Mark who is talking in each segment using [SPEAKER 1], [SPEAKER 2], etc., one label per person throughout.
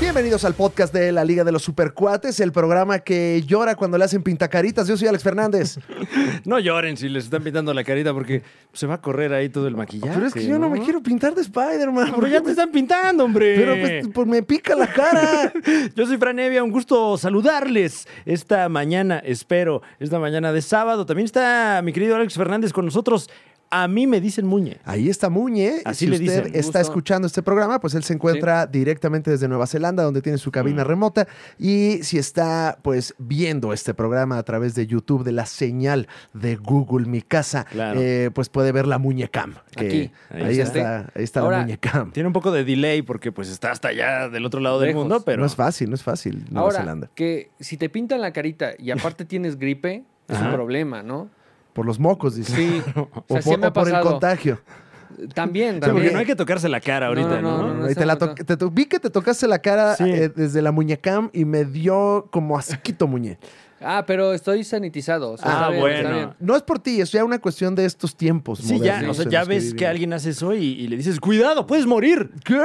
[SPEAKER 1] Bienvenidos al podcast de la Liga de los Supercuates, el programa que llora cuando le hacen pintacaritas. Yo soy Alex Fernández.
[SPEAKER 2] No lloren si les están pintando la carita porque se va a correr ahí todo el maquillaje.
[SPEAKER 1] Pero es que yo no me quiero pintar de Spider-Man.
[SPEAKER 2] Pero ya te están pintando, hombre.
[SPEAKER 1] Pero pues, pues, me pica la cara.
[SPEAKER 2] Yo soy Fran Evia, un gusto saludarles esta mañana, espero, esta mañana de sábado. También está mi querido Alex Fernández con nosotros. A mí me dicen Muñe.
[SPEAKER 1] Ahí está Muñe. si
[SPEAKER 2] Así le
[SPEAKER 1] usted
[SPEAKER 2] dicen.
[SPEAKER 1] está
[SPEAKER 3] Gusto.
[SPEAKER 1] escuchando este programa, pues él se encuentra directamente desde Nueva Zelanda, donde tiene su cabina remota. Y si está, pues, viendo este programa a través de YouTube, de la señal de Google Mi Casa,
[SPEAKER 2] Claro.
[SPEAKER 1] eh, pues puede ver la Muñecam. que
[SPEAKER 3] Aquí.
[SPEAKER 1] Ahí,
[SPEAKER 2] Ahí
[SPEAKER 1] está,
[SPEAKER 3] está.
[SPEAKER 1] ahí está la
[SPEAKER 3] Ahora,
[SPEAKER 1] Muñecam.
[SPEAKER 2] Tiene un poco de delay porque pues está hasta allá del otro lado del
[SPEAKER 3] Lejos.
[SPEAKER 2] mundo, pero
[SPEAKER 1] No es fácil, no es fácil Nueva
[SPEAKER 3] Ahora,
[SPEAKER 1] Zelanda.
[SPEAKER 3] que si te pintan la carita y aparte tienes gripe, es
[SPEAKER 2] Ajá.
[SPEAKER 3] un problema, ¿no?
[SPEAKER 1] Por los mocos, dice.
[SPEAKER 3] Sí.
[SPEAKER 1] O,
[SPEAKER 3] O sea,
[SPEAKER 1] por,
[SPEAKER 3] sí me
[SPEAKER 1] o
[SPEAKER 3] ha
[SPEAKER 1] por el
[SPEAKER 3] pasado.
[SPEAKER 1] contagio.
[SPEAKER 3] También,
[SPEAKER 2] Sí, porque
[SPEAKER 3] también.
[SPEAKER 2] no hay que tocarse la cara ahorita, ¿no?
[SPEAKER 3] No, no, no,
[SPEAKER 1] Ahí
[SPEAKER 3] eso
[SPEAKER 1] te la
[SPEAKER 3] me
[SPEAKER 1] to-
[SPEAKER 3] pasó.
[SPEAKER 1] te to- vi que te tocaste la cara
[SPEAKER 2] Sí.
[SPEAKER 1] eh, desde la muñecam y me dio como asquito, muñe.
[SPEAKER 3] Ah, pero estoy sanitizado. o sea,
[SPEAKER 2] Ah,
[SPEAKER 3] está bien, está
[SPEAKER 2] bueno.
[SPEAKER 3] bien.
[SPEAKER 1] No es por ti, es ya una cuestión de estos tiempos.
[SPEAKER 2] Sí, ya, o
[SPEAKER 1] modernos
[SPEAKER 2] sea,
[SPEAKER 1] en
[SPEAKER 2] ya
[SPEAKER 1] los
[SPEAKER 2] ves que
[SPEAKER 1] vivimos.
[SPEAKER 2] alguien hace eso y, y le dices, cuidado, puedes morir.
[SPEAKER 1] ¿Qué?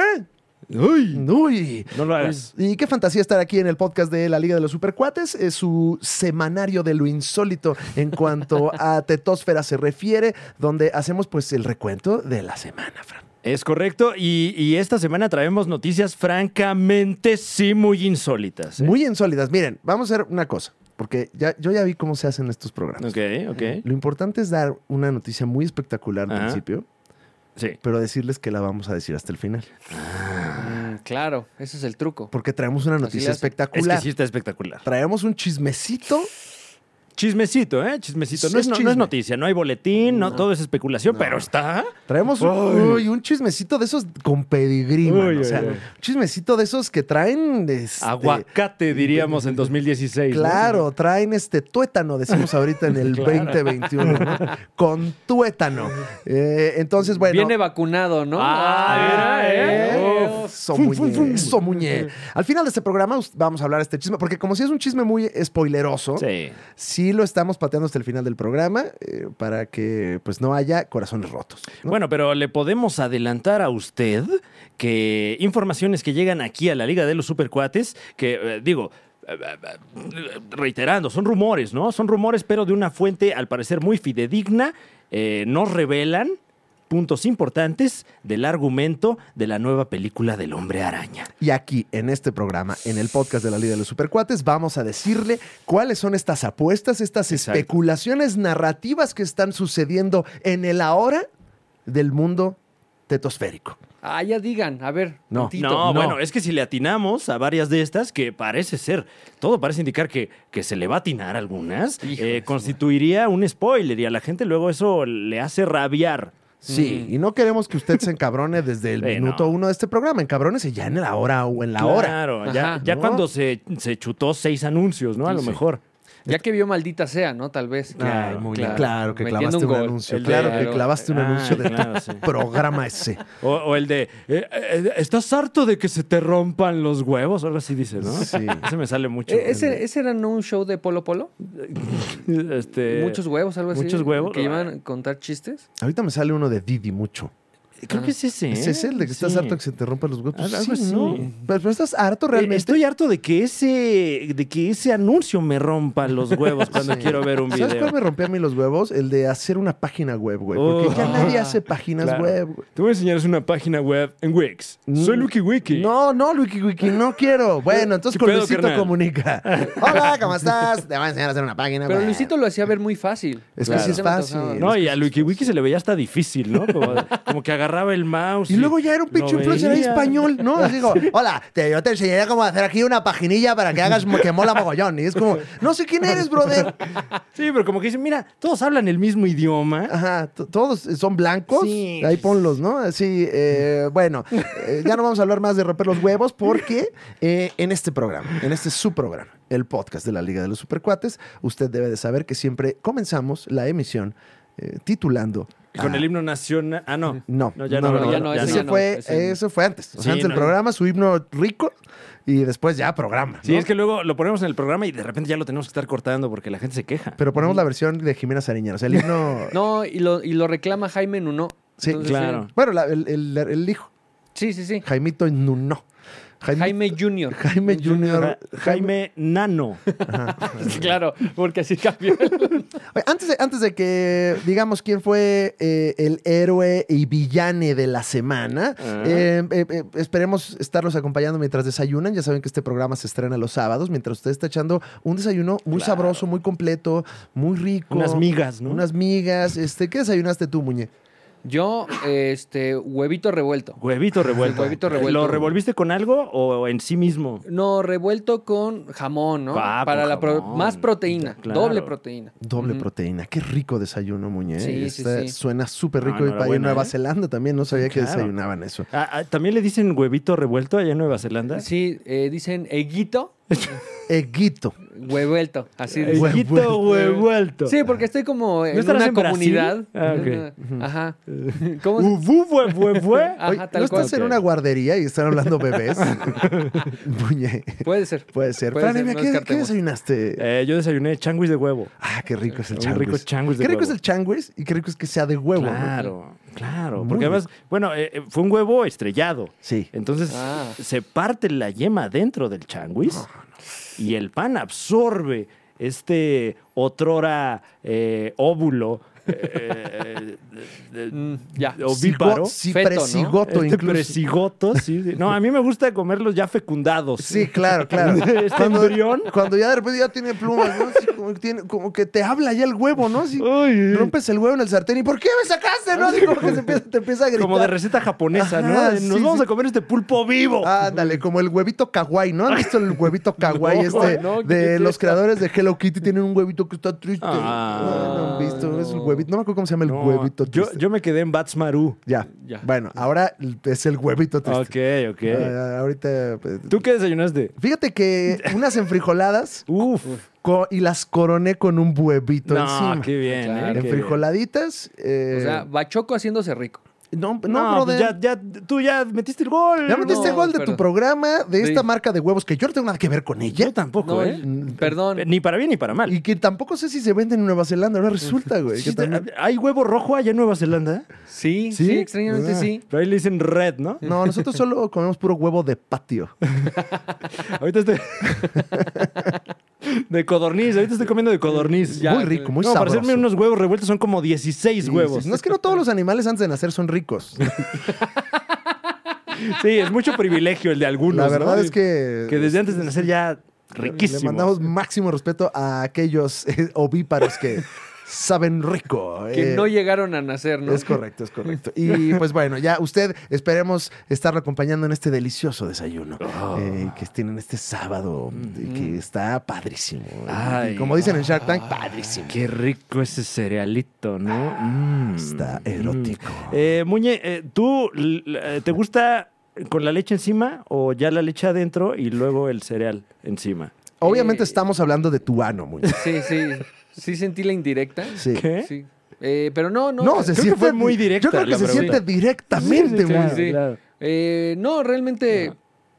[SPEAKER 2] Uy,
[SPEAKER 1] Uy. Pues,
[SPEAKER 2] no lo hagas.
[SPEAKER 1] Y qué fantasía estar aquí en el podcast de la Liga de los Supercuates, es su semanario de lo insólito en cuanto a tetósfera se refiere, donde hacemos pues el recuento de la semana, Fran.
[SPEAKER 2] Es correcto. Y, y esta semana traemos noticias francamente sí muy insólitas. ¿eh?
[SPEAKER 1] Muy insólitas. Miren, vamos a hacer una cosa, porque ya, yo ya vi cómo se hacen estos programas.
[SPEAKER 2] Ok, ok.
[SPEAKER 1] Lo importante es dar una noticia muy espectacular al
[SPEAKER 2] Ajá.
[SPEAKER 1] principio,
[SPEAKER 2] Sí.
[SPEAKER 1] pero decirles que la vamos a decir hasta el final.
[SPEAKER 3] Mm, claro, ese es el truco.
[SPEAKER 1] Porque traemos una noticia
[SPEAKER 3] le hace.
[SPEAKER 2] Es
[SPEAKER 1] espectacular.
[SPEAKER 2] que sí está espectacular.
[SPEAKER 1] Traemos un chismecito.
[SPEAKER 2] Chismecito, ¿eh? Chismecito.
[SPEAKER 1] Sí,
[SPEAKER 2] No es,
[SPEAKER 1] es
[SPEAKER 2] no- no
[SPEAKER 1] chisme.
[SPEAKER 2] es noticia, no hay boletín, no, todo es especulación, pero está.
[SPEAKER 1] Traemos un, uy, un chismecito de esos con pedigrí, mano.
[SPEAKER 2] Uy,
[SPEAKER 1] o sea,
[SPEAKER 2] uy, uy.
[SPEAKER 1] un chismecito de esos que traen. este,
[SPEAKER 2] Aguacate, diríamos, en 2016. ¿no?
[SPEAKER 1] Claro, traen este tuétano, decimos ahorita en el 2021, ¿no? Con tuétano. Eh, entonces, bueno.
[SPEAKER 3] Viene vacunado, ¿no?
[SPEAKER 2] Ah,
[SPEAKER 3] mira,
[SPEAKER 2] ¿eh?
[SPEAKER 3] ¿eh?
[SPEAKER 1] Eso,
[SPEAKER 2] Fum,
[SPEAKER 1] muñe,
[SPEAKER 2] fum, fum.
[SPEAKER 1] eso, muñe. Al final de este programa us- vamos a hablar de este chisme, porque como si es un chisme muy spoileroso,
[SPEAKER 2] Sí.
[SPEAKER 1] sí lo estamos pateando hasta el final del programa eh, para que pues no haya corazones rotos. ¿no?
[SPEAKER 2] Bueno, pero le podemos adelantar a usted que informaciones que llegan aquí a la Liga de los Supercuates, que eh, digo, eh, eh, reiterando, son rumores, ¿no? Son rumores, pero de una fuente al parecer muy fidedigna, eh, nos revelan puntos importantes del argumento de la nueva película del hombre araña.
[SPEAKER 1] Y aquí, en este programa, en el podcast de la Liga de los Supercuates, vamos a decirle cuáles son estas apuestas, estas
[SPEAKER 2] Exacto.
[SPEAKER 1] especulaciones narrativas que están sucediendo en el ahora del mundo tetosférico.
[SPEAKER 3] Ah, ya digan, a ver.
[SPEAKER 1] No.
[SPEAKER 3] tantito.
[SPEAKER 1] no.
[SPEAKER 2] no, bueno, es que si le atinamos a varias de estas, que parece ser, todo parece indicar que, que se le va a atinar a algunas,
[SPEAKER 3] Hijo
[SPEAKER 2] eh,
[SPEAKER 3] de su
[SPEAKER 2] constituiría un spoiler y a la gente luego eso le hace rabiar.
[SPEAKER 1] Sí, y no queremos que usted se encabrone desde el
[SPEAKER 2] Sí,
[SPEAKER 1] minuto
[SPEAKER 2] no.
[SPEAKER 1] uno de este programa. Encabrónese ya en el ahora o en la hora.
[SPEAKER 2] Claro, ya,
[SPEAKER 3] Ajá.
[SPEAKER 2] ya
[SPEAKER 1] ¿No?
[SPEAKER 2] cuando se, se chutó seis anuncios, ¿no? A
[SPEAKER 3] Sí,
[SPEAKER 2] lo
[SPEAKER 3] sí.
[SPEAKER 2] mejor.
[SPEAKER 3] Ya que vio maldita sea, ¿no? Tal vez.
[SPEAKER 1] Claro,
[SPEAKER 2] muy
[SPEAKER 1] claro, que
[SPEAKER 3] Metiendo
[SPEAKER 1] clavaste un,
[SPEAKER 3] gol.
[SPEAKER 1] anuncio.
[SPEAKER 2] El de-
[SPEAKER 1] Claro que clavaste un
[SPEAKER 2] Ah,
[SPEAKER 1] anuncio de
[SPEAKER 2] claro,
[SPEAKER 1] tu
[SPEAKER 2] sí.
[SPEAKER 1] programa ese.
[SPEAKER 2] O, o el de, eh, eh, ¿estás harto de que se te rompan los huevos? O algo así dice, ¿no?
[SPEAKER 1] Sí. E,
[SPEAKER 2] Ese me sale mucho.
[SPEAKER 3] Eh, ¿Ese, ¿Ese era no un show de Polo Polo?
[SPEAKER 2] Este,
[SPEAKER 3] muchos huevos, algo así.
[SPEAKER 2] muchos huevos.
[SPEAKER 3] Que iban a contar chistes.
[SPEAKER 1] Ahorita me sale uno de Didi mucho.
[SPEAKER 2] Creo que es ese.
[SPEAKER 1] Ese es el de que estás
[SPEAKER 2] Sí.
[SPEAKER 1] harto que se te rompan los huevos.
[SPEAKER 2] Algo
[SPEAKER 1] Sí,
[SPEAKER 2] así.
[SPEAKER 1] ¿no? Pero, pero estás harto realmente.
[SPEAKER 2] Eh, Estoy harto de que ese, de que ese anuncio me rompa los huevos cuando
[SPEAKER 1] Sí.
[SPEAKER 2] quiero ver un
[SPEAKER 1] ¿Sabes cuál
[SPEAKER 2] video.
[SPEAKER 1] me rompió a mí los huevos? El de hacer una página web, güey.
[SPEAKER 2] Oh.
[SPEAKER 1] Porque ya nadie
[SPEAKER 3] Ah,
[SPEAKER 1] hace páginas
[SPEAKER 2] claro.
[SPEAKER 1] web, güey.
[SPEAKER 2] Te voy a enseñar es una página web en Wix. Soy Lucky Wiki.
[SPEAKER 1] No, no, Wiki Wiki, no quiero. Bueno, entonces
[SPEAKER 2] ¿Qué
[SPEAKER 1] con
[SPEAKER 2] pedo,
[SPEAKER 1] Luisito
[SPEAKER 2] carnal?
[SPEAKER 1] comunica. Hola, ¿cómo estás? Te voy a enseñar a hacer una página
[SPEAKER 3] Pero
[SPEAKER 1] web.
[SPEAKER 3] Luisito lo hacía ver muy fácil.
[SPEAKER 1] Ah, Es
[SPEAKER 2] que sí
[SPEAKER 1] es
[SPEAKER 3] Se me
[SPEAKER 1] fácil.
[SPEAKER 3] antojaba.
[SPEAKER 2] No, y a LuikiWiki se le veía hasta difícil, ¿no? Como, como que agarraba el mouse.
[SPEAKER 1] Y luego ya era un
[SPEAKER 2] lo
[SPEAKER 1] pinche influencer ahí
[SPEAKER 2] veía.
[SPEAKER 1] español, ¿no? Así como, hola, te, yo te enseñaría cómo hacer aquí una paginilla para que hagas mo- que mola mogollón. Y es como, no sé quién eres, brother.
[SPEAKER 2] Sí, pero como que dicen, mira, todos hablan el mismo idioma.
[SPEAKER 1] Ajá, t- todos son blancos.
[SPEAKER 2] Sí.
[SPEAKER 1] Ahí ponlos, ¿no? Así, eh, bueno, eh, ya no vamos a hablar más de romper los huevos porque eh, en este programa, en este su programa, el podcast de la Liga de los Supercuates, usted debe de saber que siempre comenzamos la emisión eh, titulando.
[SPEAKER 2] Con
[SPEAKER 1] a-
[SPEAKER 2] el himno nacional. Ah, no.
[SPEAKER 1] No,
[SPEAKER 2] No, ya no,
[SPEAKER 3] no, ya no, ese
[SPEAKER 1] Ese
[SPEAKER 3] ya no,
[SPEAKER 1] fue,
[SPEAKER 3] ese no.
[SPEAKER 1] eso fue antes. O sea,
[SPEAKER 2] Sí,
[SPEAKER 1] antes del
[SPEAKER 2] no.
[SPEAKER 1] programa, su himno rico y después ya programa.
[SPEAKER 2] Sí,
[SPEAKER 1] ¿no?
[SPEAKER 2] es que luego lo ponemos en el programa y de repente ya lo tenemos que estar cortando porque la gente se queja.
[SPEAKER 1] Pero ponemos la versión de Jimena Sariñana. O sea, el himno.
[SPEAKER 3] No, y lo, y lo reclama Jaime Nuno.
[SPEAKER 1] Sí,
[SPEAKER 3] Entonces,
[SPEAKER 2] claro.
[SPEAKER 1] Bueno, la- el, el- el hijo,
[SPEAKER 3] Sí, sí, sí.
[SPEAKER 1] Jaimito Nuno.
[SPEAKER 3] Jaime Junior.
[SPEAKER 1] Jaime Junior.
[SPEAKER 2] Jaime Nano.
[SPEAKER 3] claro, porque así cambió.
[SPEAKER 1] Oye, Antes de, antes de que digamos quién fue eh, el héroe y villane de la semana, eh, eh, eh, esperemos estarlos acompañando mientras desayunan. Ya saben que este programa se estrena los sábados, mientras usted está echando un desayuno muy sabroso, muy completo, muy rico.
[SPEAKER 2] Unas migas, ¿no?
[SPEAKER 1] Unas migas. Este, ¿Qué desayunaste tú, Muñe?
[SPEAKER 3] Yo, este, huevito revuelto.
[SPEAKER 2] Huevito revuelto.
[SPEAKER 3] Huevito revuelto.
[SPEAKER 2] ¿Lo revolviste con algo o en sí mismo?
[SPEAKER 3] No, revuelto con jamón, ¿no?
[SPEAKER 2] Ah, con
[SPEAKER 3] Para la pro-
[SPEAKER 2] jamón.
[SPEAKER 3] más proteína,
[SPEAKER 2] Claro.
[SPEAKER 3] doble proteína.
[SPEAKER 1] Doble
[SPEAKER 3] Ujú.
[SPEAKER 1] proteína. Qué rico desayuno, Muñe.
[SPEAKER 3] Sí, sí,
[SPEAKER 1] Está-
[SPEAKER 3] sí.
[SPEAKER 1] Suena súper rico.
[SPEAKER 2] No,
[SPEAKER 1] y para
[SPEAKER 2] enhorabuena,
[SPEAKER 1] Nueva
[SPEAKER 2] ¿eh?
[SPEAKER 1] Zelanda también. No sabía que
[SPEAKER 2] Claro.
[SPEAKER 1] desayunaban eso.
[SPEAKER 2] Ah, ah, ¿También le dicen huevito revuelto allá en Nueva Zelanda?
[SPEAKER 3] Sí, eh, dicen eguito,
[SPEAKER 1] Eguito.
[SPEAKER 3] huevuelto, así
[SPEAKER 1] Eh,
[SPEAKER 3] dicen.
[SPEAKER 1] hue-
[SPEAKER 2] Huevito revuelto.
[SPEAKER 3] Sí, porque estoy como en
[SPEAKER 2] estarás
[SPEAKER 3] una
[SPEAKER 2] en Brasil?
[SPEAKER 3] comunidad.
[SPEAKER 2] Ah, ok.
[SPEAKER 3] En una- Ajá. ¿Cómo se-
[SPEAKER 2] Ubú, bue, bue, bue.
[SPEAKER 3] Ajá,
[SPEAKER 1] Oye,
[SPEAKER 3] tal
[SPEAKER 1] ¿No estás
[SPEAKER 3] cual.
[SPEAKER 1] en una guardería y están hablando bebés? Muñe.
[SPEAKER 3] Puede ser.
[SPEAKER 1] Uh, Puede ser.
[SPEAKER 3] Puede
[SPEAKER 1] Fran,
[SPEAKER 3] ser,
[SPEAKER 1] Evia,
[SPEAKER 3] no
[SPEAKER 1] ¿qué, qué
[SPEAKER 3] descartemos.
[SPEAKER 1] desayunaste?
[SPEAKER 2] Eh, yo desayuné changuis de huevo.
[SPEAKER 1] ah, qué rico es el
[SPEAKER 2] un
[SPEAKER 1] changuis.
[SPEAKER 2] rico changuis de
[SPEAKER 1] Qué rico
[SPEAKER 2] huevo.
[SPEAKER 1] es el changuis y qué rico es que sea de huevo. ¿no?
[SPEAKER 2] Claro, claro.
[SPEAKER 1] Muy
[SPEAKER 2] porque además, bueno, eh, eh, fue un huevo estrellado.
[SPEAKER 1] Sí.
[SPEAKER 2] Entonces
[SPEAKER 3] Ah.
[SPEAKER 2] se parte la yema dentro del changuis y el pan absorbe este otrora eh, óvulo. eh, de- de-
[SPEAKER 3] Mm, ya.
[SPEAKER 2] ovíparo.
[SPEAKER 1] Cigo- sí,
[SPEAKER 3] Feto, ¿no?
[SPEAKER 1] presigoto
[SPEAKER 2] Este
[SPEAKER 1] incluso.
[SPEAKER 2] presigoto, sí, sí. No, a mí me gusta comerlos ya fecundados.
[SPEAKER 1] Sí, claro, claro.
[SPEAKER 2] Este embrión.
[SPEAKER 1] Cuando ya de repente ya tiene plumas, ¿no? Así como, que tiene- como que te habla ya el huevo, ¿no? Así,
[SPEAKER 2] Uy,
[SPEAKER 1] rompes el huevo en el sartén y ¿por qué me sacaste? ¿No? Así como que se empieza- te empieza a gritar.
[SPEAKER 2] como de receta japonesa, ¿no?
[SPEAKER 1] Ajá,
[SPEAKER 2] De, Nos
[SPEAKER 1] sí, Ah,
[SPEAKER 2] vamos
[SPEAKER 1] sí.
[SPEAKER 2] a comer este pulpo vivo.
[SPEAKER 1] Ándale, como el huevito kawaii, ¿no? ¿Han visto el huevito kawaii
[SPEAKER 3] No,
[SPEAKER 1] este?
[SPEAKER 3] no, ¿qué
[SPEAKER 1] de
[SPEAKER 3] es
[SPEAKER 1] los
[SPEAKER 3] eso?
[SPEAKER 1] creadores de Hello Kitty tienen un huevito que está triste.
[SPEAKER 2] Ah,
[SPEAKER 1] no, no han visto, es el huevito. No me acuerdo cómo se llama el
[SPEAKER 2] No,
[SPEAKER 1] huevito
[SPEAKER 2] yo,
[SPEAKER 1] triste.
[SPEAKER 2] yo me quedé en Batsmaru.
[SPEAKER 1] ya.
[SPEAKER 3] Ya.
[SPEAKER 1] Bueno, ahora es el huevito triste.
[SPEAKER 2] Ok, ok.
[SPEAKER 1] Ah, ahorita. pues,
[SPEAKER 2] ¿Tú qué desayunaste?
[SPEAKER 1] Fíjate que unas enfrijoladas
[SPEAKER 2] Uf.
[SPEAKER 1] co- y las coroné con un huevito
[SPEAKER 2] No,
[SPEAKER 1] encima.
[SPEAKER 2] qué bien,
[SPEAKER 3] Claro.
[SPEAKER 2] ¿eh? Qué bien.
[SPEAKER 1] Enfrijoladitas. eh,
[SPEAKER 3] O sea, Bachoco haciéndose rico.
[SPEAKER 1] no, no,
[SPEAKER 2] No, pues
[SPEAKER 1] brother.
[SPEAKER 2] ya, ya, tú ya metiste el gol.
[SPEAKER 1] Ya metiste
[SPEAKER 3] No,
[SPEAKER 1] gol de tu
[SPEAKER 3] perdón.
[SPEAKER 1] programa, de
[SPEAKER 3] Sí.
[SPEAKER 1] esta marca de huevos que yo no tengo nada que ver con ella.
[SPEAKER 2] Yo tampoco,
[SPEAKER 3] No,
[SPEAKER 2] ¿eh?
[SPEAKER 1] Mm,
[SPEAKER 3] Perdón.
[SPEAKER 2] Ni para bien ni para mal.
[SPEAKER 1] Y que tampoco sé si se venden en Nueva Zelanda. Ahora resulta, güey. que
[SPEAKER 2] Sí,
[SPEAKER 1] también-
[SPEAKER 2] ¿Hay huevo rojo allá en Nueva Zelanda?
[SPEAKER 3] Sí,
[SPEAKER 2] ¿Sí?
[SPEAKER 3] sí, extrañamente
[SPEAKER 1] Ah.
[SPEAKER 3] sí.
[SPEAKER 2] Pero ahí le dicen red, ¿no?
[SPEAKER 1] No, nosotros solo comemos puro huevo de patio.
[SPEAKER 2] Ahorita estoy... de codorniz. Ahorita estoy comiendo de codorniz.
[SPEAKER 3] Ya,
[SPEAKER 1] muy rico, muy
[SPEAKER 2] no, para
[SPEAKER 1] sabroso.
[SPEAKER 2] hacerme unos huevos revueltos son como 16
[SPEAKER 1] Sí,
[SPEAKER 2] huevos.
[SPEAKER 1] sí, No es que no todos los animales antes de nacer son ricos.
[SPEAKER 2] Sí, es mucho privilegio el de algunos.
[SPEAKER 1] La verdad
[SPEAKER 2] ¿no?
[SPEAKER 1] es que.
[SPEAKER 2] Que desde antes de nacer ya riquísimo.
[SPEAKER 1] Le mandamos máximo respeto a aquellos eh, ovíparos que saben rico.
[SPEAKER 3] Que
[SPEAKER 1] eh,
[SPEAKER 3] no llegaron a nacer, ¿no?
[SPEAKER 1] Es correcto, es correcto. Y pues bueno, ya usted esperemos estarlo acompañando en este delicioso desayuno
[SPEAKER 2] Oh.
[SPEAKER 1] eh, que tienen este sábado, eh, que está padrísimo. Y
[SPEAKER 2] Ay.
[SPEAKER 1] como dicen en Shark Tank, padrísimo.
[SPEAKER 2] Qué rico ese cerealito, ¿no? Mm.
[SPEAKER 1] Está erótico.
[SPEAKER 2] Eh, Muñe, eh, ¿tú l- l- eh, te gusta con la leche encima o ya la leche adentro y luego el cereal encima?
[SPEAKER 1] Obviamente
[SPEAKER 3] Eh,
[SPEAKER 1] estamos hablando de tu ano, muy
[SPEAKER 3] Sí, sí. Sí sentí la indirecta.
[SPEAKER 1] Sí.
[SPEAKER 2] ¿Qué?
[SPEAKER 3] Sí. Eh, pero no, no.
[SPEAKER 1] No, se
[SPEAKER 2] que
[SPEAKER 1] siente
[SPEAKER 2] fue muy directa
[SPEAKER 1] Yo creo que
[SPEAKER 2] la
[SPEAKER 1] se
[SPEAKER 2] pregunta.
[SPEAKER 1] siente directamente,
[SPEAKER 2] Sí, sí, claro.
[SPEAKER 1] muy-
[SPEAKER 3] Eh, no, realmente
[SPEAKER 1] Ah.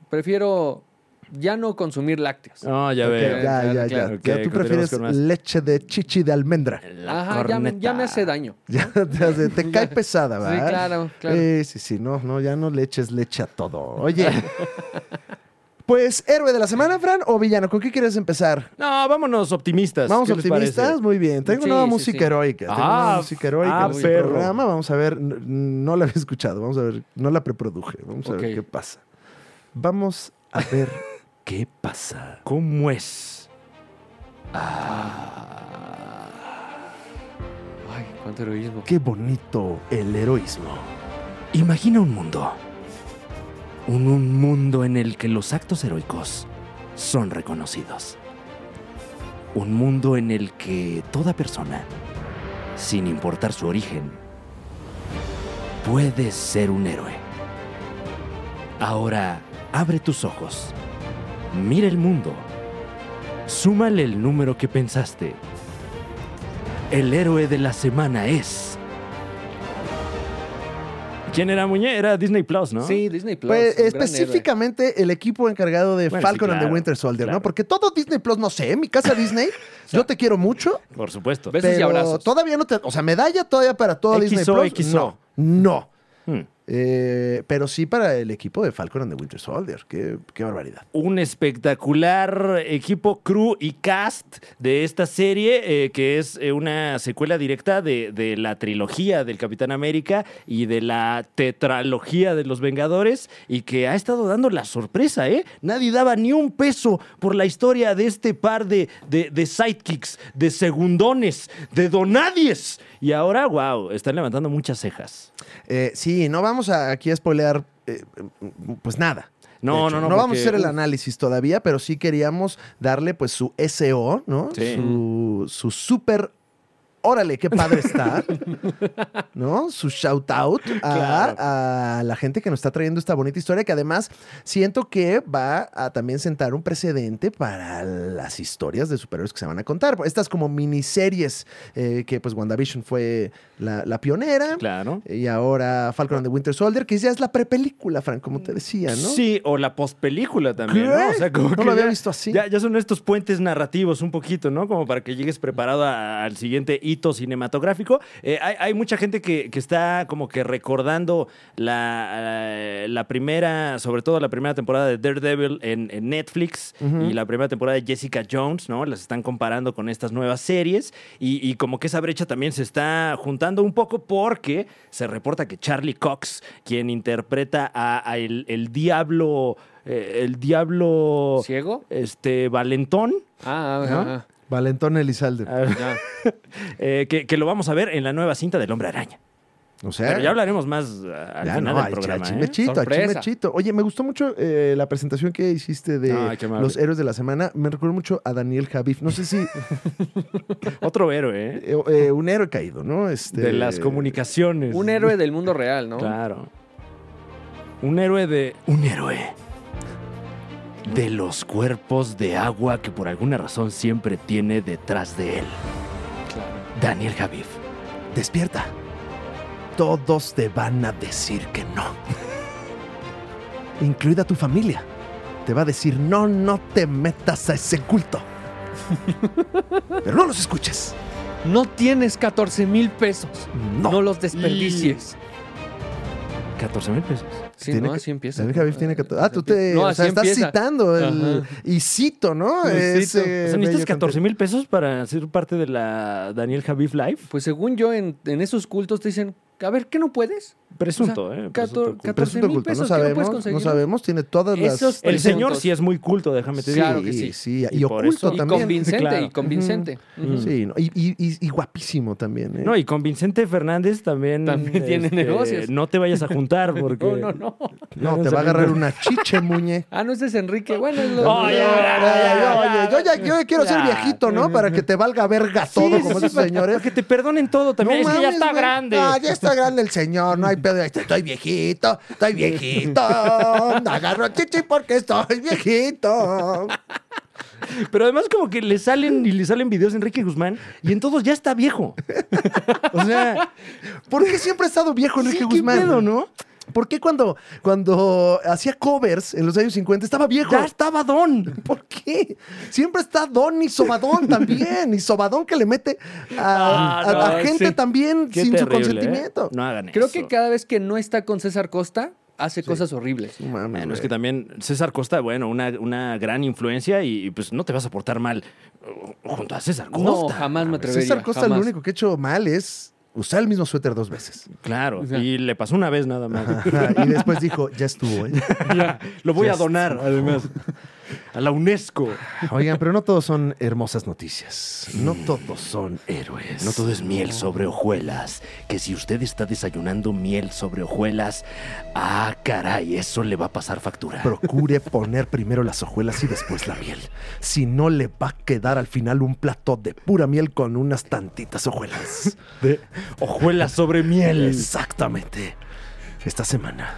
[SPEAKER 3] prefiero ya no consumir lácteos.
[SPEAKER 2] No, ya
[SPEAKER 1] Ok,
[SPEAKER 2] veo.
[SPEAKER 1] ya,
[SPEAKER 3] claro,
[SPEAKER 1] ya, ya.
[SPEAKER 3] claro.
[SPEAKER 2] Ok,
[SPEAKER 1] Ya tú
[SPEAKER 2] continuamos
[SPEAKER 1] prefieres
[SPEAKER 2] con más.
[SPEAKER 1] leche de chichi de almendra.
[SPEAKER 2] La
[SPEAKER 3] Ajá, ya, me- ya
[SPEAKER 2] corneta.
[SPEAKER 3] me hace daño.
[SPEAKER 1] Ya te, hace- te cae pesada,
[SPEAKER 3] Sí,
[SPEAKER 1] ¿verdad?
[SPEAKER 3] claro, claro.
[SPEAKER 1] Eh, sí, sí, no, no, ya no le eches leche a todo. Oye. pues, héroe de la semana, Fran, o villano, ¿con qué quieres empezar?
[SPEAKER 2] No, vámonos optimistas.
[SPEAKER 1] Vamos
[SPEAKER 2] ¿Qué les
[SPEAKER 1] optimistas,
[SPEAKER 2] parece?
[SPEAKER 1] muy bien. Tengo
[SPEAKER 3] Sí,
[SPEAKER 1] nueva
[SPEAKER 3] sí,
[SPEAKER 1] música
[SPEAKER 3] sí.
[SPEAKER 1] heroica. Tengo
[SPEAKER 2] Ah,
[SPEAKER 1] nueva música heroica
[SPEAKER 2] ah,
[SPEAKER 1] en este
[SPEAKER 2] perro.
[SPEAKER 1] programa. Vamos a ver, n- no la había escuchado, vamos a ver, no la preproduje. Vamos a ver qué
[SPEAKER 3] Ok.
[SPEAKER 1] pasa. Vamos a ver qué pasa.
[SPEAKER 2] ¿Cómo es?
[SPEAKER 3] Ay, cuánto heroísmo.
[SPEAKER 1] Qué bonito el heroísmo.
[SPEAKER 2] Imagina un mundo. Un, un mundo en el que los actos heroicos son reconocidos. Un mundo en el que toda persona, sin importar su origen, puede ser un héroe. Ahora abre tus ojos. Mira el mundo. Súmale el número que pensaste. El héroe de la semana es... ¿Quién era Muñe? Era Disney Plus, ¿no?
[SPEAKER 3] Sí, Disney Plus.
[SPEAKER 1] Pues
[SPEAKER 3] un gran héroe.
[SPEAKER 1] específicamente el equipo encargado de
[SPEAKER 2] Bueno, sí,
[SPEAKER 1] Falcon and the
[SPEAKER 2] claro,
[SPEAKER 1] Winter Soldier,
[SPEAKER 2] claro.
[SPEAKER 1] ¿no? Porque todo Disney Plus, no sé, mi casa Disney, yo te quiero mucho,
[SPEAKER 2] Por supuesto.
[SPEAKER 3] Besos y
[SPEAKER 1] pero
[SPEAKER 3] abrazos.
[SPEAKER 1] todavía no te, o sea, medalla todavía para todo Disney
[SPEAKER 2] XO,
[SPEAKER 1] Plus,
[SPEAKER 2] XO.
[SPEAKER 1] no, no.
[SPEAKER 2] Hmm.
[SPEAKER 1] Eh, pero sí para el equipo de Falcon and the Winter Soldier. Qué, qué barbaridad.
[SPEAKER 2] un espectacular equipo crew y cast de esta serie, eh, que es eh, una secuela directa de, de la trilogía del Capitán América y de la tetralogía de los Vengadores, y que ha estado dando la sorpresa, ¿eh? Nadie daba ni un peso por la historia de este par de, de, de sidekicks, de segundones, de donadies. Y ahora, wow, están levantando muchas cejas.
[SPEAKER 1] Eh, sí, no vamos a- aquí a spoilear eh, pues nada.
[SPEAKER 2] No,
[SPEAKER 1] De
[SPEAKER 2] no,
[SPEAKER 1] No
[SPEAKER 2] no,
[SPEAKER 1] vamos a
[SPEAKER 2] porque-
[SPEAKER 1] hacer el
[SPEAKER 2] uf.
[SPEAKER 1] análisis todavía, pero sí queríamos darle pues su SO, ¿no?
[SPEAKER 2] Sí.
[SPEAKER 1] Su, su super... Órale, qué padre está, ¿no? Su shout out a,
[SPEAKER 2] Claro.
[SPEAKER 1] a la gente que nos está trayendo esta bonita historia, que además siento que va a también sentar un precedente para las historias de superhéroes que se van a contar. Estas como miniseries, eh, que pues WandaVision fue la, la pionera.
[SPEAKER 2] Claro.
[SPEAKER 1] Y ahora Falcon and the Winter Soldier, que ya es la prepelícula, Frank, como te decía, ¿no?
[SPEAKER 2] Sí, o la postpelícula también,
[SPEAKER 1] ¿Qué?
[SPEAKER 2] ¿no? O sea, como
[SPEAKER 1] No
[SPEAKER 2] que
[SPEAKER 1] lo había
[SPEAKER 2] ya-
[SPEAKER 1] visto así.
[SPEAKER 2] Ya, ya son estos puentes narrativos un poquito, ¿no? Como para que llegues preparado a- al siguiente hito cinematográfico. Eh, hay, hay mucha gente que, que está como que recordando la, eh, la primera, sobre todo la primera temporada de Daredevil en, en Netflix y la primera temporada de Jessica Jones, ¿no? Las están comparando con estas nuevas series y, y como que esa brecha también se está juntando un poco porque se reporta que Charlie Cox, quien interpreta a, a el, el diablo... eh, el diablo
[SPEAKER 3] ¿Ciego?
[SPEAKER 2] este Valentón,
[SPEAKER 3] Ah, ah,
[SPEAKER 2] ¿No?
[SPEAKER 3] ah,
[SPEAKER 1] Valentón Elizalde.
[SPEAKER 3] ah, ya.
[SPEAKER 2] eh, que, que lo vamos a ver en la nueva cinta del Hombre Araña.
[SPEAKER 1] o sea,
[SPEAKER 2] Pero ya hablaremos más eh, al
[SPEAKER 1] ya
[SPEAKER 2] final
[SPEAKER 1] no,
[SPEAKER 2] del
[SPEAKER 1] ay,
[SPEAKER 2] programa.
[SPEAKER 1] a
[SPEAKER 2] ¿eh?
[SPEAKER 1] chimechito, a
[SPEAKER 3] Sorpresa.
[SPEAKER 1] chimechito. Oye, me gustó mucho eh, la presentación que hiciste de
[SPEAKER 2] Ay, qué amable.
[SPEAKER 1] los héroes de la semana. Me recuerdo mucho a Daniel Javif. No sé si
[SPEAKER 2] Otro héroe, ¿eh?
[SPEAKER 1] eh, eh, un héroe caído, ¿no? Este,
[SPEAKER 2] De las comunicaciones.
[SPEAKER 3] Un héroe del mundo real, ¿no?
[SPEAKER 2] Claro. Un héroe de. Un héroe. De los cuerpos de agua que por alguna razón siempre tiene detrás de él. Daniel Javif.
[SPEAKER 1] Despierta. Todos te van a decir que no. Incluida tu familia. Te va a decir, no, no te metas a ese culto. Pero no los escuches.
[SPEAKER 3] No tienes 14 mil pesos.
[SPEAKER 1] No.
[SPEAKER 3] No. los desperdicies.
[SPEAKER 2] 14 mil pesos.
[SPEAKER 3] Sí,
[SPEAKER 1] Tiene
[SPEAKER 3] no,
[SPEAKER 1] que-
[SPEAKER 3] así empieza.
[SPEAKER 1] Daniel Javif tiene que... Ah, tú te...
[SPEAKER 3] No,
[SPEAKER 1] o
[SPEAKER 3] así
[SPEAKER 1] sea, estás
[SPEAKER 3] empieza.
[SPEAKER 1] citando el...
[SPEAKER 3] Ajá.
[SPEAKER 1] Y cito, ¿no?
[SPEAKER 3] Lo cito.
[SPEAKER 1] Ese
[SPEAKER 2] O sea,
[SPEAKER 3] O sea,
[SPEAKER 1] bello
[SPEAKER 2] ¿necesitas 14
[SPEAKER 1] contenido.
[SPEAKER 2] mil pesos para ser parte de la Daniel Javif Live?
[SPEAKER 3] Pues según yo, en, en esos cultos te dicen, a ver, ¿qué no puedes?
[SPEAKER 2] Presunto,
[SPEAKER 3] O sea,
[SPEAKER 2] ¿eh?
[SPEAKER 3] cator-
[SPEAKER 2] Presunto.
[SPEAKER 3] cator- 14,000
[SPEAKER 1] Presunto culto. No
[SPEAKER 3] pesos que no puedes
[SPEAKER 1] sabemos, no,
[SPEAKER 3] conseguir.
[SPEAKER 1] sabemos. Tiene todas las...
[SPEAKER 3] Esos
[SPEAKER 2] El
[SPEAKER 3] tres
[SPEAKER 2] señor
[SPEAKER 3] juntos.
[SPEAKER 2] sí es muy culto, déjame te
[SPEAKER 1] Sí,
[SPEAKER 2] decir.
[SPEAKER 3] Claro que sí.
[SPEAKER 1] sí, Y,
[SPEAKER 2] Y por
[SPEAKER 1] oculto
[SPEAKER 2] eso-
[SPEAKER 3] Y
[SPEAKER 1] también.
[SPEAKER 3] convincente,
[SPEAKER 2] Claro.
[SPEAKER 3] y convincente. Ujú.
[SPEAKER 1] Sí, ¿no? y, y- y- y guapísimo también. ¿eh?
[SPEAKER 2] No, y con Vicente Fernández también. este,
[SPEAKER 3] También tiene negocios.
[SPEAKER 2] No te vayas a juntar porque.
[SPEAKER 3] No, no, no.
[SPEAKER 1] No, te va a agarrar una chiche, muñe.
[SPEAKER 3] Ah, no, ese es Enrique. Bueno, es lo...
[SPEAKER 2] Oh, ya, ya,
[SPEAKER 1] Oye, yo ya yo ya quiero ser
[SPEAKER 2] Ya.
[SPEAKER 1] viejito, ¿no? Para que te valga verga
[SPEAKER 2] Sí,
[SPEAKER 1] todo,
[SPEAKER 2] sí,
[SPEAKER 1] como
[SPEAKER 2] sí,
[SPEAKER 1] esos
[SPEAKER 2] para-
[SPEAKER 1] señores.
[SPEAKER 2] Que te perdonen todo también.
[SPEAKER 1] No
[SPEAKER 2] es que ya
[SPEAKER 1] mames,
[SPEAKER 2] está
[SPEAKER 1] güey.
[SPEAKER 2] grande.
[SPEAKER 1] Ah, ya está grande el señor, no hay pedo. Estoy viejito, estoy viejito. Agarro chichi porque estoy viejito.
[SPEAKER 2] Pero además, como que le salen y le salen videos de Enrique Guzmán y en todos ya está viejo. O sea,
[SPEAKER 1] ¿Por qué siempre ha estado viejo
[SPEAKER 2] sí,
[SPEAKER 1] Enrique
[SPEAKER 2] qué
[SPEAKER 1] Guzmán?
[SPEAKER 2] pedo, ¿no?
[SPEAKER 1] ¿Por qué cuando, cuando hacía covers en los años 50 estaba viejo?
[SPEAKER 2] Ya estaba don.
[SPEAKER 1] ¿Por qué? Siempre está Don y Sobadón también. Y Sobadón que le mete a,
[SPEAKER 2] Ah,
[SPEAKER 1] a- a
[SPEAKER 2] no,
[SPEAKER 1] gente
[SPEAKER 2] sí.
[SPEAKER 1] también
[SPEAKER 2] Qué
[SPEAKER 1] sin
[SPEAKER 2] terrible,
[SPEAKER 1] su consentimiento.
[SPEAKER 2] ¿eh? No hagan
[SPEAKER 3] Creo
[SPEAKER 2] eso.
[SPEAKER 3] que cada vez que no está con César Costa, hace cosas horribles.
[SPEAKER 1] No mames,
[SPEAKER 2] Bueno, es que
[SPEAKER 1] güey.
[SPEAKER 2] también César Costa, bueno, una, una gran influencia y, y, pues no te vas a portar mal eh, junto a César
[SPEAKER 3] No,
[SPEAKER 2] Costa.
[SPEAKER 3] jamás me atrevería.
[SPEAKER 1] César Costa
[SPEAKER 3] jamás.
[SPEAKER 1] lo único que ha hecho mal es usar el mismo suéter dos veces.
[SPEAKER 2] Claro,
[SPEAKER 3] O sea.
[SPEAKER 2] y le pasó una vez nada más.
[SPEAKER 1] Ajá, y después dijo, ya estuvo. ¿eh?".
[SPEAKER 2] Ya, lo voy
[SPEAKER 1] Ya
[SPEAKER 2] a donar, además, a la UNESCO.
[SPEAKER 1] Oigan, pero no todos son hermosas noticias. No todos son héroes.
[SPEAKER 2] No todo es miel sobre hojuelas, que si usted está desayunando miel sobre hojuelas, ah, caray, eso le va a pasar factura.
[SPEAKER 1] Procure poner primero las hojuelas y después la miel. Si no, le va a quedar al final un plato de pura miel con unas tantitas hojuelas.
[SPEAKER 2] De hojuelas sobre miel.
[SPEAKER 1] Exactamente. Esta semana,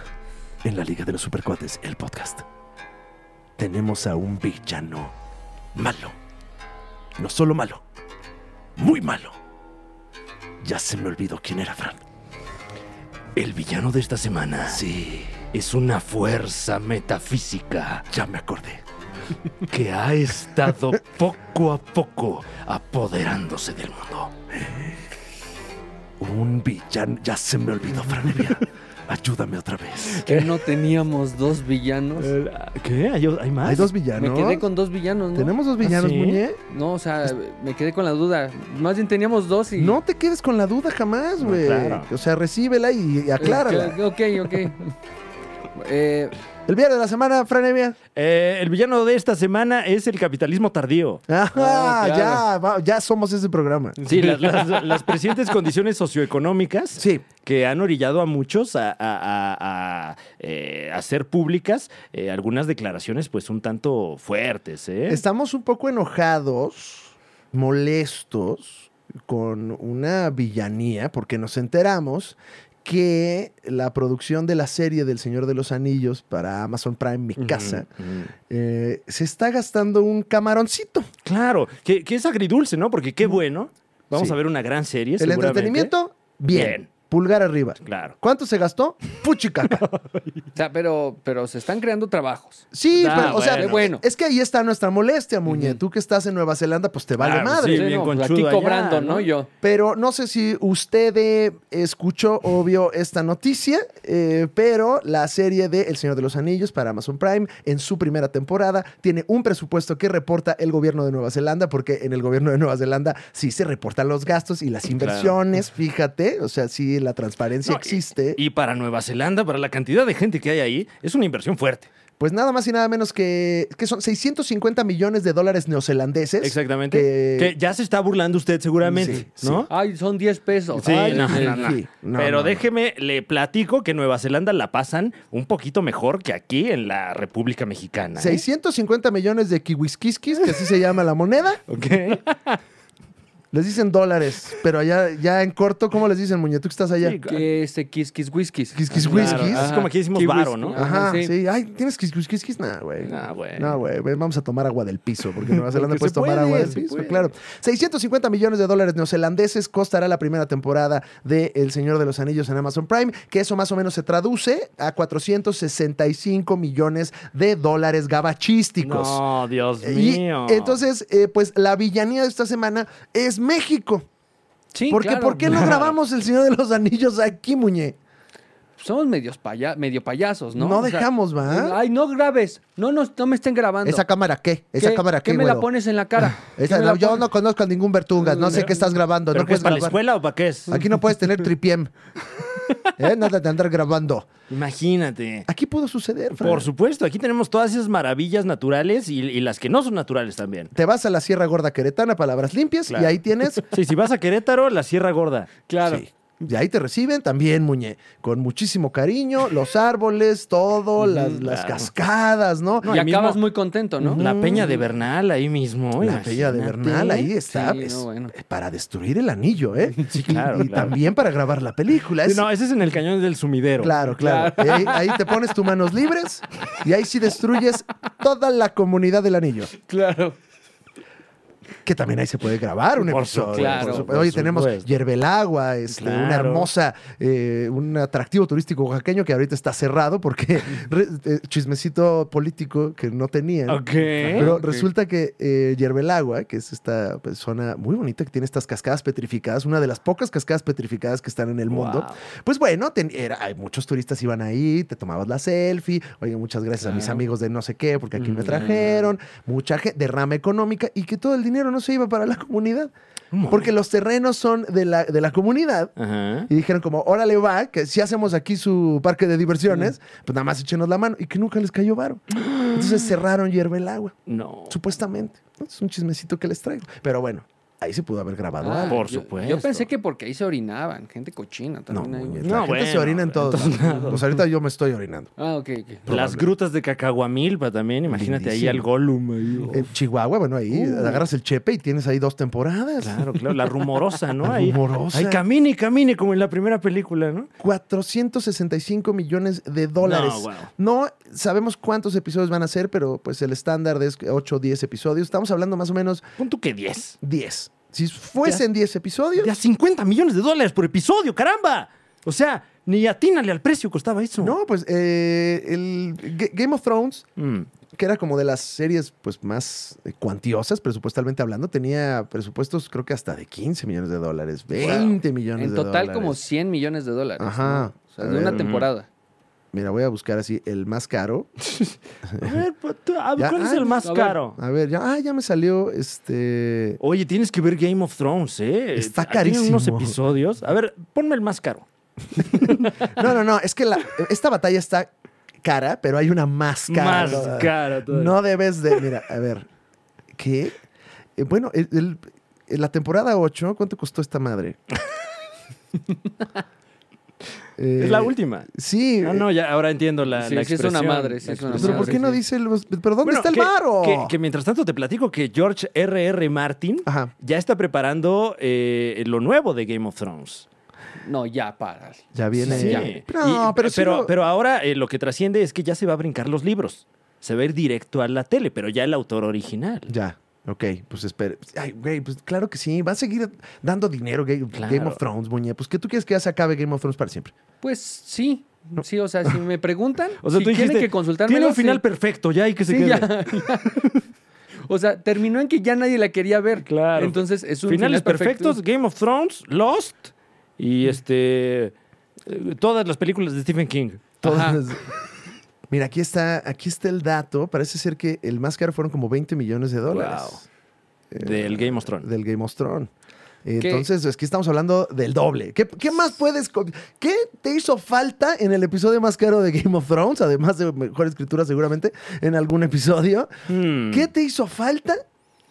[SPEAKER 1] en la Liga de los Supercuates, el podcast, tenemos a un villano malo. No solo malo, muy malo. Ya se me olvidó quién era, Fran.
[SPEAKER 2] El villano de esta semana
[SPEAKER 1] Sí,
[SPEAKER 2] es una fuerza metafísica
[SPEAKER 1] ya me acordé.
[SPEAKER 2] que ha estado poco a poco apoderándose del mundo.
[SPEAKER 1] Un villano. Ya se me olvidó, Fran Evia. Ayúdame otra vez.
[SPEAKER 3] Que no teníamos dos villanos.
[SPEAKER 1] Eh,
[SPEAKER 2] El- ¿Qué? ¿Hay, hay más?
[SPEAKER 1] Hay dos
[SPEAKER 3] Me
[SPEAKER 1] villanos.
[SPEAKER 3] quedé con dos villanos, ¿no?
[SPEAKER 1] ¿Tenemos dos villanos,
[SPEAKER 2] ¿Ah, sí?
[SPEAKER 1] Muñe?
[SPEAKER 3] No, o sea, me quedé con la duda. Más bien teníamos dos y.
[SPEAKER 1] No te quedes con la duda jamás,
[SPEAKER 2] No,
[SPEAKER 1] güey.
[SPEAKER 2] claro.
[SPEAKER 1] O sea, recíbela y, y
[SPEAKER 3] Eh,
[SPEAKER 1] aclárala.
[SPEAKER 3] Ok, ok. Eh,
[SPEAKER 1] El viernes de la semana, Fran Evia.
[SPEAKER 2] Eh, el villano de esta semana es el capitalismo tardío.
[SPEAKER 1] Ajá,
[SPEAKER 3] Ah, claro.
[SPEAKER 1] ya, va- ya somos ese programa.
[SPEAKER 2] Sí, las, las- las presentes condiciones socioeconómicas
[SPEAKER 1] Sí.
[SPEAKER 2] que han orillado a muchos a, a- a- a, eh, hacer públicas eh, algunas declaraciones pues un tanto fuertes. ¿eh?
[SPEAKER 1] Estamos un poco enojados, molestos con una villanía, porque nos enteramos que la producción de la serie del Señor de los Anillos para Amazon Prime, Mi
[SPEAKER 2] Ujú,
[SPEAKER 1] Casa,
[SPEAKER 2] ujú.
[SPEAKER 1] eh, se está gastando un camaroncito.
[SPEAKER 2] Claro, que, que es agridulce, ¿no? Porque qué bueno.
[SPEAKER 1] Mm.
[SPEAKER 2] Vamos
[SPEAKER 1] Sí.
[SPEAKER 2] a ver una gran serie.
[SPEAKER 1] El
[SPEAKER 2] seguramente.
[SPEAKER 1] entretenimiento, bien.
[SPEAKER 2] Bien.
[SPEAKER 1] Pulgar arriba.
[SPEAKER 2] Claro.
[SPEAKER 1] ¿Cuánto se gastó? Puchicaca.
[SPEAKER 3] o sea, pero, pero se están creando trabajos.
[SPEAKER 1] Sí,
[SPEAKER 2] Ah,
[SPEAKER 1] pero, o sea,
[SPEAKER 2] bueno.
[SPEAKER 3] Bueno.
[SPEAKER 1] es que ahí está nuestra molestia, Muñe.
[SPEAKER 3] Ujú.
[SPEAKER 1] Tú que estás en Nueva Zelanda, pues te vale
[SPEAKER 2] Claro,
[SPEAKER 1] madre.
[SPEAKER 2] Sí, bien
[SPEAKER 3] pues
[SPEAKER 2] conchudo
[SPEAKER 3] Aquí
[SPEAKER 2] allá,
[SPEAKER 3] cobrando, ¿no?
[SPEAKER 2] ¿no?
[SPEAKER 3] Yo.
[SPEAKER 1] Pero no sé si usted eh, escuchó o vio esta noticia, eh, pero la serie de El Señor de los Anillos para Amazon Prime en su primera temporada tiene un presupuesto que reporta el gobierno de Nueva Zelanda, porque en el gobierno de Nueva Zelanda sí se reportan los gastos y las inversiones, fíjate, o sea, sí la transparencia
[SPEAKER 2] No, y-
[SPEAKER 1] existe.
[SPEAKER 2] Y para Nueva Zelanda, para la cantidad de gente que hay ahí, es una inversión fuerte.
[SPEAKER 1] pues nada más y nada menos que, que son 650 millones de dólares neozelandeses.
[SPEAKER 2] Exactamente.
[SPEAKER 1] Que-
[SPEAKER 2] Que ya se está burlando usted seguramente,
[SPEAKER 1] Sí,
[SPEAKER 2] ¿no?
[SPEAKER 3] Ay, son 10 pesos.
[SPEAKER 2] Sí,
[SPEAKER 3] Ay,
[SPEAKER 2] no,
[SPEAKER 3] sí.
[SPEAKER 2] no, no.
[SPEAKER 1] sí, no,
[SPEAKER 2] Pero
[SPEAKER 1] no, no.
[SPEAKER 2] déjeme, le platico que Nueva Zelanda la pasan un poquito mejor que aquí en la República Mexicana. ¿eh?
[SPEAKER 1] 650 millones de kiwiskiskis, que así se llama la moneda.
[SPEAKER 2] Ok.
[SPEAKER 1] Les dicen dólares, pero allá ya en corto, ¿cómo les dicen, muñe? Tú que estás allá.
[SPEAKER 2] Sí,
[SPEAKER 3] Que este Kiss Kiss Whiskies.
[SPEAKER 1] Kiss Kiss
[SPEAKER 2] Claro,
[SPEAKER 1] Whiskies.
[SPEAKER 2] es como aquí decimos
[SPEAKER 3] Kiwis,
[SPEAKER 2] varo, ¿no?
[SPEAKER 1] Ajá,
[SPEAKER 3] Ajá,
[SPEAKER 1] sí.
[SPEAKER 3] sí.
[SPEAKER 1] Ay, ¿tienes quis, quis, quis, quis? Nah, güey.
[SPEAKER 2] Ah, güey.
[SPEAKER 1] No, güey, ven, vamos a tomar agua del piso, porque en Nueva Zelanda
[SPEAKER 2] Porque
[SPEAKER 1] puedes
[SPEAKER 2] se
[SPEAKER 1] tomar
[SPEAKER 2] puede,
[SPEAKER 1] agua del
[SPEAKER 2] se
[SPEAKER 1] piso,
[SPEAKER 2] puede.
[SPEAKER 1] claro. 650 millones de dólares neozelandeses costará la primera temporada de El Señor de los Anillos en Amazon Prime, que eso más o menos se traduce a 465 millones de dólares gabachísticos.
[SPEAKER 2] No, Dios
[SPEAKER 1] Y
[SPEAKER 2] mío.
[SPEAKER 1] entonces, eh, pues la villanía de esta semana es México.
[SPEAKER 3] Sí,
[SPEAKER 1] Porque,
[SPEAKER 3] claro.
[SPEAKER 1] ¿Por qué no grabamos El Señor de los Anillos aquí, Muñe?
[SPEAKER 3] Somos medios paya- medio payasos, ¿no? eh,
[SPEAKER 1] No, dejamos, ¿va?
[SPEAKER 3] Ay, no grabes. No, nos, no me estén grabando.
[SPEAKER 1] ¿Esa cámara qué? ¿Esa
[SPEAKER 3] ¿Qué-
[SPEAKER 1] cámara qué,
[SPEAKER 3] ¿Qué me la
[SPEAKER 1] güero?
[SPEAKER 3] pones en la cara?
[SPEAKER 1] Esa-
[SPEAKER 3] ¿Qué me
[SPEAKER 1] no,
[SPEAKER 3] la
[SPEAKER 1] yo
[SPEAKER 3] pones?
[SPEAKER 1] no conozco a ningún Bertungas, no sé qué estás grabando.
[SPEAKER 2] ¿Pero
[SPEAKER 1] No
[SPEAKER 2] qué es
[SPEAKER 1] puedes
[SPEAKER 2] para la
[SPEAKER 1] grabar.
[SPEAKER 2] escuela o para qué es?
[SPEAKER 1] Aquí no puedes tener tripiem. ¿Eh? Nada de andar grabando.
[SPEAKER 2] Imagínate.
[SPEAKER 1] Aquí pudo suceder, Fran.
[SPEAKER 2] Por supuesto, aquí tenemos todas esas maravillas naturales y, y las que no son naturales también.
[SPEAKER 1] Te vas a la Sierra Gorda Queretana, palabras limpias,
[SPEAKER 2] Claro.
[SPEAKER 1] y ahí tienes
[SPEAKER 2] Sí, si vas a Querétaro, la Sierra Gorda.
[SPEAKER 3] Claro.
[SPEAKER 1] Sí. Y ahí te reciben también, Muñe, con muchísimo cariño, los árboles, todo, las, las
[SPEAKER 2] claro.
[SPEAKER 1] cascadas, ¿no?
[SPEAKER 2] No,
[SPEAKER 3] y
[SPEAKER 2] el mismo-
[SPEAKER 3] acabas muy contento, ¿no?
[SPEAKER 1] Mm.
[SPEAKER 2] La Peña de Bernal ahí mismo. ¿eh?
[SPEAKER 1] la Peña de
[SPEAKER 2] imagínate.
[SPEAKER 1] Bernal ahí está,
[SPEAKER 3] Sí,
[SPEAKER 1] es-
[SPEAKER 3] no, bueno.
[SPEAKER 1] para destruir el anillo, ¿eh?
[SPEAKER 2] Sí, claro,
[SPEAKER 1] Y
[SPEAKER 2] claro.
[SPEAKER 1] también para grabar la película.
[SPEAKER 2] Sí,
[SPEAKER 1] es-
[SPEAKER 2] No, ese es en el cañón del sumidero.
[SPEAKER 1] Claro, claro. Y Ahí, ahí te pones tus manos libres y ahí sí destruyes toda la comunidad del anillo.
[SPEAKER 3] Claro.
[SPEAKER 1] Que también ahí se puede grabar un
[SPEAKER 2] Por
[SPEAKER 1] episodio.
[SPEAKER 2] supuesto,
[SPEAKER 1] Claro,
[SPEAKER 3] por
[SPEAKER 1] Oye,
[SPEAKER 2] supuesto.
[SPEAKER 1] tenemos Yerbelagua, este, una
[SPEAKER 2] Claro.
[SPEAKER 1] hermosa, eh, un atractivo turístico oaxaqueño que ahorita está cerrado porque re- eh, chismecito político que no tenían.
[SPEAKER 2] Ok.
[SPEAKER 1] Pero
[SPEAKER 3] ok.
[SPEAKER 1] resulta que eh, Yerbelagua, que es esta pues, zona muy bonita que tiene estas cascadas petrificadas, una de las pocas cascadas petrificadas que están en el mundo,
[SPEAKER 2] Wow.
[SPEAKER 1] pues bueno, ten- era- hay muchos turistas iban ahí, te tomabas la selfie, oye, muchas gracias a mis
[SPEAKER 3] Claro.
[SPEAKER 1] amigos de no sé qué, porque aquí me
[SPEAKER 2] Mm.
[SPEAKER 1] trajeron, mucha gente, derrama económica y que todo el dinero no se iba para la comunidad,
[SPEAKER 2] Un
[SPEAKER 1] porque los terrenos son de la, de la comunidad.
[SPEAKER 2] Ajá.
[SPEAKER 1] Y dijeron como, órale va, que si hacemos aquí su parque de diversiones, pues nada más échenos la mano. Y que nunca les cayó varo. Entonces cerraron Yerbelagua.
[SPEAKER 2] No.
[SPEAKER 1] Supuestamente. Es un chismecito que les traigo. Pero bueno, ahí se pudo haber grabado
[SPEAKER 3] Ah,
[SPEAKER 1] algo.
[SPEAKER 2] por
[SPEAKER 3] yo-
[SPEAKER 2] supuesto.
[SPEAKER 3] Yo pensé que porque ahí se orinaban, gente cochina
[SPEAKER 1] No,
[SPEAKER 3] también. ahí.
[SPEAKER 1] muñe,
[SPEAKER 2] No,
[SPEAKER 1] la gente se
[SPEAKER 2] bueno,
[SPEAKER 1] orina en
[SPEAKER 2] en
[SPEAKER 1] todos.
[SPEAKER 2] todos
[SPEAKER 1] lados. Pues ahorita yo me estoy orinando.
[SPEAKER 3] Ah, ok, ok.
[SPEAKER 2] Las
[SPEAKER 1] Probable.
[SPEAKER 2] grutas de Cacahuamilpa también, imagínate ahí
[SPEAKER 1] Lindísimo. Eh,
[SPEAKER 2] al Gollum. ahí. oh.
[SPEAKER 1] En Chihuahua, bueno, ahí
[SPEAKER 2] Uh.
[SPEAKER 1] agarras el chepe y tienes ahí dos temporadas.
[SPEAKER 2] Claro, claro, la rumorosa, ¿no?
[SPEAKER 1] La
[SPEAKER 2] Ahí-
[SPEAKER 1] rumorosa.
[SPEAKER 2] Ahí camine, camine, como en la primera película, ¿no?
[SPEAKER 1] 465 millones de dólares.
[SPEAKER 2] No, wow.
[SPEAKER 1] No sabemos cuántos episodios van a ser, pero pues el estándar es 8 o 10 episodios. Estamos hablando más o menos
[SPEAKER 2] Punto que 10.
[SPEAKER 1] 10. Si fuesen 10 episodios,
[SPEAKER 2] Ya 50 millones de dólares por episodio, caramba. O sea, Ni atínale al precio costaba eso.
[SPEAKER 1] No, pues eh, el Ga- Game of Thrones,
[SPEAKER 2] Mm.
[SPEAKER 1] que era como de las series pues, más eh, cuantiosas, presupuestalmente hablando, tenía presupuestos creo que hasta de 15 millones de dólares, 20 millones
[SPEAKER 3] En
[SPEAKER 1] de
[SPEAKER 3] total,
[SPEAKER 1] dólares.
[SPEAKER 3] como 100 millones de dólares.
[SPEAKER 1] Ajá. Eh,
[SPEAKER 3] ¿no? O sea,
[SPEAKER 1] A
[SPEAKER 3] de
[SPEAKER 1] ver,
[SPEAKER 3] una
[SPEAKER 1] ujú.
[SPEAKER 3] temporada.
[SPEAKER 1] Mira, voy a buscar así el más caro.
[SPEAKER 2] A ver, pues, tú, a-
[SPEAKER 1] Ya,
[SPEAKER 2] ¿cuál es
[SPEAKER 1] ah,
[SPEAKER 2] el más
[SPEAKER 3] a ver.
[SPEAKER 2] caro?
[SPEAKER 1] A ver, ya, ah, ya me salió este...
[SPEAKER 2] Oye, tienes que ver Game of Thrones, ¿eh?
[SPEAKER 1] Está
[SPEAKER 2] Tiene unos
[SPEAKER 1] carísimo.
[SPEAKER 2] episodios. A ver, ponme el más caro.
[SPEAKER 1] No, no, no, es que la- esta batalla está cara, pero hay una más cara.
[SPEAKER 2] más
[SPEAKER 1] ¿no?
[SPEAKER 2] caro todavía.
[SPEAKER 1] No debes de. Mira, a ver. ¿Qué? Eh, bueno, el- el- en la temporada 8, ¿cuánto costó esta madre? Eh,
[SPEAKER 2] es la última. Ah,
[SPEAKER 1] Sí.
[SPEAKER 2] No, no, ya ahora entiendo la,
[SPEAKER 3] Sí,
[SPEAKER 2] la
[SPEAKER 3] sí es una
[SPEAKER 2] expresión,
[SPEAKER 3] madre, sí
[SPEAKER 2] la
[SPEAKER 3] es una
[SPEAKER 1] pero
[SPEAKER 2] expresión.
[SPEAKER 1] ¿por
[SPEAKER 3] madre,
[SPEAKER 1] qué no
[SPEAKER 3] sí.
[SPEAKER 1] dice el- Pero ¿dónde
[SPEAKER 2] Bueno,
[SPEAKER 1] está el
[SPEAKER 2] que-
[SPEAKER 1] varo?
[SPEAKER 2] Que, que mientras tanto te platico que George R.R. Martin
[SPEAKER 1] Ajá.
[SPEAKER 2] ya está preparando eh, lo nuevo de Game of Thrones.
[SPEAKER 1] mm.
[SPEAKER 3] No, ya, para.
[SPEAKER 1] Ya viene.
[SPEAKER 2] Sí.
[SPEAKER 3] ya.
[SPEAKER 1] No,
[SPEAKER 2] Y-
[SPEAKER 1] pero, sí
[SPEAKER 2] pero,
[SPEAKER 1] lo-
[SPEAKER 2] pero ahora eh, lo que trasciende es que ya se va a brincar los libros. Se va a ir directo a la tele, pero ya el autor original.
[SPEAKER 1] Ya. Ok, pues espere. Ay, güey, pues claro que sí. Va a seguir dando dinero Ga- Game,
[SPEAKER 2] Claro.
[SPEAKER 1] of Thrones, muñe. Pues que tú quieres que ya se acabe Game of Thrones para siempre.
[SPEAKER 3] Pues sí. Sí, o sea, si me preguntan,
[SPEAKER 2] O sea,
[SPEAKER 3] si
[SPEAKER 2] tú dijiste,
[SPEAKER 3] tienen que consultarme.
[SPEAKER 2] Tiene un final perfecto, ya hay que se
[SPEAKER 3] Sí,
[SPEAKER 2] quede.
[SPEAKER 3] ya, ya. O sea, terminó en que ya nadie la quería ver.
[SPEAKER 2] Claro.
[SPEAKER 3] Entonces es un
[SPEAKER 2] Finales
[SPEAKER 3] final perfecto.
[SPEAKER 2] perfectos, Game of Thrones, Lost y este eh, todas las películas de Stephen King.
[SPEAKER 3] Ajá.
[SPEAKER 1] Todas- Mira, aquí está, aquí está el dato. Parece ser que el más caro fueron como 20 millones de dólares. Eh,
[SPEAKER 2] Del Game of Thrones.
[SPEAKER 1] Del Game of Thrones. Entonces, es que estamos hablando del doble. ¿Qué, qué más puedes.? co- ¿Qué te hizo falta en el episodio más caro de Game of Thrones? Además de mejor escritura, seguramente, en algún episodio.
[SPEAKER 2] Hmm.
[SPEAKER 1] ¿Qué te hizo falta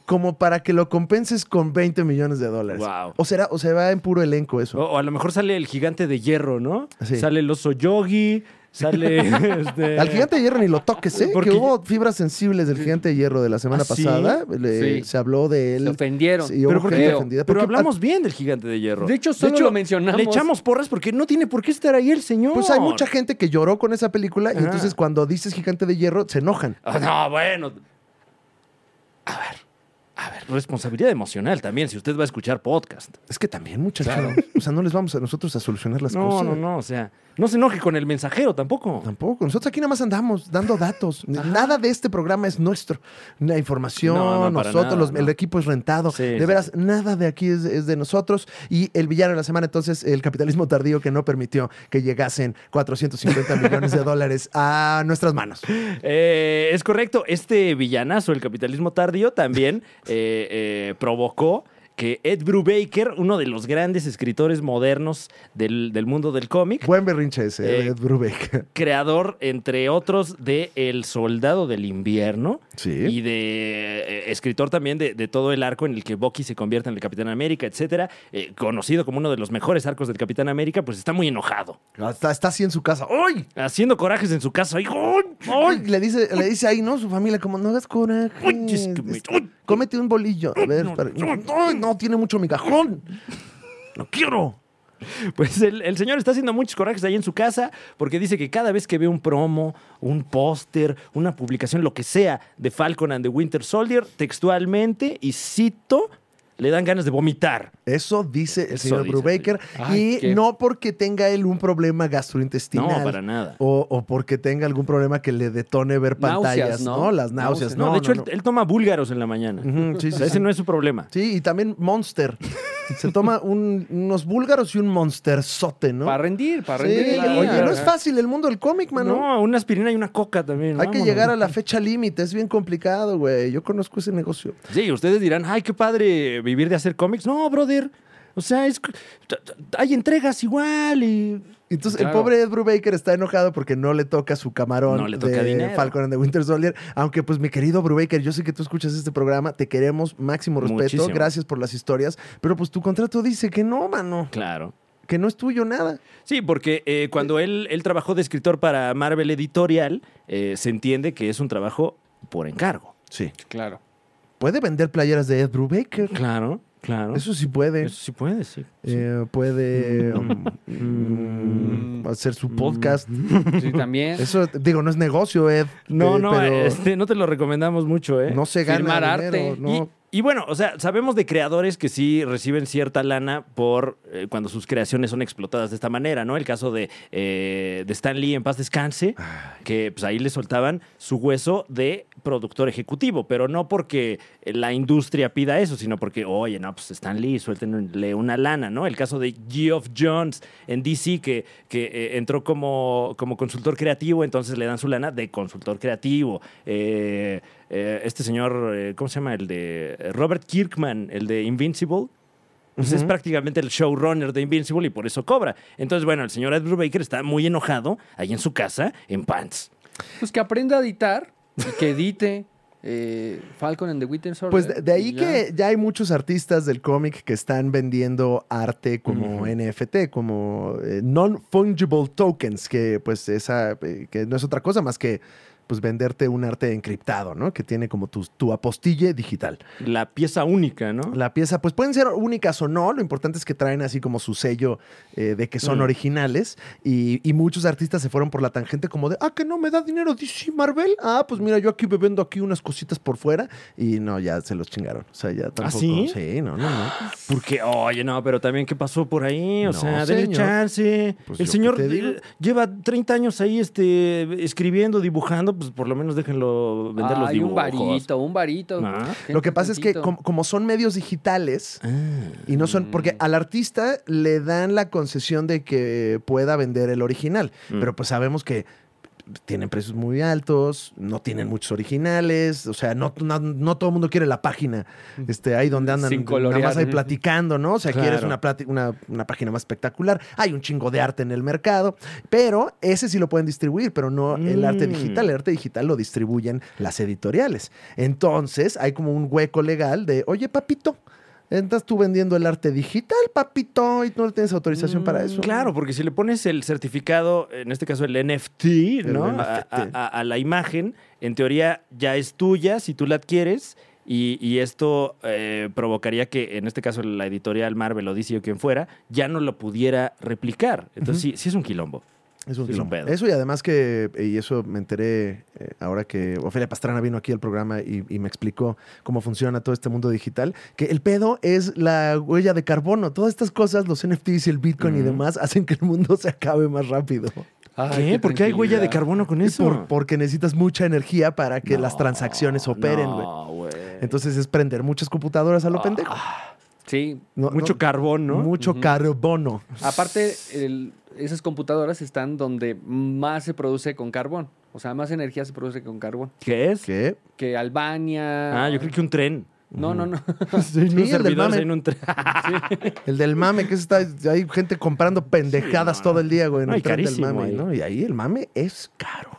[SPEAKER 1] como para que lo compenses con 20 millones de dólares?
[SPEAKER 2] Wow.
[SPEAKER 1] O, será, o se va en puro elenco
[SPEAKER 2] O,
[SPEAKER 1] eso.
[SPEAKER 2] o a lo mejor sale el gigante de hierro, ¿no?
[SPEAKER 1] Sí.
[SPEAKER 2] Sale el oso yogi, sale este,
[SPEAKER 1] Al gigante de hierro ni lo toques, ¿eh?
[SPEAKER 2] Porque
[SPEAKER 1] Que hubo fibras sensibles del gigante de hierro de la semana
[SPEAKER 2] ¿Ah, sí?
[SPEAKER 1] pasada. Le-
[SPEAKER 3] Sí.
[SPEAKER 1] Se habló de él.
[SPEAKER 3] Se ofendieron.
[SPEAKER 1] Sí, hubo
[SPEAKER 2] Pero, ¿por
[SPEAKER 1] gente
[SPEAKER 2] qué?
[SPEAKER 1] ofendida.
[SPEAKER 2] Pero
[SPEAKER 1] Porque,
[SPEAKER 2] hablamos bien del gigante de hierro.
[SPEAKER 3] De hecho, solo lo mencionamos.
[SPEAKER 2] Le echamos porras porque no tiene por qué estar ahí el señor.
[SPEAKER 1] Pues hay mucha gente que lloró con esa película y
[SPEAKER 2] Ah.
[SPEAKER 1] entonces cuando dices gigante de hierro se enojan.
[SPEAKER 2] Ah, no, bueno. A ver, a ver, responsabilidad emocional también, si usted va a escuchar podcast.
[SPEAKER 1] Es que también, muchachos. O sea, no les vamos a nosotros a solucionar las
[SPEAKER 2] no,
[SPEAKER 1] cosas.
[SPEAKER 2] no, no, o sea, no se enoje con el mensajero tampoco.
[SPEAKER 1] Tampoco. Nosotros aquí nada más andamos dando datos. Nada de este programa es nuestro. La información,
[SPEAKER 2] No, no, para
[SPEAKER 1] nosotros,
[SPEAKER 2] nada,
[SPEAKER 1] los-
[SPEAKER 2] no.
[SPEAKER 1] el equipo es rentado.
[SPEAKER 2] Sí,
[SPEAKER 1] de
[SPEAKER 2] sí,
[SPEAKER 1] veras, nada de aquí es, es de nosotros. Y el villano de la semana, entonces, el capitalismo tardío que no permitió que llegasen 450 millones de dólares a nuestras manos.
[SPEAKER 2] Eh, es correcto, este villanazo, el capitalismo tardío, también eh, eh, provocó que Ed Brubaker, uno de los grandes escritores modernos del, del mundo del cómic,
[SPEAKER 1] Buen berrinche ese,
[SPEAKER 2] Eh,
[SPEAKER 1] Ed Brubeck.
[SPEAKER 2] creador, entre otros, de El Soldado del Invierno,
[SPEAKER 1] Sí.
[SPEAKER 2] y de eh, escritor también de, de todo el arco en el que Bucky se convierte en el Capitán América, etcétera, eh, conocido como uno de los mejores arcos del Capitán América, pues está muy enojado,
[SPEAKER 1] Está, está así en su casa. ¡Ay!
[SPEAKER 2] haciendo corajes en su casa. ¡Ay, ay,
[SPEAKER 1] ¡Ay!
[SPEAKER 2] ay!
[SPEAKER 1] Le dice, le dice ahí, ¿no? Su familia, como, no hagas coraje.
[SPEAKER 2] ¡Ay, es que me- ay!
[SPEAKER 1] Cómete un bolillo. A ver,
[SPEAKER 2] no,
[SPEAKER 1] para-
[SPEAKER 2] no,
[SPEAKER 1] ¡Ay, no, tiene mucho mi cajón. ¡No quiero!
[SPEAKER 2] Pues el, el señor está haciendo muchos corajes ahí en su casa porque dice que cada vez que ve un promo, un póster, una publicación, lo que sea de Falcon and the Winter Soldier, textualmente, y cito, le dan ganas de vomitar.
[SPEAKER 1] Eso dice el
[SPEAKER 2] Eso
[SPEAKER 1] señor
[SPEAKER 2] dice.
[SPEAKER 1] Brubaker.
[SPEAKER 3] Ay,
[SPEAKER 1] y
[SPEAKER 3] qué-
[SPEAKER 1] no porque tenga él un problema gastrointestinal.
[SPEAKER 2] No, para nada.
[SPEAKER 1] O, o porque tenga algún problema que le detone ver
[SPEAKER 3] Náuseas,
[SPEAKER 1] pantallas,
[SPEAKER 3] ¿no?
[SPEAKER 1] ¿no? Las náuseas, Pues
[SPEAKER 3] Náuseas.
[SPEAKER 1] ¿no?
[SPEAKER 2] No, de hecho,
[SPEAKER 1] no,
[SPEAKER 2] Él, él toma búlgaros en la mañana.
[SPEAKER 1] no. Ujú, sí, sí,
[SPEAKER 2] O sea,
[SPEAKER 1] sí.
[SPEAKER 2] ese no es su problema.
[SPEAKER 1] Sí, y también Monster. Se toma un- unos búlgaros y un monsterzote, ¿no?
[SPEAKER 3] Para rendir, para
[SPEAKER 1] Sí,
[SPEAKER 3] rendir.
[SPEAKER 2] claro.
[SPEAKER 1] Oye, no es
[SPEAKER 3] Ajá.
[SPEAKER 1] fácil el mundo del cómic, mano.
[SPEAKER 2] No, una aspirina y una coca también.
[SPEAKER 1] Hay que
[SPEAKER 2] vámonos.
[SPEAKER 1] llegar a la fecha límite, es bien complicado, güey. Yo conozco ese negocio.
[SPEAKER 2] Sí, ustedes dirán, ay, qué padre vivir de hacer cómics. No, brother. O sea, es... hay entregas igual y...
[SPEAKER 1] Entonces,
[SPEAKER 3] Claro.
[SPEAKER 1] el pobre Ed Brubaker está enojado porque no le toca su camarón
[SPEAKER 2] No le toca
[SPEAKER 1] de
[SPEAKER 2] dinero.
[SPEAKER 1] Falcon and the Winter Soldier. Aunque, pues, mi querido Brubaker, yo sé que tú escuchas este programa, te queremos, máximo respeto,
[SPEAKER 2] Muchísimo.
[SPEAKER 1] gracias por las historias, pero pues tu contrato dice que no, mano,
[SPEAKER 2] Claro.
[SPEAKER 1] que no es tuyo nada.
[SPEAKER 2] Sí, porque eh, cuando él, él trabajó de escritor para Marvel Editorial, eh, se entiende que es un trabajo por encargo.
[SPEAKER 1] Sí.
[SPEAKER 3] Claro.
[SPEAKER 1] Puede vender playeras de Ed Brubaker.
[SPEAKER 2] Claro, claro. Eso,
[SPEAKER 1] Eso sí puede.
[SPEAKER 2] sí puede, sí.
[SPEAKER 1] Eh, puede mm, mm, hacer su podcast.
[SPEAKER 3] Sí, también.
[SPEAKER 1] Eso, digo, no es negocio, Ed.
[SPEAKER 2] No,
[SPEAKER 1] eh,
[SPEAKER 2] mm. no,
[SPEAKER 1] pero
[SPEAKER 2] este, no te lo recomendamos mucho, ¿eh?
[SPEAKER 1] no se gana
[SPEAKER 3] firmar
[SPEAKER 1] dinero,
[SPEAKER 3] arte.
[SPEAKER 1] no.
[SPEAKER 2] Y, Y bueno, o sea, sabemos de creadores que sí reciben cierta lana por eh, cuando sus creaciones son explotadas de esta manera, ¿no? El caso de, eh, de Stan Lee en paz descanse, que pues ahí le soltaban su hueso de productor ejecutivo, pero no porque la industria pida eso, sino porque, oye, no, pues Stan Lee, suéltenle una lana, ¿no? El caso de Geoff Jones en DC, que, que eh, entró como, como consultor creativo, entonces le dan su lana de consultor creativo. Eh, eh, este señor, eh, ¿cómo se llama? El de eh, Robert Kirkman, el de Invincible. Pues Es prácticamente el showrunner de Invincible y por eso cobra. Entonces, bueno, el señor Ed Brubaker está muy enojado ahí en su casa, en pants.
[SPEAKER 3] Pues que aprenda a editar y que edite eh, Falcon and the Winter Soldier.
[SPEAKER 1] Pues de, de ahí
[SPEAKER 3] y ya.
[SPEAKER 1] que ya hay muchos artistas del cómic que están vendiendo arte como
[SPEAKER 2] Ujú.
[SPEAKER 1] NFT, como eh, non-fungible tokens, que pues esa, eh, que no es otra cosa más que pues venderte un arte encriptado, ¿no? Que tiene como tu, tu apostille digital.
[SPEAKER 2] La pieza única, ¿no?
[SPEAKER 1] La pieza, pues pueden ser únicas o no, lo importante es que traen así como su sello eh, de que son
[SPEAKER 2] Mm.
[SPEAKER 1] originales y, y muchos artistas se fueron por la tangente como de, ah, que no me da dinero DC Marvel, ah, pues mira, yo aquí bebiendo aquí unas cositas por fuera y no, ya se los chingaron, o sea, ya tampoco.
[SPEAKER 2] ¿Ah, sí?
[SPEAKER 1] no, no, no.
[SPEAKER 2] Porque, oye, no, pero también, ¿qué pasó por ahí?
[SPEAKER 1] No,
[SPEAKER 2] O sea, denle
[SPEAKER 1] señor.
[SPEAKER 2] chance.
[SPEAKER 1] Pues,
[SPEAKER 2] el
[SPEAKER 1] ¿yo
[SPEAKER 2] señor
[SPEAKER 1] qué te digo?
[SPEAKER 2] eh, lleva 30 años ahí este, escribiendo, dibujando, pues por lo menos déjenlo vender los
[SPEAKER 3] Ay, un
[SPEAKER 2] dibujos.
[SPEAKER 3] varito, un varito.
[SPEAKER 2] Ah.
[SPEAKER 3] Gente,
[SPEAKER 1] Lo que pasa es que
[SPEAKER 3] tantito.
[SPEAKER 1] como, como son medios digitales
[SPEAKER 2] Ah.
[SPEAKER 1] y no son, porque al artista le dan la concesión de que pueda vender el original,
[SPEAKER 2] Mm.
[SPEAKER 1] pero pues sabemos que tienen precios muy altos, no tienen muchos originales, o sea, no, no, no todo el mundo quiere la página
[SPEAKER 2] Mm.
[SPEAKER 1] este, ahí donde andan
[SPEAKER 3] Sin
[SPEAKER 1] nada más
[SPEAKER 3] colorear.
[SPEAKER 1] ahí platicando, ¿no? O sea,
[SPEAKER 2] Claro.
[SPEAKER 1] quieres una, plati- una, una página más espectacular, hay un chingo de arte en el mercado, pero ese sí lo pueden distribuir, pero no el arte
[SPEAKER 2] Mm.
[SPEAKER 1] digital, el arte digital lo distribuyen las editoriales. Entonces, hay como un hueco legal de, oye, papito. Estás tú vendiendo el arte digital, papito, y tú no tienes autorización para eso.
[SPEAKER 2] Mm, Claro, porque si le pones el certificado, en este caso el NFT, ¿no?
[SPEAKER 1] NFT.
[SPEAKER 2] A, a- a- a la imagen, en teoría ya es tuya si tú la adquieres. Y, y esto eh, provocaría que, en este caso, la editorial Marvel o DC o quien fuera, ya no lo pudiera replicar. Entonces, sí, sí es un quilombo.
[SPEAKER 1] Es un
[SPEAKER 2] Sí, es un
[SPEAKER 1] quilombo.
[SPEAKER 2] pedo.
[SPEAKER 1] Eso y además que, eh, y eso me enteré eh, ahora que Ofelia Pastrana vino aquí al programa y, y me explicó cómo funciona todo este mundo digital, que el pedo es la huella de carbono. Todas estas cosas, los NFTs y el Bitcoin y
[SPEAKER 2] Ujú.
[SPEAKER 1] demás, hacen que el mundo se acabe más rápido.
[SPEAKER 3] Ay,
[SPEAKER 2] ¿Qué? ¿Por qué hay huella de
[SPEAKER 3] tranquilidad.
[SPEAKER 2] carbono con eso?
[SPEAKER 1] Por- porque necesitas mucha energía para que
[SPEAKER 2] No,
[SPEAKER 1] las transacciones operen, güey.
[SPEAKER 2] no, güey.
[SPEAKER 1] Entonces es prender muchas computadoras a lo pendejo.
[SPEAKER 3] Sí.
[SPEAKER 1] No-
[SPEAKER 2] Mucho
[SPEAKER 1] no-
[SPEAKER 2] carbón, ¿no?
[SPEAKER 1] Mucho
[SPEAKER 3] Ujú.
[SPEAKER 1] carbono.
[SPEAKER 3] Aparte, el- esas computadoras están donde más se produce con carbón. O sea, más energía se produce con carbón.
[SPEAKER 2] ¿Qué es?
[SPEAKER 1] ¿Qué?
[SPEAKER 3] Que Albania.
[SPEAKER 2] Ah, yo creo que un tren.
[SPEAKER 3] No, no, no.
[SPEAKER 2] Sí,
[SPEAKER 1] del mame.
[SPEAKER 2] en un tren.
[SPEAKER 1] El del mame, que está, hay gente comprando pendejadas
[SPEAKER 2] Sí, no,
[SPEAKER 1] todo el día, güey, en
[SPEAKER 2] no, y
[SPEAKER 1] el tren del
[SPEAKER 2] carísimo
[SPEAKER 1] mame,
[SPEAKER 2] ahí.
[SPEAKER 1] ¿no? Y ahí el mame es caro.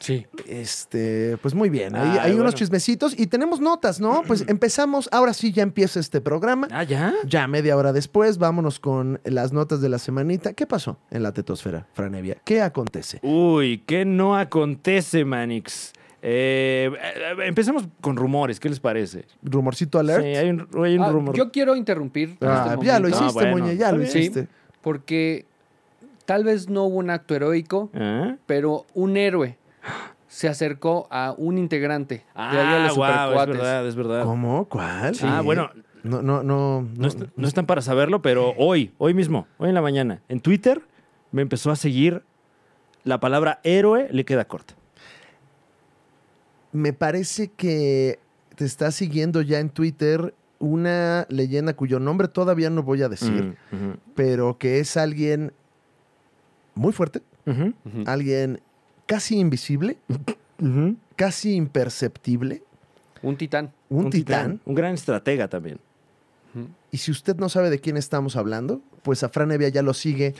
[SPEAKER 3] sí.
[SPEAKER 1] Este, pues muy bien, ahí
[SPEAKER 2] Ay,
[SPEAKER 1] hay unos
[SPEAKER 2] Ah, bueno.
[SPEAKER 1] chismecitos y tenemos notas, ¿no? Pues empezamos, ahora sí ya empieza este programa.
[SPEAKER 2] Ah, ya.
[SPEAKER 1] Ya media hora después, vámonos con las notas de la semanita. ¿Qué pasó en la tetosfera, Franevia? ¿Qué acontece?
[SPEAKER 2] Uy, ¿qué no acontece, Manix? Eh, eh, empecemos con rumores, ¿qué les parece?
[SPEAKER 1] Rumorcito alert.
[SPEAKER 2] Sí, hay un, hay un
[SPEAKER 3] Ah,
[SPEAKER 2] rumor.
[SPEAKER 3] Yo quiero interrumpir. en
[SPEAKER 1] Ah,
[SPEAKER 3] este
[SPEAKER 1] ya lo
[SPEAKER 3] momento,
[SPEAKER 1] hiciste,
[SPEAKER 2] Ah, bueno,
[SPEAKER 1] Muñe, ya lo
[SPEAKER 2] está
[SPEAKER 3] bien.
[SPEAKER 1] hiciste.
[SPEAKER 3] Porque tal vez no hubo un acto heroico,
[SPEAKER 2] ¿Ah?
[SPEAKER 3] pero un héroe se acercó a un integrante
[SPEAKER 2] Ah,
[SPEAKER 3] de ahí a los
[SPEAKER 2] guau, es
[SPEAKER 3] supercuates.
[SPEAKER 2] verdad, es verdad.
[SPEAKER 1] ¿Cómo? ¿Cuál?
[SPEAKER 2] Ah, bueno.
[SPEAKER 1] No, no, no.
[SPEAKER 2] No, est- no están para saberlo, pero hoy, hoy mismo, hoy en la mañana, en Twitter me empezó a seguir la palabra héroe, le queda corta.
[SPEAKER 1] me parece que te está siguiendo ya en Twitter una leyenda cuyo nombre todavía no voy a decir,
[SPEAKER 2] Mm, ujú,
[SPEAKER 1] pero que es alguien muy fuerte,
[SPEAKER 2] ujú,
[SPEAKER 3] Ujú.
[SPEAKER 1] alguien casi invisible,
[SPEAKER 2] ujú.
[SPEAKER 1] casi imperceptible,
[SPEAKER 3] Un titán.
[SPEAKER 1] un, titán.
[SPEAKER 2] Un gran estratega también.
[SPEAKER 3] Ujú.
[SPEAKER 1] Y si usted no sabe de quién estamos hablando, pues a Fran Evia ya lo sigue.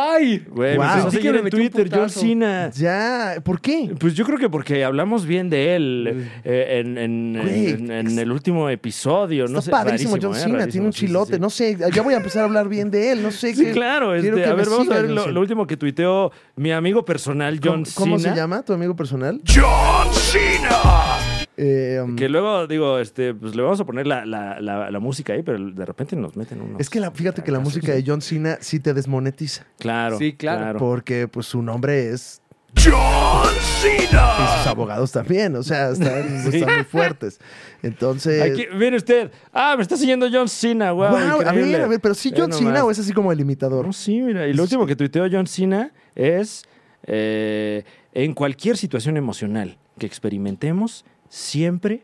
[SPEAKER 3] ¡Ay!
[SPEAKER 2] Güey,
[SPEAKER 1] Wow.
[SPEAKER 2] me empezó a
[SPEAKER 3] Sentí que
[SPEAKER 2] seguir
[SPEAKER 3] le
[SPEAKER 2] en
[SPEAKER 3] metí un
[SPEAKER 2] Twitter, John
[SPEAKER 3] putazo.
[SPEAKER 2] Cena.
[SPEAKER 1] Ya, ¿por qué?
[SPEAKER 2] Pues yo creo que porque hablamos bien de él eh, en, en-
[SPEAKER 1] Mm. Güey,
[SPEAKER 2] en- en el último episodio.
[SPEAKER 1] Está
[SPEAKER 2] no sé,
[SPEAKER 1] padrísimo
[SPEAKER 2] rarísimo,
[SPEAKER 1] John
[SPEAKER 2] eh,
[SPEAKER 1] Cena, tiene
[SPEAKER 2] rarísimo,
[SPEAKER 1] un
[SPEAKER 2] sí, sí,
[SPEAKER 1] chilote,
[SPEAKER 2] sí.
[SPEAKER 1] no sé, ya voy a empezar a hablar bien de él, no sé
[SPEAKER 2] Sí,
[SPEAKER 1] qué-
[SPEAKER 2] claro.
[SPEAKER 1] quiero
[SPEAKER 2] este,
[SPEAKER 1] que
[SPEAKER 2] a
[SPEAKER 1] me
[SPEAKER 2] ver, vamos a
[SPEAKER 1] siga,
[SPEAKER 2] ver
[SPEAKER 1] John
[SPEAKER 2] lo,
[SPEAKER 1] Cena.
[SPEAKER 2] lo último que tuiteó mi amigo personal, John
[SPEAKER 1] ¿Cómo, cómo se
[SPEAKER 2] Cena,
[SPEAKER 1] llama tu amigo personal?
[SPEAKER 4] John Cena!
[SPEAKER 1] Eh,
[SPEAKER 2] Que luego, digo, este, pues le vamos a poner la, la- la- la música ahí, pero de repente nos meten unos...
[SPEAKER 1] Es que la, fíjate que la
[SPEAKER 2] fracasos.
[SPEAKER 1] música de John Cena sí te desmonetiza.
[SPEAKER 2] Claro.
[SPEAKER 3] Sí, claro.
[SPEAKER 1] Porque pues su nombre es.
[SPEAKER 4] John
[SPEAKER 1] Y sus
[SPEAKER 4] Cena!
[SPEAKER 1] abogados también, o sea, están, están muy fuertes. Entonces.
[SPEAKER 2] Aquí, mire usted. Ah, me está siguiendo John Cena, wow.
[SPEAKER 1] Guau, a
[SPEAKER 2] increíble. Eh,
[SPEAKER 1] ver, a ver, pero sí
[SPEAKER 2] Ve
[SPEAKER 1] John Cena
[SPEAKER 2] nomás.
[SPEAKER 1] o es así como el imitador.
[SPEAKER 2] No, sí, mira. Y lo último que tuiteó John Cena es: eh, en cualquier situación emocional que experimentemos, siempre,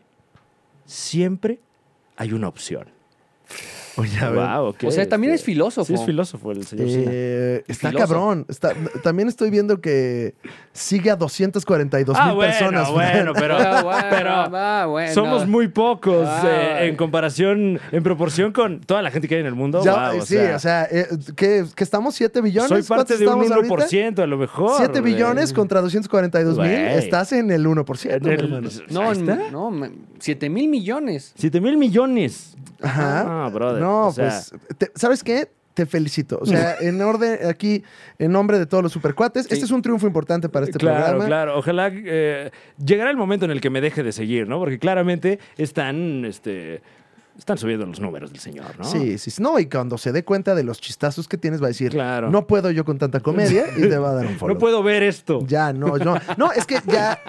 [SPEAKER 2] siempre hay una opción.
[SPEAKER 1] Oye, a ver.
[SPEAKER 2] Wow, ok.
[SPEAKER 3] O sea, también es filósofo.
[SPEAKER 2] Sí, es filósofo el señor Cena.
[SPEAKER 1] Eh, está
[SPEAKER 3] Filoso.
[SPEAKER 1] cabrón. Está- también estoy viendo que sigue a 242 mil
[SPEAKER 2] Ah, bueno,
[SPEAKER 1] personas.
[SPEAKER 2] bueno, pero,
[SPEAKER 3] Ah, bueno,
[SPEAKER 2] pero
[SPEAKER 3] ah, bueno.
[SPEAKER 2] somos muy pocos
[SPEAKER 3] Ah,
[SPEAKER 2] eh,
[SPEAKER 3] bueno.
[SPEAKER 2] en comparación, en proporción con toda la gente que hay en el mundo.
[SPEAKER 1] Ya,
[SPEAKER 2] Wow, o
[SPEAKER 1] sí,
[SPEAKER 2] sea,
[SPEAKER 1] o sea, eh, ¿qué- que estamos 7 billones.
[SPEAKER 2] soy parte
[SPEAKER 1] ¿Cuántos
[SPEAKER 2] de un
[SPEAKER 1] estamos ahorita?
[SPEAKER 2] 1% a lo mejor.
[SPEAKER 1] 7
[SPEAKER 2] güey.
[SPEAKER 1] billones contra 242 mil.
[SPEAKER 2] Güey.
[SPEAKER 1] Estás en el 1%.
[SPEAKER 2] En el-
[SPEAKER 1] mi hermano.
[SPEAKER 2] Ahí
[SPEAKER 3] No,
[SPEAKER 2] está.
[SPEAKER 3] no, ma- siete mil millones.
[SPEAKER 2] 7 mil millones.
[SPEAKER 1] Ajá.
[SPEAKER 2] No, brother.
[SPEAKER 1] No,
[SPEAKER 2] o sea,
[SPEAKER 1] pues, te- ¿sabes qué? Te felicito. O sea, en orden, aquí, en nombre de todos los supercuates, este es un triunfo importante para este
[SPEAKER 2] claro,
[SPEAKER 1] programa.
[SPEAKER 2] claro. Ojalá eh, llegará el momento en el que me deje de seguir, ¿no? Porque claramente están, este, están subiendo los números del señor, ¿no?
[SPEAKER 1] Sí, sí, sí. No, y cuando se dé cuenta de los chistazos que tienes, va a decir,
[SPEAKER 2] Claro.
[SPEAKER 1] no puedo yo con tanta comedia y te va a dar un follow.
[SPEAKER 2] No puedo ver esto.
[SPEAKER 1] Ya, no, no. No, es que ya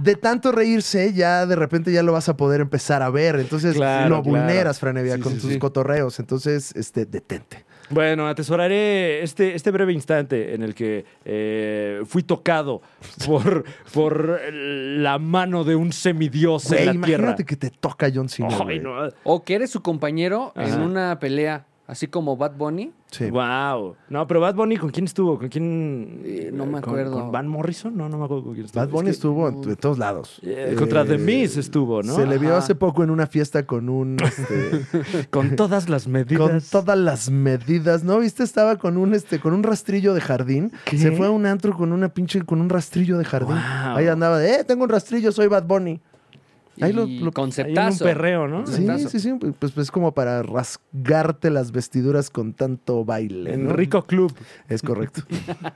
[SPEAKER 1] de tanto reírse, ya de repente ya lo vas a poder empezar a ver. Entonces
[SPEAKER 2] Claro,
[SPEAKER 1] lo
[SPEAKER 2] claro.
[SPEAKER 1] vulneras, Franevia,
[SPEAKER 2] Sí,
[SPEAKER 1] con
[SPEAKER 2] sí,
[SPEAKER 1] tus
[SPEAKER 2] sí.
[SPEAKER 1] cotorreos. Entonces, este, detente.
[SPEAKER 2] Bueno, atesoraré este, este breve instante en el que eh, fui tocado por, por la mano de un semidios
[SPEAKER 1] Güey,
[SPEAKER 2] en la tierra.
[SPEAKER 1] imagínate que te toca John Cena. güey.
[SPEAKER 3] O que eres su compañero en
[SPEAKER 2] Ajá.
[SPEAKER 3] una pelea, así como Bad Bunny.
[SPEAKER 1] Sí.
[SPEAKER 2] Wow. No, pero Bad Bunny, ¿con quién estuvo? ¿Con quién?
[SPEAKER 3] Eh, no
[SPEAKER 2] ¿Con-
[SPEAKER 3] me acuerdo.
[SPEAKER 2] ¿Con Van Morrison? No, no me acuerdo con quién estuvo.
[SPEAKER 1] Bad Bunny
[SPEAKER 2] Es que,
[SPEAKER 1] estuvo en, en todos lados.
[SPEAKER 2] eh, contra The Miz estuvo, ¿no?
[SPEAKER 1] Se le vio
[SPEAKER 3] Ajá.
[SPEAKER 1] hace poco en una fiesta con un. este,
[SPEAKER 2] Con todas las medidas.
[SPEAKER 1] con todas las medidas, ¿no? ¿Viste? Estaba con un este, con un rastrillo de jardín.
[SPEAKER 2] ¿Qué?
[SPEAKER 1] Se fue a un antro con una pinche, con un rastrillo de jardín.
[SPEAKER 2] Wow.
[SPEAKER 1] Ahí andaba de, eh, tengo un rastrillo, soy Bad Bunny. Ahí lo- lo-
[SPEAKER 3] y
[SPEAKER 2] Ahí en un
[SPEAKER 3] conceptazo.
[SPEAKER 2] perreo, ¿no?
[SPEAKER 1] Sí,
[SPEAKER 3] Presentazo.
[SPEAKER 1] sí, sí, pues, pues como para rasgarte las vestiduras con tanto baile.
[SPEAKER 2] En
[SPEAKER 1] ¿no?
[SPEAKER 2] Rico Club.
[SPEAKER 1] Es correcto.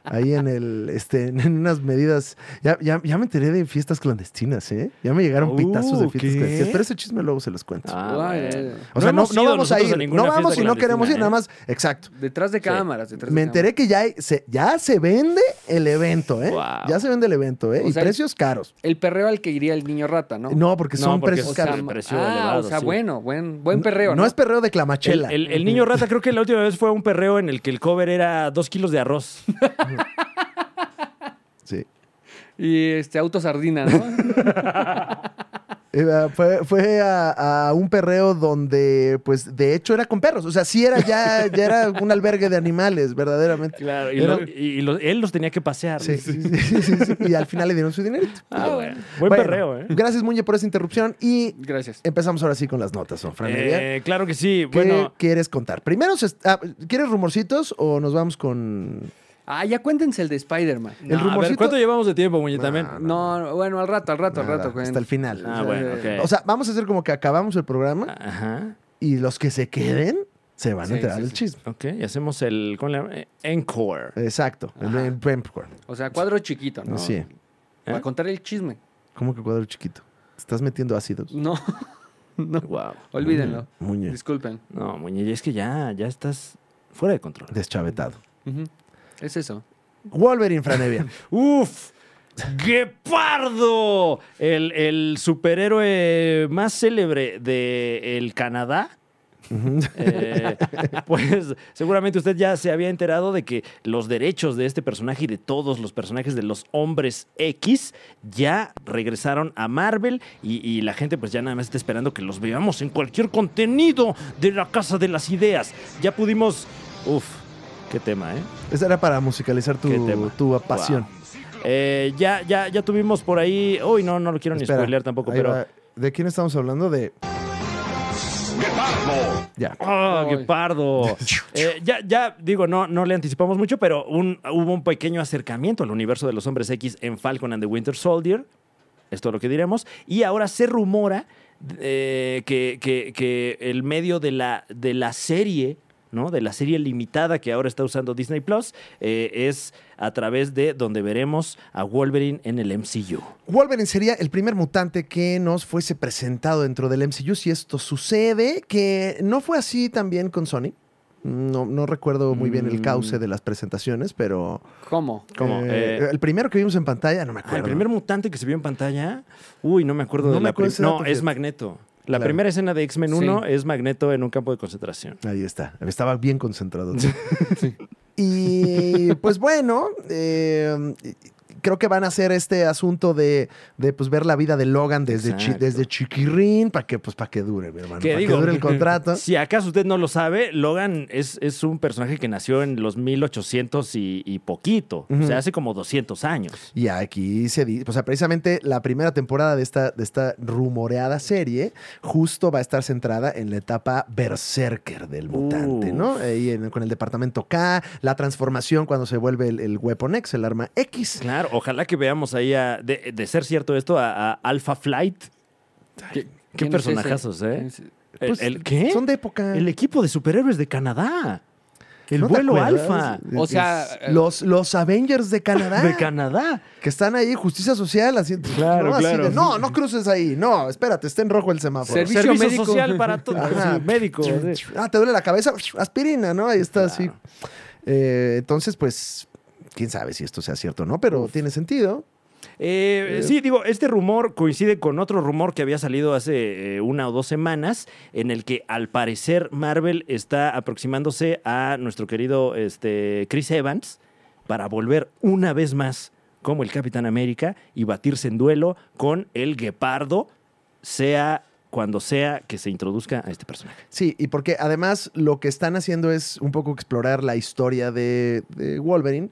[SPEAKER 1] Ahí en el, este, en unas medidas. Ya, ya, ya me enteré de fiestas clandestinas, ¿eh? Ya me llegaron
[SPEAKER 2] Uh,
[SPEAKER 1] pitazos de fiestas
[SPEAKER 2] ¿qué?
[SPEAKER 1] clandestinas. Pero ese chisme luego se los cuento.
[SPEAKER 3] Guay,
[SPEAKER 2] bueno.
[SPEAKER 3] eh.
[SPEAKER 1] Ah, o sea, no,
[SPEAKER 2] hemos
[SPEAKER 1] no
[SPEAKER 2] ido
[SPEAKER 1] vamos a
[SPEAKER 2] nosotros
[SPEAKER 1] ir.
[SPEAKER 2] ninguna
[SPEAKER 1] no vamos
[SPEAKER 2] fiesta
[SPEAKER 1] y no queremos ir,
[SPEAKER 2] clandestina,
[SPEAKER 1] nada
[SPEAKER 2] ¿eh?
[SPEAKER 1] más. Exacto.
[SPEAKER 3] Detrás de cámaras. Detrás
[SPEAKER 1] Me
[SPEAKER 3] de
[SPEAKER 1] enteré que ya hay- se, ya se vende el evento, ¿eh?
[SPEAKER 2] Wow.
[SPEAKER 1] Ya se vende el evento, ¿eh?
[SPEAKER 3] O
[SPEAKER 1] y
[SPEAKER 3] sea,
[SPEAKER 1] precios caros.
[SPEAKER 3] cámaras. El perreo al que iría el niño rata, ¿no?
[SPEAKER 1] No, porque
[SPEAKER 2] No,
[SPEAKER 1] son
[SPEAKER 2] porque
[SPEAKER 1] precios
[SPEAKER 2] es
[SPEAKER 3] O sea,
[SPEAKER 1] caros.
[SPEAKER 2] caro.
[SPEAKER 3] ma-
[SPEAKER 2] precio
[SPEAKER 3] ah,
[SPEAKER 2] elevado,
[SPEAKER 3] o sea,
[SPEAKER 2] sí.
[SPEAKER 3] bueno, buen, buen perreo, ¿no?
[SPEAKER 1] es perreo de
[SPEAKER 2] El,
[SPEAKER 1] clamachela.
[SPEAKER 2] el- el niño rata, creo que la última vez fue un perreo en el que el cover era dos kilos de arroz.
[SPEAKER 1] Sí.
[SPEAKER 3] Y este auto sardina, ¿no?
[SPEAKER 1] Eh, fue fue a, a un perreo donde, pues, de hecho era con perros. O sea, sí era ya, ya era un albergue de animales, verdaderamente.
[SPEAKER 2] Claro, y,
[SPEAKER 1] Era-
[SPEAKER 2] lo- y lo- él los tenía que pasear.
[SPEAKER 1] Sí, sí, sí, sí, sí. Y al final le dieron su dinerito.
[SPEAKER 2] Ah, bueno. Buen
[SPEAKER 1] Bueno,
[SPEAKER 2] perreo, ¿eh?
[SPEAKER 1] Gracias, Muñe, por esa interrupción. Y
[SPEAKER 3] Gracias.
[SPEAKER 1] empezamos ahora sí con las notas, ¿no, Fran Evia?
[SPEAKER 2] Eh, claro que sí.
[SPEAKER 1] ¿Qué
[SPEAKER 2] Bueno,
[SPEAKER 1] quieres contar? Primero, se est- ah, ¿quieres rumorcitos o nos vamos con
[SPEAKER 3] Ah, ya cuéntense el de Spider-Man.
[SPEAKER 1] el
[SPEAKER 2] no, a ver,
[SPEAKER 1] rumorcito? Ah,
[SPEAKER 2] ¿cuánto llevamos de tiempo, Muñe, también?
[SPEAKER 3] No, bueno, al rato, al rato, al
[SPEAKER 1] Nada,
[SPEAKER 3] rato. cuenten.
[SPEAKER 1] hasta el final.
[SPEAKER 2] Ah, bueno, ok.
[SPEAKER 1] O sea, vamos a hacer como que acabamos el
[SPEAKER 2] Ah.
[SPEAKER 1] programa
[SPEAKER 2] Ajá.
[SPEAKER 1] y los que se queden se van
[SPEAKER 3] Sí,
[SPEAKER 1] a enterar
[SPEAKER 3] sí,
[SPEAKER 1] del
[SPEAKER 3] sí.
[SPEAKER 1] chisme.
[SPEAKER 2] Ok, y hacemos el... ¿Cómo le llaman? Eh, Encore.
[SPEAKER 1] Exacto, el
[SPEAKER 3] Ajá.
[SPEAKER 1] brain- brain popcorn.
[SPEAKER 3] O sea, cuadro chiquito, ¿no?
[SPEAKER 1] Sí.
[SPEAKER 3] Para
[SPEAKER 2] ¿Eh?
[SPEAKER 3] contar el chisme.
[SPEAKER 1] ¿Cómo que cuadro chiquito? ¿Estás metiendo ácidos?
[SPEAKER 3] No,
[SPEAKER 2] Wow.
[SPEAKER 1] Mm,
[SPEAKER 3] olvídenlo.
[SPEAKER 1] Muñe,
[SPEAKER 3] Disculpen.
[SPEAKER 2] No, Muñe, es que ya, ya estás fuera de control.
[SPEAKER 1] deschavetado.
[SPEAKER 3] Ujú. Es eso.
[SPEAKER 1] Wolverine Franevia.
[SPEAKER 2] ¡Uf! ¡Guepardo! El, el superhéroe más célebre del Canadá. Eh, pues seguramente usted ya se había enterado de que los derechos de este personaje y de todos los personajes de los hombres X ya regresaron a Marvel y, y la gente pues ya nada más está esperando que los veamos en cualquier contenido de la Casa de las Ideas. Ya pudimos... Uf, qué tema, ¿eh?
[SPEAKER 1] Esa era para musicalizar tu,
[SPEAKER 2] Qué tema.
[SPEAKER 1] tu pasión.
[SPEAKER 2] Eh, ya, ya, ya tuvimos por ahí. Uy, no, no lo quiero
[SPEAKER 1] Espera,
[SPEAKER 2] ni spoiler tampoco,
[SPEAKER 1] ahí
[SPEAKER 2] pero.
[SPEAKER 1] va. ¿De quién estamos hablando? De.
[SPEAKER 4] Gepardo!
[SPEAKER 1] Ya.
[SPEAKER 2] ¡Ah,
[SPEAKER 3] Ay.
[SPEAKER 2] qué pardo! Eh, ya, ya, digo, no, no le anticipamos mucho, pero un- hubo un pequeño acercamiento al universo de los hombres X en Falcon and the Winter Soldier. Es todo lo que diremos. Y ahora se rumora eh, que, que- que el medio de la, de la serie, ¿no? De la serie limitada que ahora está usando Disney Plus, eh, es a través de donde veremos a Wolverine en el MCU.
[SPEAKER 1] Wolverine sería el primer mutante que nos fuese presentado dentro del MCU si esto sucede, que no fue así también con Sony. No, no recuerdo muy bien el cauce de las presentaciones, pero
[SPEAKER 3] ¿Cómo?
[SPEAKER 2] Mm. ¿Cómo?
[SPEAKER 1] eh,
[SPEAKER 2] Eh,
[SPEAKER 1] el primero que vimos en pantalla, no me
[SPEAKER 2] ah,
[SPEAKER 1] acuerdo.
[SPEAKER 2] el primer mutante que se vio en pantalla. Uy, no me acuerdo
[SPEAKER 1] No
[SPEAKER 2] de
[SPEAKER 1] me
[SPEAKER 2] la
[SPEAKER 1] acuerdo
[SPEAKER 2] prim-
[SPEAKER 1] ese dato,
[SPEAKER 2] No,
[SPEAKER 1] fíjate.
[SPEAKER 2] es Magneto. La
[SPEAKER 1] Claro.
[SPEAKER 2] primera escena de X-Men
[SPEAKER 3] Sí.
[SPEAKER 2] 1 es Magneto en un campo de concentración.
[SPEAKER 1] Ahí está. Estaba bien concentrado. Y pues bueno, eh, creo que van a hacer este asunto de, de, pues, ver la vida de Logan desde, chi-
[SPEAKER 2] Exacto.
[SPEAKER 1] desde chiquirrín para que, pues, para que dure, mi hermano.
[SPEAKER 2] ¿Qué
[SPEAKER 1] Para que
[SPEAKER 2] digo?
[SPEAKER 1] dure el contrato.
[SPEAKER 2] Si acaso usted no lo sabe, Logan es, es un personaje que nació en los 1800 y, y poquito. O
[SPEAKER 1] Ujú.
[SPEAKER 2] sea, hace como 200 años.
[SPEAKER 1] Y aquí se dice, o sea, precisamente la primera temporada de esta, de esta rumoreada serie justo va a estar centrada en la etapa berserker del mutante,
[SPEAKER 2] Uf.
[SPEAKER 1] ¿no? Ahí en- con el departamento K, la transformación cuando se vuelve el, el Weapon X, el arma X.
[SPEAKER 2] Claro, ojalá que veamos ahí, a- de, de ser cierto esto, a, a Alpha Flight.
[SPEAKER 3] ¿Qué,
[SPEAKER 2] qué
[SPEAKER 3] quién es ese?
[SPEAKER 2] personajazos, eh?
[SPEAKER 3] ¿Quién es-
[SPEAKER 2] ¿El,
[SPEAKER 1] Pues,
[SPEAKER 2] el qué?
[SPEAKER 1] Son de época.
[SPEAKER 2] El equipo de superhéroes de Canadá. El
[SPEAKER 1] ¿No te
[SPEAKER 2] vuelo
[SPEAKER 1] acuerdas?
[SPEAKER 2] Alfa.
[SPEAKER 3] O sea, eh,
[SPEAKER 1] los, los Avengers de Canadá.
[SPEAKER 2] De Canadá.
[SPEAKER 1] que están ahí, justicia social, así.
[SPEAKER 2] Claro,
[SPEAKER 1] ¿no? Así
[SPEAKER 2] claro.
[SPEAKER 1] de, no, no cruces ahí. No, espérate, está en rojo el semáforo.
[SPEAKER 3] Servi- Servicio médico.
[SPEAKER 2] social para todos.
[SPEAKER 1] Ajá.
[SPEAKER 2] Sí, Médico. sí.
[SPEAKER 1] Ah, te duele la cabeza, aspirina, ¿no? Ahí está así.
[SPEAKER 2] Claro.
[SPEAKER 1] Eh, entonces, pues, quién sabe si esto sea cierto o no, pero tiene sentido.
[SPEAKER 2] Eh, sí, digo, este rumor coincide con otro rumor que había salido hace eh, una o dos semanas, en el que al parecer Marvel está aproximándose a nuestro querido este, Chris Evans para volver una vez más como el Capitán América y batirse en duelo con el Guepardo, sea cuando sea que se introduzca a este personaje.
[SPEAKER 1] Sí, y porque además lo que están haciendo es un poco explorar la historia de, de Wolverine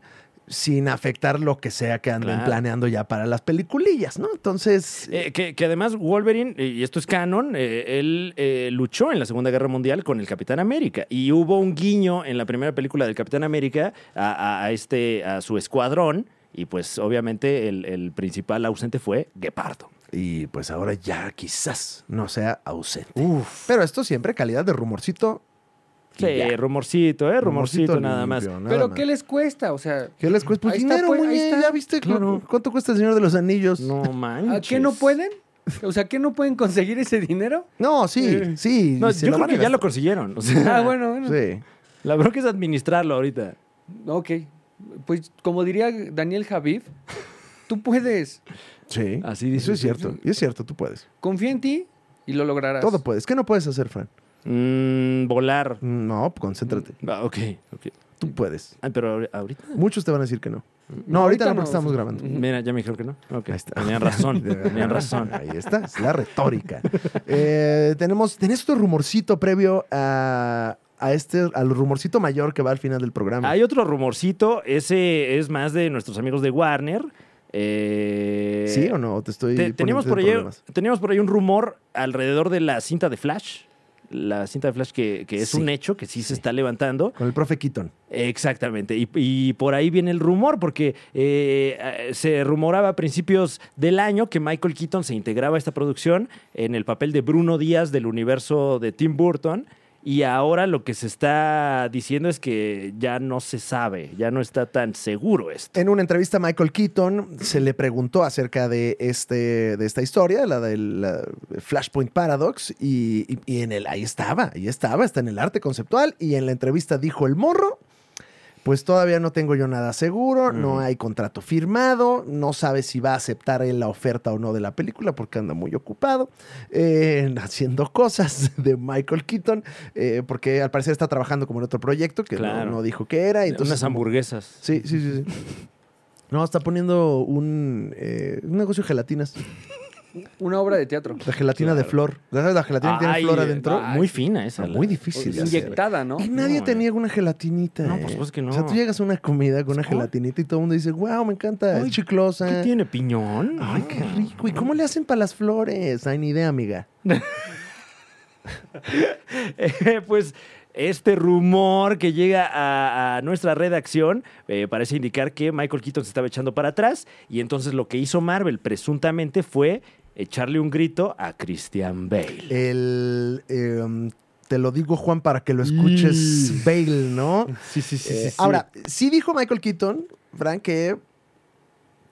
[SPEAKER 1] sin afectar lo que sea que anden
[SPEAKER 2] Claro.
[SPEAKER 1] planeando ya para las peliculillas, ¿no? Entonces,
[SPEAKER 2] Eh, que, que además Wolverine, eh, y esto es canon, eh, él eh, luchó en la Segunda Guerra Mundial con el Capitán América. Y hubo un guiño en la primera película del Capitán América a, a- a este, a su escuadrón. Y pues obviamente el, el principal ausente fue Guepardo.
[SPEAKER 1] y pues ahora ya quizás no sea ausente.
[SPEAKER 2] Uf.
[SPEAKER 1] Pero esto siempre calidad de rumorcito.
[SPEAKER 2] Sí,
[SPEAKER 1] Y ya.
[SPEAKER 2] rumorcito, ¿eh? Rumorcito, nada más.
[SPEAKER 1] limpio, nada
[SPEAKER 3] ¿Pero
[SPEAKER 1] más.
[SPEAKER 3] qué les cuesta? O sea,
[SPEAKER 1] ¿Qué les cuesta? Pues
[SPEAKER 3] Ahí está,
[SPEAKER 1] dinero,
[SPEAKER 3] pues, ahí
[SPEAKER 1] muñe,
[SPEAKER 3] está.
[SPEAKER 1] ya viste cu-
[SPEAKER 2] Claro.
[SPEAKER 1] cuánto cuesta el Señor de los Anillos.
[SPEAKER 2] No manches.
[SPEAKER 3] ¿a qué no pueden? O sea, ¿qué no pueden conseguir ese dinero?
[SPEAKER 1] No, sí,
[SPEAKER 2] Eh.
[SPEAKER 1] sí.
[SPEAKER 2] No,
[SPEAKER 1] se
[SPEAKER 2] yo creo
[SPEAKER 1] van a
[SPEAKER 2] que ya lo
[SPEAKER 1] gastar.
[SPEAKER 2] consiguieron. o sea,
[SPEAKER 3] Ah, bueno, bueno.
[SPEAKER 1] Sí.
[SPEAKER 2] La bronca es administrarlo ahorita.
[SPEAKER 3] Ok. Pues como diría Daniel Javid, tú puedes.
[SPEAKER 1] Sí.
[SPEAKER 2] Así
[SPEAKER 1] Eso
[SPEAKER 2] dice.
[SPEAKER 1] es cierto. Y es cierto, tú puedes.
[SPEAKER 3] Confía en ti y lo lograrás.
[SPEAKER 1] Todo puedes. ¿Qué no puedes hacer, Fran?
[SPEAKER 2] Mm, volar.
[SPEAKER 1] No, concéntrate.
[SPEAKER 2] Ah, ok, ok.
[SPEAKER 1] Tú puedes.
[SPEAKER 2] Ah, pero ahori- ahorita.
[SPEAKER 1] Muchos te van a decir que no. No, ahorita, no,
[SPEAKER 3] no,
[SPEAKER 1] porque estamos
[SPEAKER 3] sí.
[SPEAKER 1] grabando.
[SPEAKER 2] Mira, ya me dijeron que no. Ok.
[SPEAKER 1] Ahí está.
[SPEAKER 2] Tenían razón. tenían razón.
[SPEAKER 1] Ahí está, es la retórica. Eh, tenemos, tenés tu rumorcito previo a, a este, al rumorcito mayor que va al final del programa.
[SPEAKER 2] Hay otro rumorcito. Ese es más de nuestros amigos de Warner. Eh,
[SPEAKER 1] ¿Sí o no? Te estoy.
[SPEAKER 2] te-
[SPEAKER 1] poniendo
[SPEAKER 2] teníamos,
[SPEAKER 1] en
[SPEAKER 2] por ahí,
[SPEAKER 1] problemas.
[SPEAKER 2] teníamos por ahí un rumor alrededor de la cinta de Flash. La cinta de Flash que, que es
[SPEAKER 1] Sí.
[SPEAKER 2] un hecho, que sí, se está levantando.
[SPEAKER 1] Con el profe Keaton.
[SPEAKER 2] Exactamente. Y, y por ahí viene el rumor, porque eh, eh, se rumoraba a principios del año que Michael Keaton se integraba a esta producción en el papel de Bruno Díaz del universo de Tim Burton. Y ahora lo que se está diciendo es que ya no se sabe, ya no está tan seguro esto.
[SPEAKER 1] En una entrevista a Michael Keaton se le preguntó acerca de, este, de esta historia, la del la Flashpoint Paradox, y, y- y en el, ahí estaba, ahí estaba, está en el arte conceptual, y en la entrevista dijo el morro, pues todavía no tengo yo nada seguro, no
[SPEAKER 2] Ujú.
[SPEAKER 1] hay contrato firmado, no sabe si va a aceptar él la oferta o no de la película porque anda muy ocupado eh, haciendo cosas de Michael Keaton, eh, porque al parecer está trabajando como en otro proyecto que no-
[SPEAKER 2] Claro.
[SPEAKER 1] no, dijo que era. Ah, Entonces,
[SPEAKER 2] Unas hamburguesas.
[SPEAKER 1] Sí, sí, sí, sí. No, está poniendo un, eh, un negocio de gelatinas.
[SPEAKER 3] Una obra de teatro.
[SPEAKER 1] La gelatina de
[SPEAKER 2] Claro.
[SPEAKER 1] flor. ¿Ya sabes La gelatina que tiene
[SPEAKER 2] Ay,
[SPEAKER 1] flor adentro.
[SPEAKER 2] ay, Muy fina esa.
[SPEAKER 1] Está
[SPEAKER 2] la-
[SPEAKER 1] muy difícil de hacer.
[SPEAKER 3] Inyectada, ¿no?
[SPEAKER 1] Y nadie
[SPEAKER 2] No, eh.
[SPEAKER 1] tenía una gelatinita.
[SPEAKER 2] No,
[SPEAKER 1] eh.
[SPEAKER 2] por supuesto que no.
[SPEAKER 1] O sea, tú llegas a una comida con una
[SPEAKER 2] ¿Cómo?
[SPEAKER 1] gelatinita y todo el mundo dice, wow, me encanta,
[SPEAKER 2] Ay,
[SPEAKER 1] es chiclosa.
[SPEAKER 2] ¿Qué tiene? Ah. ¿Piñón?
[SPEAKER 1] Ay, qué rico. ¿Y cómo le hacen para las flores? Ay, ni idea, amiga.
[SPEAKER 2] Eh, pues este rumor que llega a, a nuestra redacción eh, parece indicar que Michael Keaton se estaba echando para atrás y entonces lo que hizo Marvel presuntamente fue echarle un grito a Christian Bale.
[SPEAKER 1] El... eh, te lo digo, Juan, para que lo escuches, Bale, ¿no?
[SPEAKER 2] Sí, sí,
[SPEAKER 1] Eh, Ahora, sí dijo Michael Keaton, Frank, que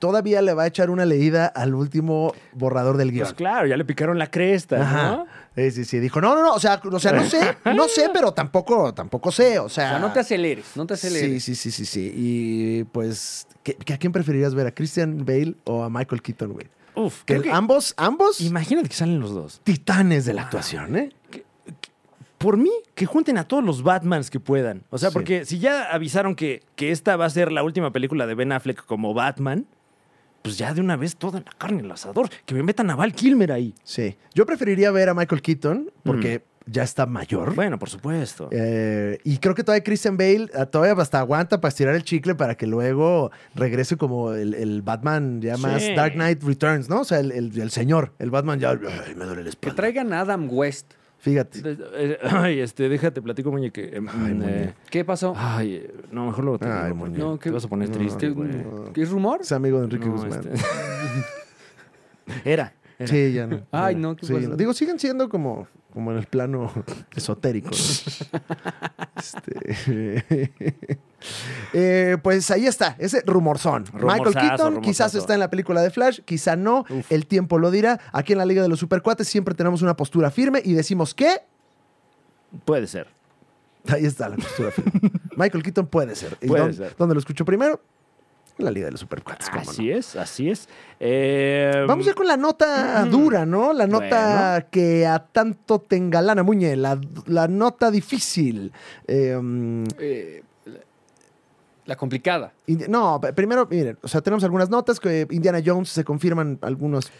[SPEAKER 1] todavía le va a echar una leída al último borrador del guión.
[SPEAKER 2] Pues claro, ya le picaron la cresta,
[SPEAKER 1] Ajá.
[SPEAKER 2] ¿no?
[SPEAKER 1] Sí, sí, sí. Dijo, no, no, no, o sea, o sea, no sé, no sé, pero tampoco, tampoco sé, o
[SPEAKER 3] O
[SPEAKER 1] sea...
[SPEAKER 3] sea, no te aceleres, no te
[SPEAKER 1] Sí,
[SPEAKER 3] aceleres.
[SPEAKER 1] sí, sí, sí, sí. Y pues, ¿qué- qué- ¿a quién preferirías ver? ¿A Christian Bale o a Michael Keaton, güey?
[SPEAKER 2] Uf,
[SPEAKER 1] Que
[SPEAKER 2] creo que-
[SPEAKER 1] ambos, ambos
[SPEAKER 2] Imagínate que salen los dos.
[SPEAKER 1] titanes de la actuación, ¿eh?
[SPEAKER 2] Por mí, que junten a todos los Batmans que puedan. O sea,
[SPEAKER 1] Sí.
[SPEAKER 2] porque si ya avisaron que, que esta va a ser la última película de Ben Affleck como Batman, pues ya de una vez toda la carne en el asador. Que me metan a Val Kilmer ahí.
[SPEAKER 1] Sí. Yo preferiría ver a Michael Keaton porque ya está mayor.
[SPEAKER 2] Bueno, por supuesto.
[SPEAKER 1] Eh, y creo que todavía Christian Bale ah, todavía hasta aguanta para estirar el chicle para que luego regrese como el, el Batman ya más
[SPEAKER 2] Sí.
[SPEAKER 1] Dark Knight Returns, ¿no? O sea, el, el- el señor, el Batman ya ay, me duele la
[SPEAKER 3] Que
[SPEAKER 1] espalda.
[SPEAKER 3] traigan a Adam West.
[SPEAKER 1] Fíjate.
[SPEAKER 2] De- eh, Ay, este, déjate, platico, muñeque. Em, eh,
[SPEAKER 1] muñe.
[SPEAKER 3] ¿Qué pasó?
[SPEAKER 1] Ah,
[SPEAKER 2] Ay, eh, no, mejor luego te
[SPEAKER 1] Ay,
[SPEAKER 2] digo,
[SPEAKER 1] muñe.
[SPEAKER 2] porque
[SPEAKER 3] No, que-
[SPEAKER 2] te vas a poner
[SPEAKER 1] no,
[SPEAKER 2] triste,
[SPEAKER 3] ¿Qué-
[SPEAKER 2] güey.
[SPEAKER 3] ¿qué ¿Es rumor?
[SPEAKER 1] Es amigo de Enrique
[SPEAKER 2] No,
[SPEAKER 1] Guzmán.
[SPEAKER 2] este- Era. era.
[SPEAKER 1] Sí, ya no.
[SPEAKER 3] Ay,
[SPEAKER 1] Ya
[SPEAKER 3] no, qué
[SPEAKER 1] Sí,
[SPEAKER 3] bueno.
[SPEAKER 1] no. Digo, siguen siendo como, como en el plano esotérico. ¿no? Este, eh, pues ahí está, ese rumorzón. Michael
[SPEAKER 2] Rumorzazo,
[SPEAKER 1] Keaton quizás
[SPEAKER 2] rumorzazo.
[SPEAKER 1] está en la película de Flash, quizá no. El tiempo lo dirá. Aquí en la Liga de los Supercuates siempre tenemos una postura firme y decimos que...
[SPEAKER 2] Puede ser.
[SPEAKER 1] Ahí está la postura firme. Michael Keaton puede ser. ¿Y
[SPEAKER 2] Puede
[SPEAKER 1] dónde,
[SPEAKER 2] ser. Ah,
[SPEAKER 1] dónde lo escucho primero? En la Liga de los Supercuates. Ah, cómo no.
[SPEAKER 2] Así es, así es. Eh,
[SPEAKER 1] Vamos ya con la
[SPEAKER 2] Em,
[SPEAKER 1] nota dura, ¿no? La nota que a tanto te engalana, Muñe. La, la nota difícil. Eh, mm,
[SPEAKER 3] Eh, la- la complicada.
[SPEAKER 1] Indi- no, p- primero, miren, o sea, tenemos algunas notas que Indiana Jones se confirman algunos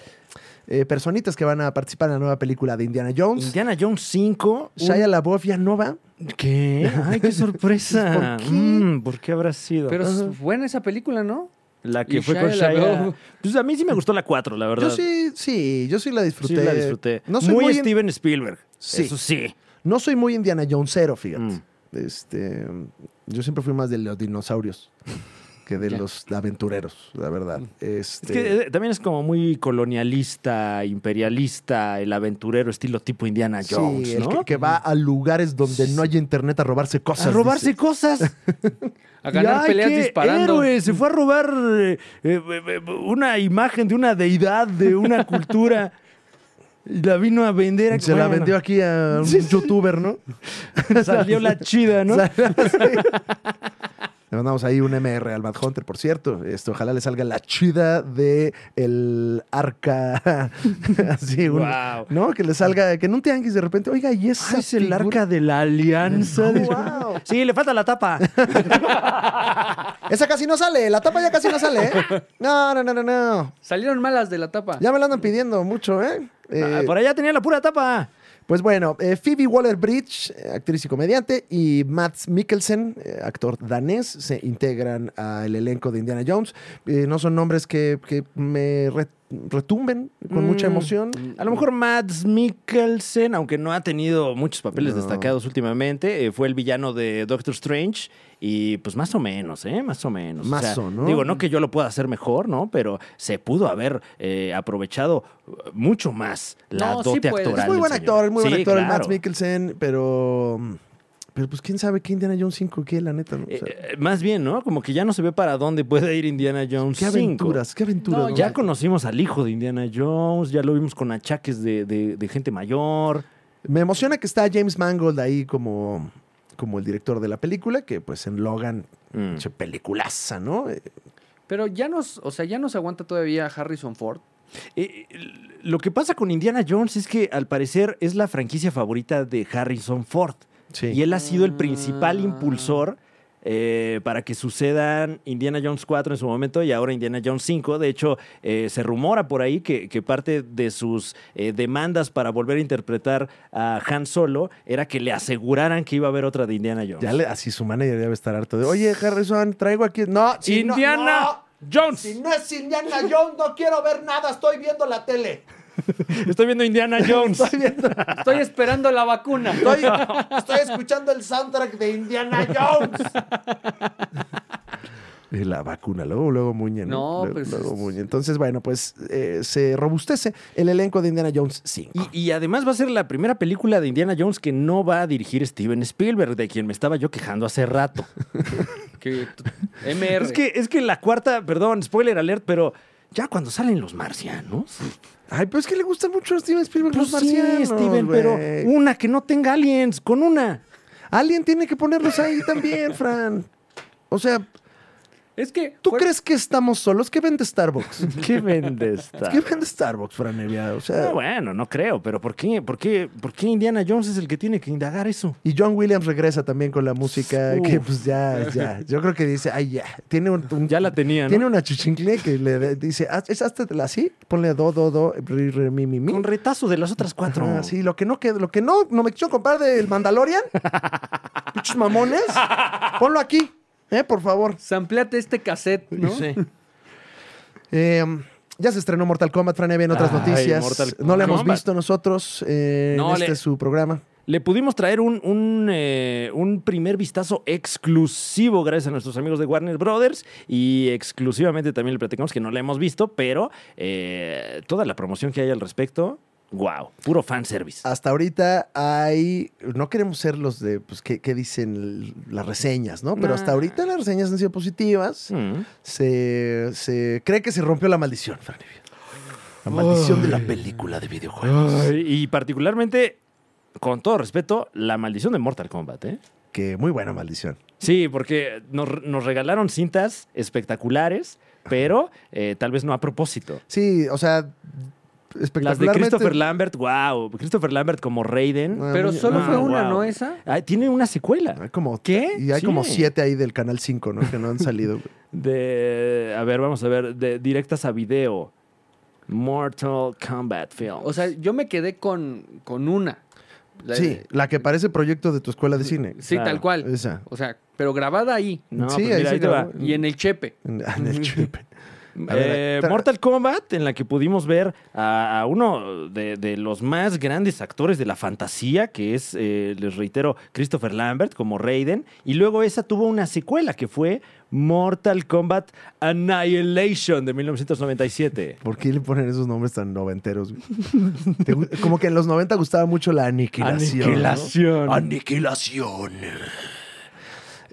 [SPEAKER 1] eh, personitas que van a participar en la nueva película de Indiana Jones.
[SPEAKER 2] Indiana Jones 5. un-
[SPEAKER 1] Shia LaBeouf ya no va.
[SPEAKER 2] Uh. ¿Qué? Ay, qué sorpresa.
[SPEAKER 1] Pues, ¿Por qué?
[SPEAKER 2] Mm, ¿Por qué habrá sido?
[SPEAKER 3] Pero es buena esa película, ¿no?
[SPEAKER 2] la
[SPEAKER 3] y
[SPEAKER 2] que fue con
[SPEAKER 3] Shia
[SPEAKER 2] Shia.
[SPEAKER 3] LaBeouf.
[SPEAKER 2] Pues a mí sí me gustó la 4, la verdad.
[SPEAKER 1] Yo sí, sí, yo sí la
[SPEAKER 2] Sí
[SPEAKER 1] disfruté.
[SPEAKER 2] la disfruté.
[SPEAKER 1] No soy muy,
[SPEAKER 2] muy,
[SPEAKER 1] in-
[SPEAKER 2] Steven Spielberg.
[SPEAKER 1] Sí.
[SPEAKER 2] Eso sí.
[SPEAKER 1] no soy muy Indiana Jonesero, fíjate.
[SPEAKER 2] Mm.
[SPEAKER 1] Este, yo siempre fui más de los dinosaurios que de
[SPEAKER 3] Ya.
[SPEAKER 1] los aventureros, la verdad.
[SPEAKER 2] Es
[SPEAKER 1] Este,
[SPEAKER 2] que eh, también es como muy colonialista, imperialista, el aventurero estilo tipo Indiana Jones,
[SPEAKER 1] sí, el
[SPEAKER 2] ¿no?
[SPEAKER 1] que, que va a lugares donde no hay internet a robarse cosas.
[SPEAKER 2] a robarse
[SPEAKER 1] dice.
[SPEAKER 2] cosas.
[SPEAKER 3] A ganar
[SPEAKER 2] Ay,
[SPEAKER 3] peleas
[SPEAKER 2] qué
[SPEAKER 3] disparando.
[SPEAKER 2] héroe, se fue a robar eh, eh, eh, una imagen de una deidad, de una cultura. Y la vino a vender. a-
[SPEAKER 1] Se la
[SPEAKER 2] Bueno,
[SPEAKER 1] vendió aquí a un youtuber, ¿no?
[SPEAKER 2] Salió la chida, ¿no?
[SPEAKER 1] Le mandamos ahí un MR al Mad Hunter, por cierto. Esto, ojalá le salga la chida de el arca. Así, un-
[SPEAKER 2] Guau.
[SPEAKER 1] ¿no? Que le salga, que en un tianguis de repente, oiga, y esa
[SPEAKER 2] Ah, es el
[SPEAKER 1] figura-
[SPEAKER 2] arca de la alianza.
[SPEAKER 1] Guau.
[SPEAKER 2] Sí, le falta la tapa.
[SPEAKER 1] Esa casi no sale, la tapa ya casi no sale, ¿eh? No, no, no, no, no.
[SPEAKER 3] Salieron malas de la tapa.
[SPEAKER 1] Ya me la andan pidiendo mucho, ¿eh?
[SPEAKER 2] Ah,
[SPEAKER 1] Eh,
[SPEAKER 2] Por allá tenía la pura tapa.
[SPEAKER 1] Pues bueno, eh, Phoebe Waller-Bridge, eh, actriz y comediante, y Matt Mikkelsen, eh, actor danés, se integran al elenco de Indiana Jones. Eh, no son nombres que, que me re- retumben con mucha
[SPEAKER 2] Mm.
[SPEAKER 1] emoción.
[SPEAKER 2] A lo mejor Mads Mikkelsen, aunque no ha tenido muchos papeles
[SPEAKER 1] No.
[SPEAKER 2] destacados últimamente, eh, fue el villano de Doctor Strange y pues más o menos, ¿eh? Más o menos.
[SPEAKER 1] Mazo, ¿no?
[SPEAKER 2] Digo, no que yo lo pueda hacer mejor, ¿no? Pero se pudo haber eh, aprovechado eh, mucho más la
[SPEAKER 3] No, sí
[SPEAKER 2] dote
[SPEAKER 3] puede.
[SPEAKER 2] actoral.
[SPEAKER 1] Es muy
[SPEAKER 2] del
[SPEAKER 1] buen
[SPEAKER 2] señor.
[SPEAKER 1] actor, es muy buen
[SPEAKER 2] Sí,
[SPEAKER 1] actor el
[SPEAKER 2] claro.
[SPEAKER 1] Matt Mikkelsen, pero... Pero pues quién sabe qué Indiana Jones 5 qué, la neta, ¿no? O sea,
[SPEAKER 2] Eh, eh, más bien, ¿no? Como que ya no se ve para dónde puede ir Indiana Jones.
[SPEAKER 1] qué
[SPEAKER 2] 5.
[SPEAKER 1] aventuras, qué aventuras.
[SPEAKER 3] No,
[SPEAKER 1] ¿no?
[SPEAKER 2] Ya conocimos al hijo de Indiana Jones, ya lo vimos con achaques de, de- de gente mayor.
[SPEAKER 1] Me emociona que está James Mangold ahí como, como el director de la película, que pues en Logan,
[SPEAKER 2] Mm.
[SPEAKER 1] che, peliculaza, ¿no? Eh,
[SPEAKER 3] Pero ya nos, o sea, ya nos aguanta todavía Harrison Ford.
[SPEAKER 2] Eh, eh, lo que pasa con Indiana Jones es que al parecer es la franquicia favorita de Harrison Ford.
[SPEAKER 1] sí.
[SPEAKER 2] Y él ha sido el principal
[SPEAKER 3] Ah.
[SPEAKER 2] impulsor eh, para que sucedan Indiana Jones 4 en su momento y ahora Indiana Jones 5. De hecho, eh, se rumora por ahí que, que parte de sus eh, demandas para volver a interpretar a Han Solo era que le aseguraran que iba a haber otra de Indiana Jones.
[SPEAKER 1] Ya le- así su manager debe estar harto de, oye, Harrison, traigo aquí. No, si no-
[SPEAKER 2] Indiana
[SPEAKER 1] no,
[SPEAKER 2] Jones.
[SPEAKER 1] si no es Indiana Jones, no quiero ver nada, estoy viendo la tele.
[SPEAKER 2] Estoy viendo Indiana Jones.
[SPEAKER 3] Estoy esperando la vacuna.
[SPEAKER 1] Estoy, estoy escuchando el soundtrack de Indiana Jones. Eh, La vacuna, luego, luego Muñe.
[SPEAKER 3] No,
[SPEAKER 1] Luego-
[SPEAKER 3] pues,
[SPEAKER 1] luego
[SPEAKER 3] es-
[SPEAKER 1] Muñe. Entonces, bueno, pues eh, se robustece el elenco de Indiana Jones 5.
[SPEAKER 2] Y, y además va a ser la primera película de Indiana Jones que no va a dirigir Steven Spielberg, de quien me estaba yo quejando hace rato.
[SPEAKER 3] Que t- MR.
[SPEAKER 2] Es que, es que la cuarta, perdón, spoiler alert, pero ya cuando salen los marcianos.
[SPEAKER 1] Ay, pero es que le gusta mucho a Steven Spielberg
[SPEAKER 2] Pues
[SPEAKER 1] los marcianos.
[SPEAKER 2] sí, Steven,
[SPEAKER 1] güey.
[SPEAKER 2] pero una que no tenga aliens, con una.
[SPEAKER 1] Alguien tiene que ponerlos ahí también, Fran. O sea,
[SPEAKER 3] Es que.
[SPEAKER 1] ¿tú
[SPEAKER 3] fuer-
[SPEAKER 1] crees que estamos solos? ¿Qué vende Starbucks?
[SPEAKER 2] Qué vende está.
[SPEAKER 1] ¿Qué vende Starbucks, Fran Evia? O sea,
[SPEAKER 2] Ah, bueno, no creo, pero ¿por qué? ¿Por qué? ¿Por qué Indiana Jones es el que tiene que indagar eso?
[SPEAKER 1] Y John Williams regresa también con la música,
[SPEAKER 2] Uf.
[SPEAKER 1] que pues ya, ya. Yo creo que dice, ay, ya. Tiene un, un-
[SPEAKER 2] Ya la tenía, ¿no?
[SPEAKER 1] Tiene una chuchincle que le de- dice, "Haz- es hasta así, ponle do, do, do, ri, re, mi, mi, mi.
[SPEAKER 2] Un retazo de las otras cuatro.
[SPEAKER 1] Ajá, sí, lo que no, que, lo que no, no me quiso comprar del Mandalorian. Pinches mamones. Ponlo aquí, eh, por favor.
[SPEAKER 3] Sampleate este cassette, ¿no?
[SPEAKER 2] Sí.
[SPEAKER 1] Eh, ya se estrenó Mortal Kombat, Fran Evia, en otras
[SPEAKER 2] Ay,
[SPEAKER 1] noticias.
[SPEAKER 2] Mortal
[SPEAKER 1] no lo hemos
[SPEAKER 2] Kombat.
[SPEAKER 1] visto nosotros eh,
[SPEAKER 2] No,
[SPEAKER 1] en este
[SPEAKER 2] le-
[SPEAKER 1] su programa.
[SPEAKER 2] Le pudimos traer un, un, eh, un primer vistazo exclusivo gracias a nuestros amigos de Warner Brothers y exclusivamente también le platicamos que no la hemos visto, pero eh, toda la promoción que hay al respecto, wow, puro fanservice.
[SPEAKER 1] Hasta ahorita hay. No queremos ser los de. Pues, ¿qué, qué dicen l- las reseñas, no? Pero
[SPEAKER 2] Nah.
[SPEAKER 1] hasta ahorita las reseñas han sido positivas.
[SPEAKER 2] Mm.
[SPEAKER 1] Se, se cree que se rompió la maldición, Fran Evia. La maldición de la película de videojuegos.
[SPEAKER 2] Ay, y particularmente, con todo respeto, la maldición de Mortal Kombat, ¿eh?
[SPEAKER 1] Que muy buena maldición.
[SPEAKER 2] Sí, porque nos, nos regalaron cintas espectaculares, pero eh, tal vez no a propósito.
[SPEAKER 1] Sí, o sea,
[SPEAKER 2] Las de
[SPEAKER 1] espectacularmente.
[SPEAKER 2] Christopher Lambert, wow. Christopher Lambert como Raiden.
[SPEAKER 1] Ah,
[SPEAKER 3] Pero
[SPEAKER 1] muy-
[SPEAKER 3] solo
[SPEAKER 1] ah,
[SPEAKER 3] fue una,
[SPEAKER 2] wow.
[SPEAKER 3] ¿no? Esa.
[SPEAKER 2] Ah, tiene una secuela.
[SPEAKER 1] Hay como,
[SPEAKER 2] ¿Qué?
[SPEAKER 1] Y hay
[SPEAKER 2] Sí.
[SPEAKER 1] como siete ahí del Canal 5, ¿no? Que no han salido. güey.
[SPEAKER 2] De. A ver, vamos a ver. De directas a video. Mortal Kombat Film.
[SPEAKER 3] O sea, yo me quedé con, con una. La-
[SPEAKER 1] sí, la que parece proyecto de tu escuela de cine.
[SPEAKER 3] Sí,
[SPEAKER 2] Claro.
[SPEAKER 3] tal cual.
[SPEAKER 1] Esa.
[SPEAKER 3] O sea, pero grabada ahí.
[SPEAKER 2] no,
[SPEAKER 1] sí,
[SPEAKER 2] pues
[SPEAKER 1] ahí
[SPEAKER 2] mira,
[SPEAKER 1] se
[SPEAKER 2] ahí te va.
[SPEAKER 1] grabó.
[SPEAKER 3] Y en el chepe.
[SPEAKER 1] En, en el chip. A ver,
[SPEAKER 2] Eh,
[SPEAKER 1] tra-
[SPEAKER 2] Mortal Kombat, en la que pudimos ver a, a uno de, de los más grandes actores de la fantasía, que es, eh, les reitero, Christopher Lambert como Raiden. Y luego esa tuvo una secuela que fue Mortal Kombat Annihilation de 1997.
[SPEAKER 1] ¿Por qué le ponen esos nombres tan noventeros? güey? Te gu- Como que en los 90 gustaba mucho la aniquilación. ¿no?
[SPEAKER 2] Aniquilación.
[SPEAKER 1] Aniquilación.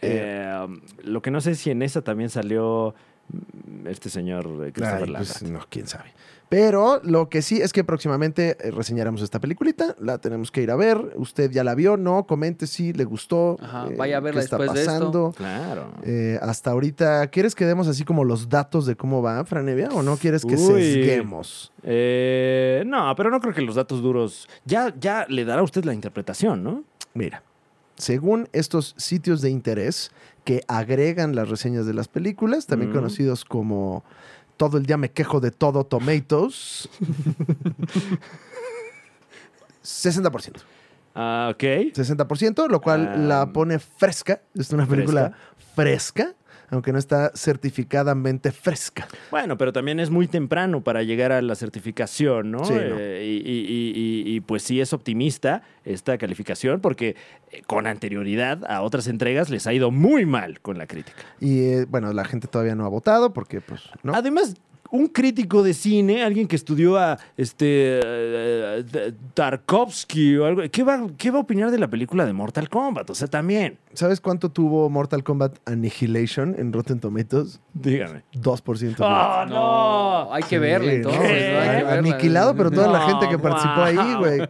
[SPEAKER 2] Eh, lo que no sé es si en esa también salió mm, este señor eh, Christopher
[SPEAKER 1] Ay,
[SPEAKER 2] Lambert.
[SPEAKER 1] pues, no, quién sabe. Pero lo que sí es que próximamente eh, reseñaremos esta peliculita. La tenemos que ir a ver. Usted ya la vio, ¿no? Comente si le gustó. eh,
[SPEAKER 3] Ajá, vaya a
[SPEAKER 1] qué
[SPEAKER 3] verla
[SPEAKER 1] está
[SPEAKER 3] después de esto.
[SPEAKER 1] pasando.
[SPEAKER 2] Claro.
[SPEAKER 1] Eh, hasta ahorita, ¿quieres que demos así como los datos de cómo va Franevia o no quieres que
[SPEAKER 2] Uy.
[SPEAKER 1] sesguemos?
[SPEAKER 2] Eh, no, pero no creo que los datos duros. Ya, ya le dará a usted la interpretación, ¿no?
[SPEAKER 1] Mira, según estos sitios de interés que agregan las reseñas de las películas, también
[SPEAKER 2] Mm.
[SPEAKER 1] conocidos como Todo el día me quejo de todo Tomatoes, 60%.
[SPEAKER 2] Ah, ok.
[SPEAKER 1] 60%, lo cual
[SPEAKER 2] Ah.
[SPEAKER 1] la pone fresca. Es una película fresca. aunque no está certificadamente fresca.
[SPEAKER 2] Bueno, pero también es muy temprano para llegar a la certificación, ¿no?
[SPEAKER 1] Sí, no.
[SPEAKER 2] Eh, y, y- y- y, pues sí es optimista esta calificación porque eh, con anterioridad a otras entregas les ha ido muy mal con la crítica.
[SPEAKER 1] Y eh, bueno, la gente todavía no ha votado porque, pues, no.
[SPEAKER 2] Además, un crítico de cine, alguien que estudió a este eh, eh, Tarkovsky o algo, ¿qué va, ¿qué va a opinar de la película de Mortal Kombat? O sea, también.
[SPEAKER 1] ¿Sabes cuánto tuvo Mortal Kombat Annihilation en Rotten Tomatoes?
[SPEAKER 2] Dígame.
[SPEAKER 1] 2%.
[SPEAKER 2] ¡Oh, no!
[SPEAKER 3] Ah, Hay que
[SPEAKER 1] Sí,
[SPEAKER 3] verla
[SPEAKER 1] no,
[SPEAKER 3] entonces.
[SPEAKER 2] ¿qué?
[SPEAKER 3] ¿no? Hay que verla. ¿eh?
[SPEAKER 1] Aniquilado, pero toda la
[SPEAKER 2] No,
[SPEAKER 1] gente que participó ahí,
[SPEAKER 2] wow.
[SPEAKER 1] güey.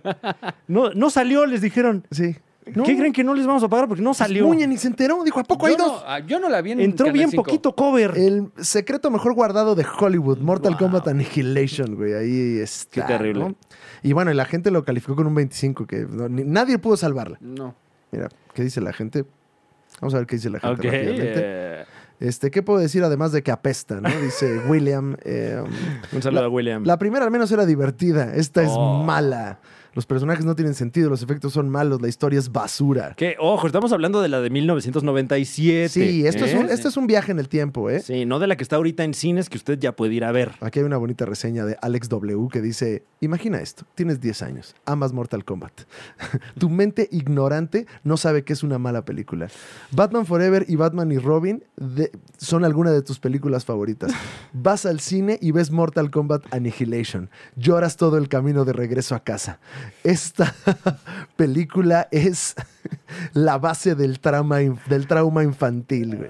[SPEAKER 2] No, no salió, les dijeron.
[SPEAKER 1] Sí.
[SPEAKER 2] ¿Qué creen que no les vamos a pagar? Porque no salió.
[SPEAKER 1] Muñe ni se enteró. Dijo, ¿a poco hay
[SPEAKER 3] Yo no,
[SPEAKER 1] dos?
[SPEAKER 3] ah, yo no la vi en
[SPEAKER 2] Entró
[SPEAKER 3] Canal
[SPEAKER 2] bien
[SPEAKER 3] 5.
[SPEAKER 2] poquito cover.
[SPEAKER 1] El secreto mejor guardado de Hollywood, Mortal
[SPEAKER 2] Wow.
[SPEAKER 1] Kombat Annihilation, güey. Ahí está.
[SPEAKER 2] Qué terrible.
[SPEAKER 1] ¿no? Y bueno, y la gente lo calificó con un 25, que no- ni- nadie pudo salvarla.
[SPEAKER 3] No.
[SPEAKER 1] Mira, ¿qué dice la gente? Vamos a ver qué dice la gente
[SPEAKER 2] ok.
[SPEAKER 1] rápidamente.
[SPEAKER 2] eh,
[SPEAKER 1] Este, ¿Qué puedo decir además de que apesta, no? Dice William. eh,
[SPEAKER 2] un saludo a William.
[SPEAKER 1] La primera al menos era divertida. Esta es
[SPEAKER 2] Oh.
[SPEAKER 1] mala. Los personajes no tienen sentido, los efectos son malos, la historia es basura.
[SPEAKER 2] Que, ojo, estamos hablando de la de 1997.
[SPEAKER 1] Sí, esto, es
[SPEAKER 2] ¿eh?
[SPEAKER 1] un, este es un viaje en el tiempo, ¿eh?
[SPEAKER 2] Sí, no de la que está ahorita en cines que usted ya puede ir a ver.
[SPEAKER 1] Aquí hay una bonita reseña de Alex W que dice, imagina esto, tienes 10 años, amas Mortal Kombat. tu mente ignorante no sabe que es una mala película. Batman Forever y Batman y Robin de- son algunas de tus películas favoritas. Vas al cine y ves Mortal Kombat Annihilation. Lloras todo el camino de regreso a casa. Esta película es la base del trauma, in- del trauma infantil, güey.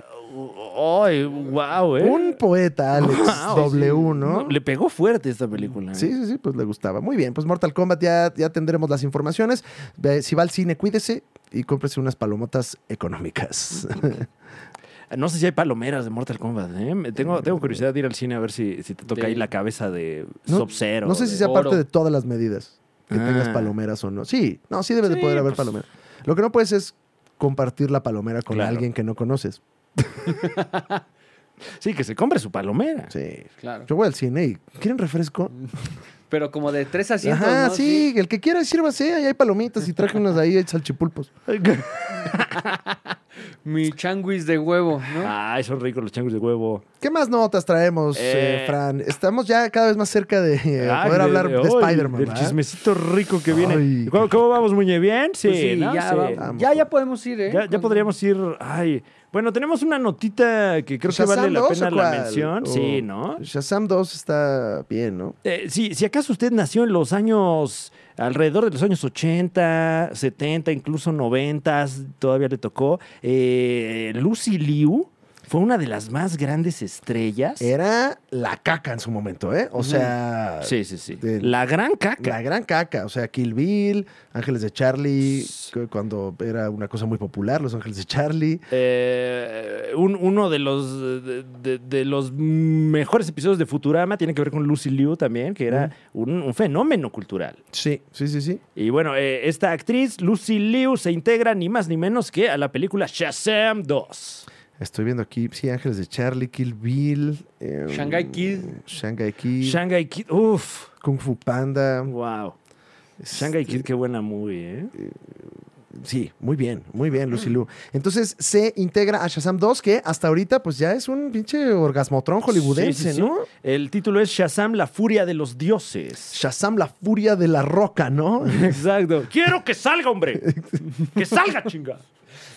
[SPEAKER 2] ¡Ay, wow, eh!
[SPEAKER 1] Un poeta, Alex
[SPEAKER 2] Wow, sí.
[SPEAKER 1] W, ¿no?
[SPEAKER 2] Le pegó fuerte esta película. ¿eh?
[SPEAKER 1] Sí, sí, sí, pues le gustaba. Muy bien, pues Mortal Kombat ya, ya tendremos las informaciones. Ve, Si va al cine, cuídese y cómprese unas palomotas económicas.
[SPEAKER 2] No sé si hay palomeras de Mortal Kombat, ¿eh? Me- Tengo, tengo curiosidad de ir al cine a ver si, si te toca
[SPEAKER 3] De-
[SPEAKER 2] ahí la cabeza de
[SPEAKER 1] No-
[SPEAKER 2] Sub-Zero.
[SPEAKER 1] no sé si
[SPEAKER 2] de-
[SPEAKER 1] sea
[SPEAKER 3] oro.
[SPEAKER 1] parte de todas las medidas que
[SPEAKER 2] Ah.
[SPEAKER 1] tengas palomeras o no. Sí, no, sí debe de
[SPEAKER 2] Sí,
[SPEAKER 1] poder haber
[SPEAKER 2] pues.
[SPEAKER 1] palomeras. Lo que no puedes es compartir la palomera con
[SPEAKER 2] Claro.
[SPEAKER 1] alguien que no conoces.
[SPEAKER 2] Sí, que se compre su palomera.
[SPEAKER 1] Sí.
[SPEAKER 3] Claro.
[SPEAKER 1] Yo voy al cine y ¿quieren refresco?
[SPEAKER 3] Pero como de tres asientos.
[SPEAKER 1] Ajá,
[SPEAKER 3] ¿no?
[SPEAKER 1] sí, el que quiera sírvase, ahí hay palomitas y traje unas ahí, hay salchipulpos.
[SPEAKER 3] Mi changuis de huevo, ¿no?
[SPEAKER 2] Ay, son ricos los changos de huevo.
[SPEAKER 1] ¿Qué más notas traemos, eh,
[SPEAKER 2] Eh.
[SPEAKER 1] Fran? Estamos ya cada vez más cerca de eh,
[SPEAKER 2] Ay,
[SPEAKER 1] poder hablar de,
[SPEAKER 2] ay,
[SPEAKER 1] Spider-Man.
[SPEAKER 2] Del
[SPEAKER 1] ¿verdad?
[SPEAKER 2] chismecito rico que
[SPEAKER 1] Ay.
[SPEAKER 2] viene. ¿Cómo, cómo vamos, Muñe? ¿Bien? Sí,
[SPEAKER 3] Pues sí,
[SPEAKER 2] ¿no?
[SPEAKER 3] ya,
[SPEAKER 2] Sí.
[SPEAKER 3] vamos. ya, ya podemos ir, ¿eh?
[SPEAKER 2] Ya, ya podríamos ir. Ay. Bueno, tenemos una notita que creo que vale la
[SPEAKER 1] 2
[SPEAKER 2] pena
[SPEAKER 1] o
[SPEAKER 2] la
[SPEAKER 1] cuál? Oh.
[SPEAKER 2] mención.
[SPEAKER 1] O-
[SPEAKER 2] Sí, ¿no?
[SPEAKER 1] Shazam 2 está bien, ¿no?
[SPEAKER 2] Eh, sí, si acaso usted nació en los años, alrededor de los años 80, 70, incluso 90, todavía le tocó, eh, Lucy Liu fue una de las más grandes estrellas.
[SPEAKER 1] Era la caca en su momento, ¿eh? O sea,
[SPEAKER 2] sí, sí, sí.
[SPEAKER 1] de-
[SPEAKER 2] La gran caca.
[SPEAKER 1] la gran caca. O sea, Kill Bill, Ángeles de Charlie, que cuando era una cosa muy popular, Los Ángeles de Charlie.
[SPEAKER 2] Eh, un- uno de los, de, de- de los mejores episodios de Futurama tiene que ver con Lucy Liu también, que era un- un fenómeno cultural.
[SPEAKER 1] Sí, sí, sí, sí.
[SPEAKER 2] Y bueno, eh, esta actriz, Lucy Liu, se integra ni más ni menos que a la película Shazam 2.
[SPEAKER 1] Estoy viendo aquí, sí, Ángeles de Charlie, Kill Bill. eh,
[SPEAKER 3] Shanghai Kid.
[SPEAKER 1] Shanghai Kid.
[SPEAKER 2] Shanghai Kid, uff,
[SPEAKER 1] Kung Fu Panda.
[SPEAKER 2] wow. Shanghai Kid, qué buena movie, ¿eh?
[SPEAKER 1] Sí, muy bien, muy bien, Lucy
[SPEAKER 2] Mm.
[SPEAKER 1] Liu. Entonces se integra a Shazam 2, que hasta ahorita pues ya es un pinche orgasmotrón hollywoodense,
[SPEAKER 2] Sí, sí, sí.
[SPEAKER 1] ¿no?
[SPEAKER 2] El título es Shazam, la furia de los dioses.
[SPEAKER 1] Shazam, la furia de la roca, ¿no?
[SPEAKER 2] Exacto. Quiero que salga, hombre. Que salga, chinga.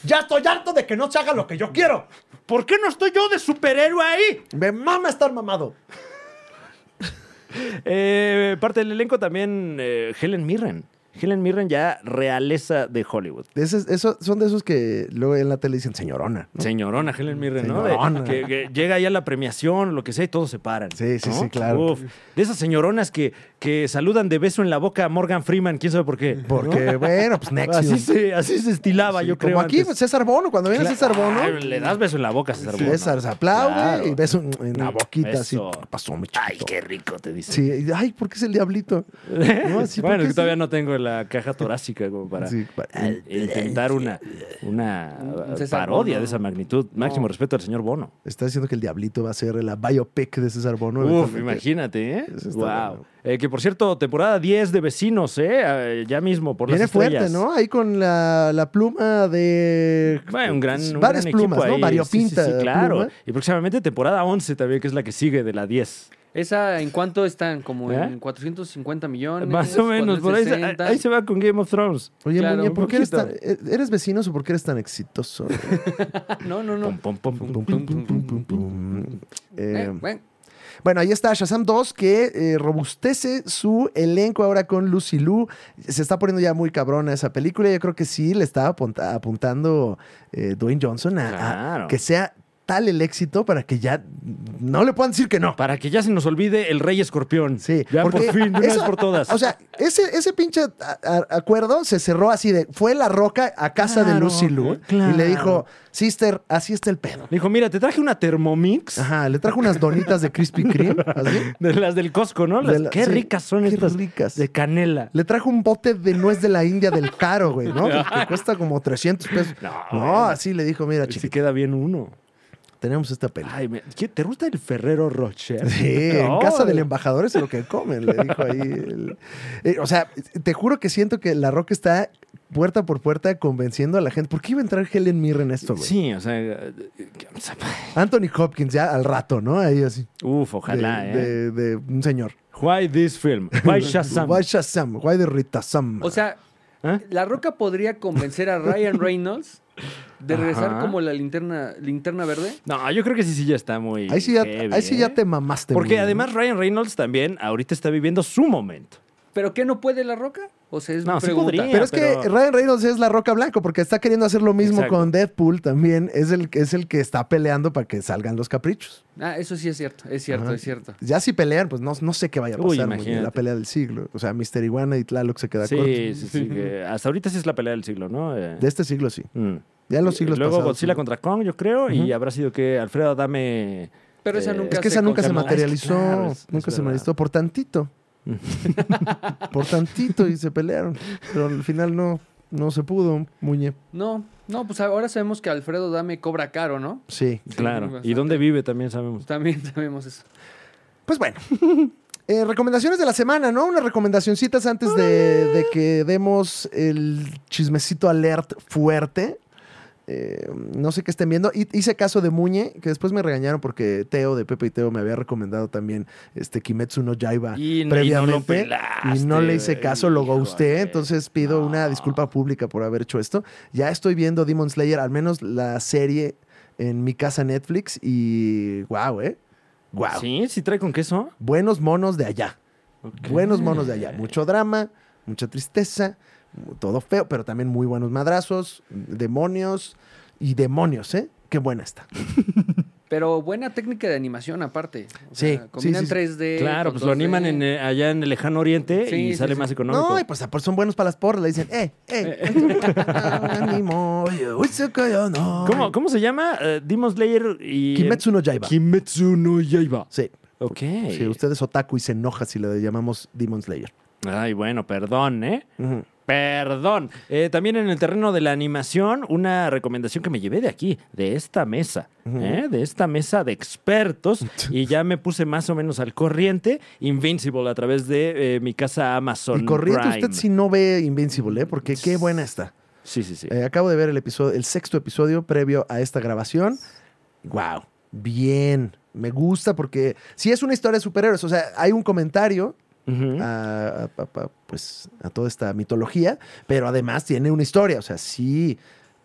[SPEAKER 2] Ya estoy harto de que no se haga lo que yo quiero. ¿Por qué no estoy yo de superhéroe ahí?
[SPEAKER 1] Me mama estar mamado.
[SPEAKER 2] Eh, parte del elenco también eh, Helen Mirren. Helen Mirren ya realeza de Hollywood.
[SPEAKER 1] Ese es- eso, son de esos que luego en la tele dicen señorona. ¿no?
[SPEAKER 2] Señorona Helen Mirren, ¿no? De-
[SPEAKER 1] Señorona.
[SPEAKER 2] que, que llega ya la premiación, lo que sea, y todos se paran.
[SPEAKER 1] Sí, sí,
[SPEAKER 2] ¿no?
[SPEAKER 1] sí, claro.
[SPEAKER 2] Uf, de esas señoronas que, que saludan de beso en la boca a Morgan Freeman, quién sabe por qué.
[SPEAKER 1] Porque, bueno, pues
[SPEAKER 2] Así
[SPEAKER 1] Nexium.
[SPEAKER 2] se, así se estilaba,
[SPEAKER 1] Sí,
[SPEAKER 2] yo creo.
[SPEAKER 1] como aquí,
[SPEAKER 2] antes.
[SPEAKER 1] pues, César Bono, cuando viene
[SPEAKER 2] Claro,
[SPEAKER 1] César Bono,
[SPEAKER 2] ay, Le das beso en la boca a César Bono.
[SPEAKER 1] César se aplaude
[SPEAKER 2] Claro.
[SPEAKER 1] y ves un- en la boquita así.
[SPEAKER 2] Eso.
[SPEAKER 1] ¿Qué pasó, mi
[SPEAKER 2] Ay,
[SPEAKER 1] chiquito?
[SPEAKER 2] qué rico te dice.
[SPEAKER 1] Sí, y, ay, ¿por qué es el diablito? No, así, ¿por
[SPEAKER 2] bueno,
[SPEAKER 1] qué
[SPEAKER 2] es que
[SPEAKER 1] sí?
[SPEAKER 2] todavía no tengo la caja torácica como para
[SPEAKER 1] Sí, pa-
[SPEAKER 2] eh, intentar una, una
[SPEAKER 3] Un
[SPEAKER 2] eh,
[SPEAKER 3] César
[SPEAKER 2] parodia
[SPEAKER 3] Bono.
[SPEAKER 2] de esa magnitud. Máximo
[SPEAKER 3] No.
[SPEAKER 2] respeto al señor Bono.
[SPEAKER 1] Está diciendo que el diablito va a ser la biopic de César Bono.
[SPEAKER 2] Uf,
[SPEAKER 1] eventualmente.
[SPEAKER 2] imagínate, ¿eh?
[SPEAKER 1] Eso está bueno.
[SPEAKER 2] Wow. Eh, que por cierto, temporada 10 de Vecinos, ¿eh? Eh, Ya mismo, por
[SPEAKER 1] Viene
[SPEAKER 2] las estrellas.
[SPEAKER 1] fuerte, ¿no? Ahí con la, la pluma de...
[SPEAKER 2] Bueno, un gran, un
[SPEAKER 1] Varias
[SPEAKER 2] gran
[SPEAKER 1] plumas,
[SPEAKER 2] equipo
[SPEAKER 1] ¿no?
[SPEAKER 2] ahí.
[SPEAKER 1] Variopinta
[SPEAKER 2] Sí, sí, sí, claro.
[SPEAKER 1] pluma.
[SPEAKER 2] Y próximamente temporada 11 también, que es la que sigue de la 10.
[SPEAKER 3] ¿Esa en cuánto están? ¿Como
[SPEAKER 2] ¿Eh?
[SPEAKER 3] en 450 millones?
[SPEAKER 2] Más o menos, por ahí se, ahí
[SPEAKER 3] 460.
[SPEAKER 2] ahí se va con Game of Thrones.
[SPEAKER 1] Oye,
[SPEAKER 3] Claro,
[SPEAKER 1] Muñe,
[SPEAKER 3] un
[SPEAKER 1] ¿por qué eres, tan, eh,
[SPEAKER 3] poquito.
[SPEAKER 1] eres vecino o por qué eres tan exitoso?
[SPEAKER 3] No, no, no.
[SPEAKER 2] Pum, pum, pum,
[SPEAKER 1] Pum,
[SPEAKER 2] pum, pum.
[SPEAKER 1] pum, pum, pum, pum, pum.
[SPEAKER 3] Eh,
[SPEAKER 1] Eh,
[SPEAKER 3] bueno.
[SPEAKER 1] bueno, ahí está Shazam 2 que eh, robustece su elenco ahora con Lucy Liu. Se está poniendo ya muy cabrona esa película. Yo creo que sí le está apunta- apuntando eh, Dwayne Johnson a, a
[SPEAKER 2] Claro.
[SPEAKER 1] que sea tal el éxito para que ya no le puedan decir que no.
[SPEAKER 2] Para que ya se nos olvide el Rey Escorpión.
[SPEAKER 1] Sí,
[SPEAKER 2] Ya por
[SPEAKER 1] porque
[SPEAKER 2] fin, de una
[SPEAKER 1] eso-
[SPEAKER 2] vez por todas.
[SPEAKER 1] O sea, ese, ese pinche a- a- acuerdo se cerró así de. Fue la roca a casa de
[SPEAKER 2] Claro,
[SPEAKER 1] Lucy Liu y
[SPEAKER 2] claro.
[SPEAKER 1] le dijo, Sister, así está el pedo.
[SPEAKER 2] Dijo, mira, te traje una Thermomix.
[SPEAKER 1] Ajá, le trajo unas donitas de Krispy Kreme. así.
[SPEAKER 2] De las del Costco, ¿no?
[SPEAKER 1] De
[SPEAKER 2] Las-
[SPEAKER 1] la-
[SPEAKER 2] qué
[SPEAKER 1] sí,
[SPEAKER 2] ricas son
[SPEAKER 1] qué
[SPEAKER 2] estas.
[SPEAKER 1] ricas.
[SPEAKER 2] De canela.
[SPEAKER 1] Le trajo un bote de nuez de la India del caro, güey, ¿no? Que cuesta como 300 pesos. No,
[SPEAKER 2] bueno.
[SPEAKER 1] así le dijo, mira,
[SPEAKER 2] Si
[SPEAKER 1] chiquito,
[SPEAKER 2] queda bien uno.
[SPEAKER 1] tenemos esta pelea.
[SPEAKER 2] Ay, me- ¿qué- ¿te gusta el Ferrero Rocher? Oh,
[SPEAKER 1] Sí, en
[SPEAKER 2] No,
[SPEAKER 1] casa del
[SPEAKER 2] el-
[SPEAKER 1] embajador es lo que comen, le dijo ahí. el- Eh, o sea, te juro que siento que La Roca está puerta por puerta convenciendo a la gente. ¿Por qué iba a entrar Helen Mirren en esto, güey?
[SPEAKER 2] Sí, o sea. eh,
[SPEAKER 1] Anthony Hopkins ya al rato, ¿no? Ahí así.
[SPEAKER 2] Uf, ojalá,
[SPEAKER 1] de,
[SPEAKER 2] ¿eh?
[SPEAKER 1] de- de un señor.
[SPEAKER 2] Why this film? Why Shazam?
[SPEAKER 1] Why Shazam? Why the Rita Sam?
[SPEAKER 3] O sea,
[SPEAKER 2] ¿Eh?
[SPEAKER 3] La Roca podría convencer a Ryan Reynolds de regresar
[SPEAKER 2] Ajá.
[SPEAKER 3] como la linterna, linterna verde.
[SPEAKER 2] No, yo creo que sí, sí, ya está muy.
[SPEAKER 1] ahí, sí ya,
[SPEAKER 2] heavy,
[SPEAKER 1] ahí sí ya
[SPEAKER 2] ¿eh?
[SPEAKER 1] te mamaste.
[SPEAKER 2] Porque
[SPEAKER 1] güey.
[SPEAKER 2] además Ryan Reynolds también ahorita está viviendo su momento.
[SPEAKER 3] ¿Pero qué no puede La Roca? O sea, es
[SPEAKER 2] No, sí
[SPEAKER 3] pregunta.
[SPEAKER 2] podría.
[SPEAKER 1] Pero es que
[SPEAKER 2] pero-
[SPEAKER 1] Ryan Reynolds es la roca blanco porque está queriendo hacer lo mismo
[SPEAKER 2] Exacto.
[SPEAKER 1] con Deadpool también. Es el, es el que está peleando para que salgan los caprichos.
[SPEAKER 3] Ah, eso sí es cierto, es cierto,
[SPEAKER 1] Ajá.
[SPEAKER 3] es cierto.
[SPEAKER 1] Ya si pelean, pues no, no sé qué vaya a
[SPEAKER 2] Uy,
[SPEAKER 1] pasar. muy bien,
[SPEAKER 2] imagínate.
[SPEAKER 1] la pelea del siglo. O sea, Mister Iguana y Tlaloc se queda
[SPEAKER 2] Sí,
[SPEAKER 1] corto.
[SPEAKER 2] sí, sí, que hasta ahorita sí es la pelea del siglo, ¿no? Eh,
[SPEAKER 1] De este siglo sí.
[SPEAKER 2] mm.
[SPEAKER 1] Ya en los siglos
[SPEAKER 2] Luego
[SPEAKER 1] pasados.
[SPEAKER 2] Godzilla
[SPEAKER 1] sí.
[SPEAKER 2] contra Kong, yo creo, y habrá sido que Alfredo Adame.
[SPEAKER 3] Pero esa
[SPEAKER 2] Eh,
[SPEAKER 3] nunca
[SPEAKER 1] Es que esa nunca se
[SPEAKER 3] consumó.
[SPEAKER 2] contra- material-
[SPEAKER 1] materializó.
[SPEAKER 2] Ah, es que claro, es-
[SPEAKER 1] nunca
[SPEAKER 2] es
[SPEAKER 1] se
[SPEAKER 2] verdad.
[SPEAKER 1] materializó. Por tantito. por tantito y se pelearon. Pero al final no, no se pudo, Muñe.
[SPEAKER 3] No, no, pues ahora sabemos que Alfredo Dame cobra caro, ¿no?
[SPEAKER 1] Sí.
[SPEAKER 2] claro.
[SPEAKER 3] bastante.
[SPEAKER 2] Y dónde vive también sabemos.
[SPEAKER 3] También sabemos eso.
[SPEAKER 1] Pues bueno. Eh, recomendaciones de la semana, ¿no? Unas recomendacioncitas antes de, de que demos el chismecito alert fuerte. Eh, no sé qué estén viendo. Hi- Hice caso de Muñe, que después me regañaron porque Teo de Pepe y Teo me había recomendado también este Kimetsu no Yaiba
[SPEAKER 2] Y, y no lo
[SPEAKER 1] previamente.
[SPEAKER 2] pelaste,
[SPEAKER 1] y no le hice
[SPEAKER 2] güey.
[SPEAKER 1] caso, lo
[SPEAKER 2] Híjole.
[SPEAKER 1] ghosté. Entonces pido una
[SPEAKER 2] No.
[SPEAKER 1] disculpa pública por haber hecho esto. Ya estoy viendo Demon Slayer, al menos la serie en mi casa Netflix. Y wow, ¿eh? Wow.
[SPEAKER 2] Sí, sí trae con queso.
[SPEAKER 1] Buenos monos de allá.
[SPEAKER 2] Ok.
[SPEAKER 1] Buenos monos de allá. Mucho drama, mucha tristeza, todo feo, pero también muy buenos madrazos, demonios y demonios, ¿eh? Qué buena está.
[SPEAKER 3] Pero buena técnica de animación aparte. O
[SPEAKER 1] Sí,
[SPEAKER 3] sea, combinan
[SPEAKER 1] sí, sí.
[SPEAKER 3] 3D.
[SPEAKER 2] Claro,
[SPEAKER 3] con
[SPEAKER 2] pues lo
[SPEAKER 3] 2D.
[SPEAKER 2] animan en, eh, allá en el lejano oriente
[SPEAKER 3] Sí,
[SPEAKER 2] y
[SPEAKER 3] sí,
[SPEAKER 2] sale
[SPEAKER 3] sí.
[SPEAKER 2] más económico.
[SPEAKER 1] No, y pues aparte son buenos para las porras. Le dicen, eh, eh. ánimo, uy, se cayó, no.
[SPEAKER 2] ¿Cómo, cómo se llama? Eh, Demon Slayer y.
[SPEAKER 1] Kimetsu no Yaiba.
[SPEAKER 2] Kimetsu no Yaiba.
[SPEAKER 1] Sí.
[SPEAKER 2] Ok.
[SPEAKER 1] Sí, usted es otaku y se enoja si le llamamos Demon Slayer.
[SPEAKER 2] Ay, bueno, perdón, ¿eh?
[SPEAKER 1] Ujú.
[SPEAKER 2] Perdón. Eh, también en el terreno de la animación, una recomendación que me llevé de aquí, de esta mesa, ¿eh? de esta mesa de expertos, y ya me puse más o menos al corriente, Invincible, a través de eh, mi casa Amazon.
[SPEAKER 1] Y corriente
[SPEAKER 2] Prime.
[SPEAKER 1] usted si no ve Invincible, ¿eh? Porque qué buena está.
[SPEAKER 2] Sí, sí, sí.
[SPEAKER 1] Eh, acabo de ver el episodio, el sexto episodio previo a esta grabación. Wow, bien. Me gusta porque si es una historia de superhéroes, o sea, hay un comentario
[SPEAKER 2] Ujú.
[SPEAKER 1] Ah. a, a- a- a- pues, a toda esta mitología, pero además tiene una historia, o sea, sí,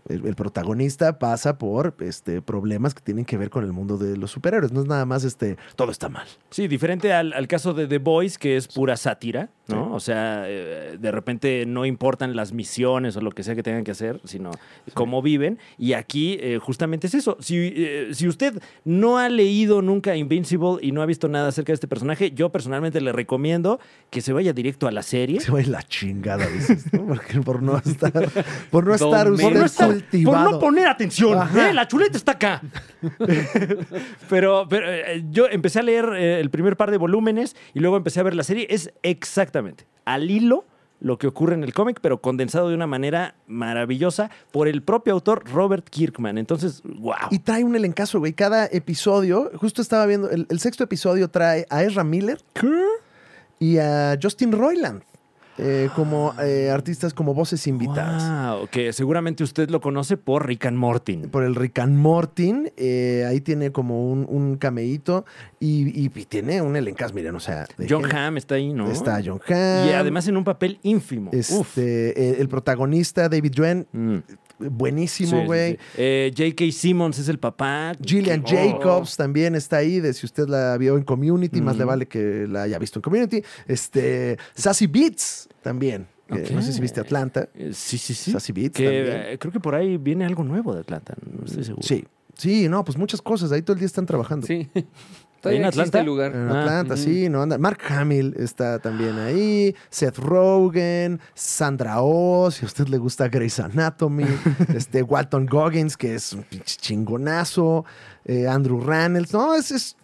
[SPEAKER 1] el, el protagonista pasa por este, problemas que tienen que ver con el mundo de los superhéroes, no es nada más este, todo está mal.
[SPEAKER 2] Sí, diferente al, al caso de The Boys, que es pura sátira, ¿no? O sea, eh, de repente no importan las misiones o lo que sea que tengan que hacer, sino cómo viven. Y aquí eh, justamente es eso. Si, eh, si usted no ha leído nunca Invincible y no ha visto nada acerca de este personaje, yo personalmente le recomiendo que se vaya directo a la serie.
[SPEAKER 1] Se va a ir la chingada, dices, ¿no? Porque por no estar, por no estar
[SPEAKER 3] Domingo.
[SPEAKER 1] usted
[SPEAKER 3] Por no
[SPEAKER 2] estar-
[SPEAKER 1] cultivado.
[SPEAKER 2] por no poner atención.
[SPEAKER 1] Ajá.
[SPEAKER 2] ¿eh? La chuleta está acá. pero pero eh, yo empecé a leer eh, el primer par de volúmenes y luego empecé a ver la serie. Es exactamente al hilo lo que ocurre en el cómic, pero condensado de una manera maravillosa por el propio autor Robert Kirkman. Entonces, wow.
[SPEAKER 1] Y trae un elencazo, güey. Cada episodio, justo estaba viendo, el, el sexto episodio trae a Ezra Miller y a Justin Roiland eh, como eh, artistas, como voces invitadas.
[SPEAKER 2] Wow, que seguramente usted lo conoce por Rick and Morty.
[SPEAKER 1] Por el Rick and Mortin, ahí tiene como un, un cameíto y, y- y tiene un elencazo, miren, o sea. de
[SPEAKER 2] John
[SPEAKER 1] gente.
[SPEAKER 2] Hamm está ahí, ¿no?
[SPEAKER 1] Está John Hamm.
[SPEAKER 2] Y además en un papel ínfimo.
[SPEAKER 1] este,
[SPEAKER 2] Uf.
[SPEAKER 1] eh, el protagonista, David Duen,
[SPEAKER 2] Mm.
[SPEAKER 1] buenísimo,
[SPEAKER 2] Sí,
[SPEAKER 1] güey.
[SPEAKER 2] sí, sí. Eh, J.K. Simmons es el papá.
[SPEAKER 1] Gillian
[SPEAKER 2] Oh.
[SPEAKER 1] Jacobs también está ahí, de si usted la vio en Community, más
[SPEAKER 2] Mm.
[SPEAKER 1] le vale que la haya visto en Community. Este, Sassy Beats también, que
[SPEAKER 2] Ok.
[SPEAKER 1] no sé si viste Atlanta.
[SPEAKER 2] Eh, Sí, sí, sí.
[SPEAKER 1] Sassy Beats también.
[SPEAKER 2] Que, eh, creo que por ahí viene algo nuevo de Atlanta, no estoy seguro.
[SPEAKER 1] Sí, sí, no, pues muchas cosas, ahí todo el día están trabajando.
[SPEAKER 3] Sí.
[SPEAKER 2] ¿Ahí en
[SPEAKER 3] Todavía existe
[SPEAKER 2] Atlanta?
[SPEAKER 3] el lugar.
[SPEAKER 1] En
[SPEAKER 2] Ah,
[SPEAKER 1] Atlanta,
[SPEAKER 3] ujú.
[SPEAKER 1] sí, no anda. Mark Hamill está también ahí, Seth Rogen, Sandra Oh, si a usted le gusta Grey's Anatomy, este Walton Goggins, que es un pinche chingonazo, eh, Andrew Rannells, no, es, es,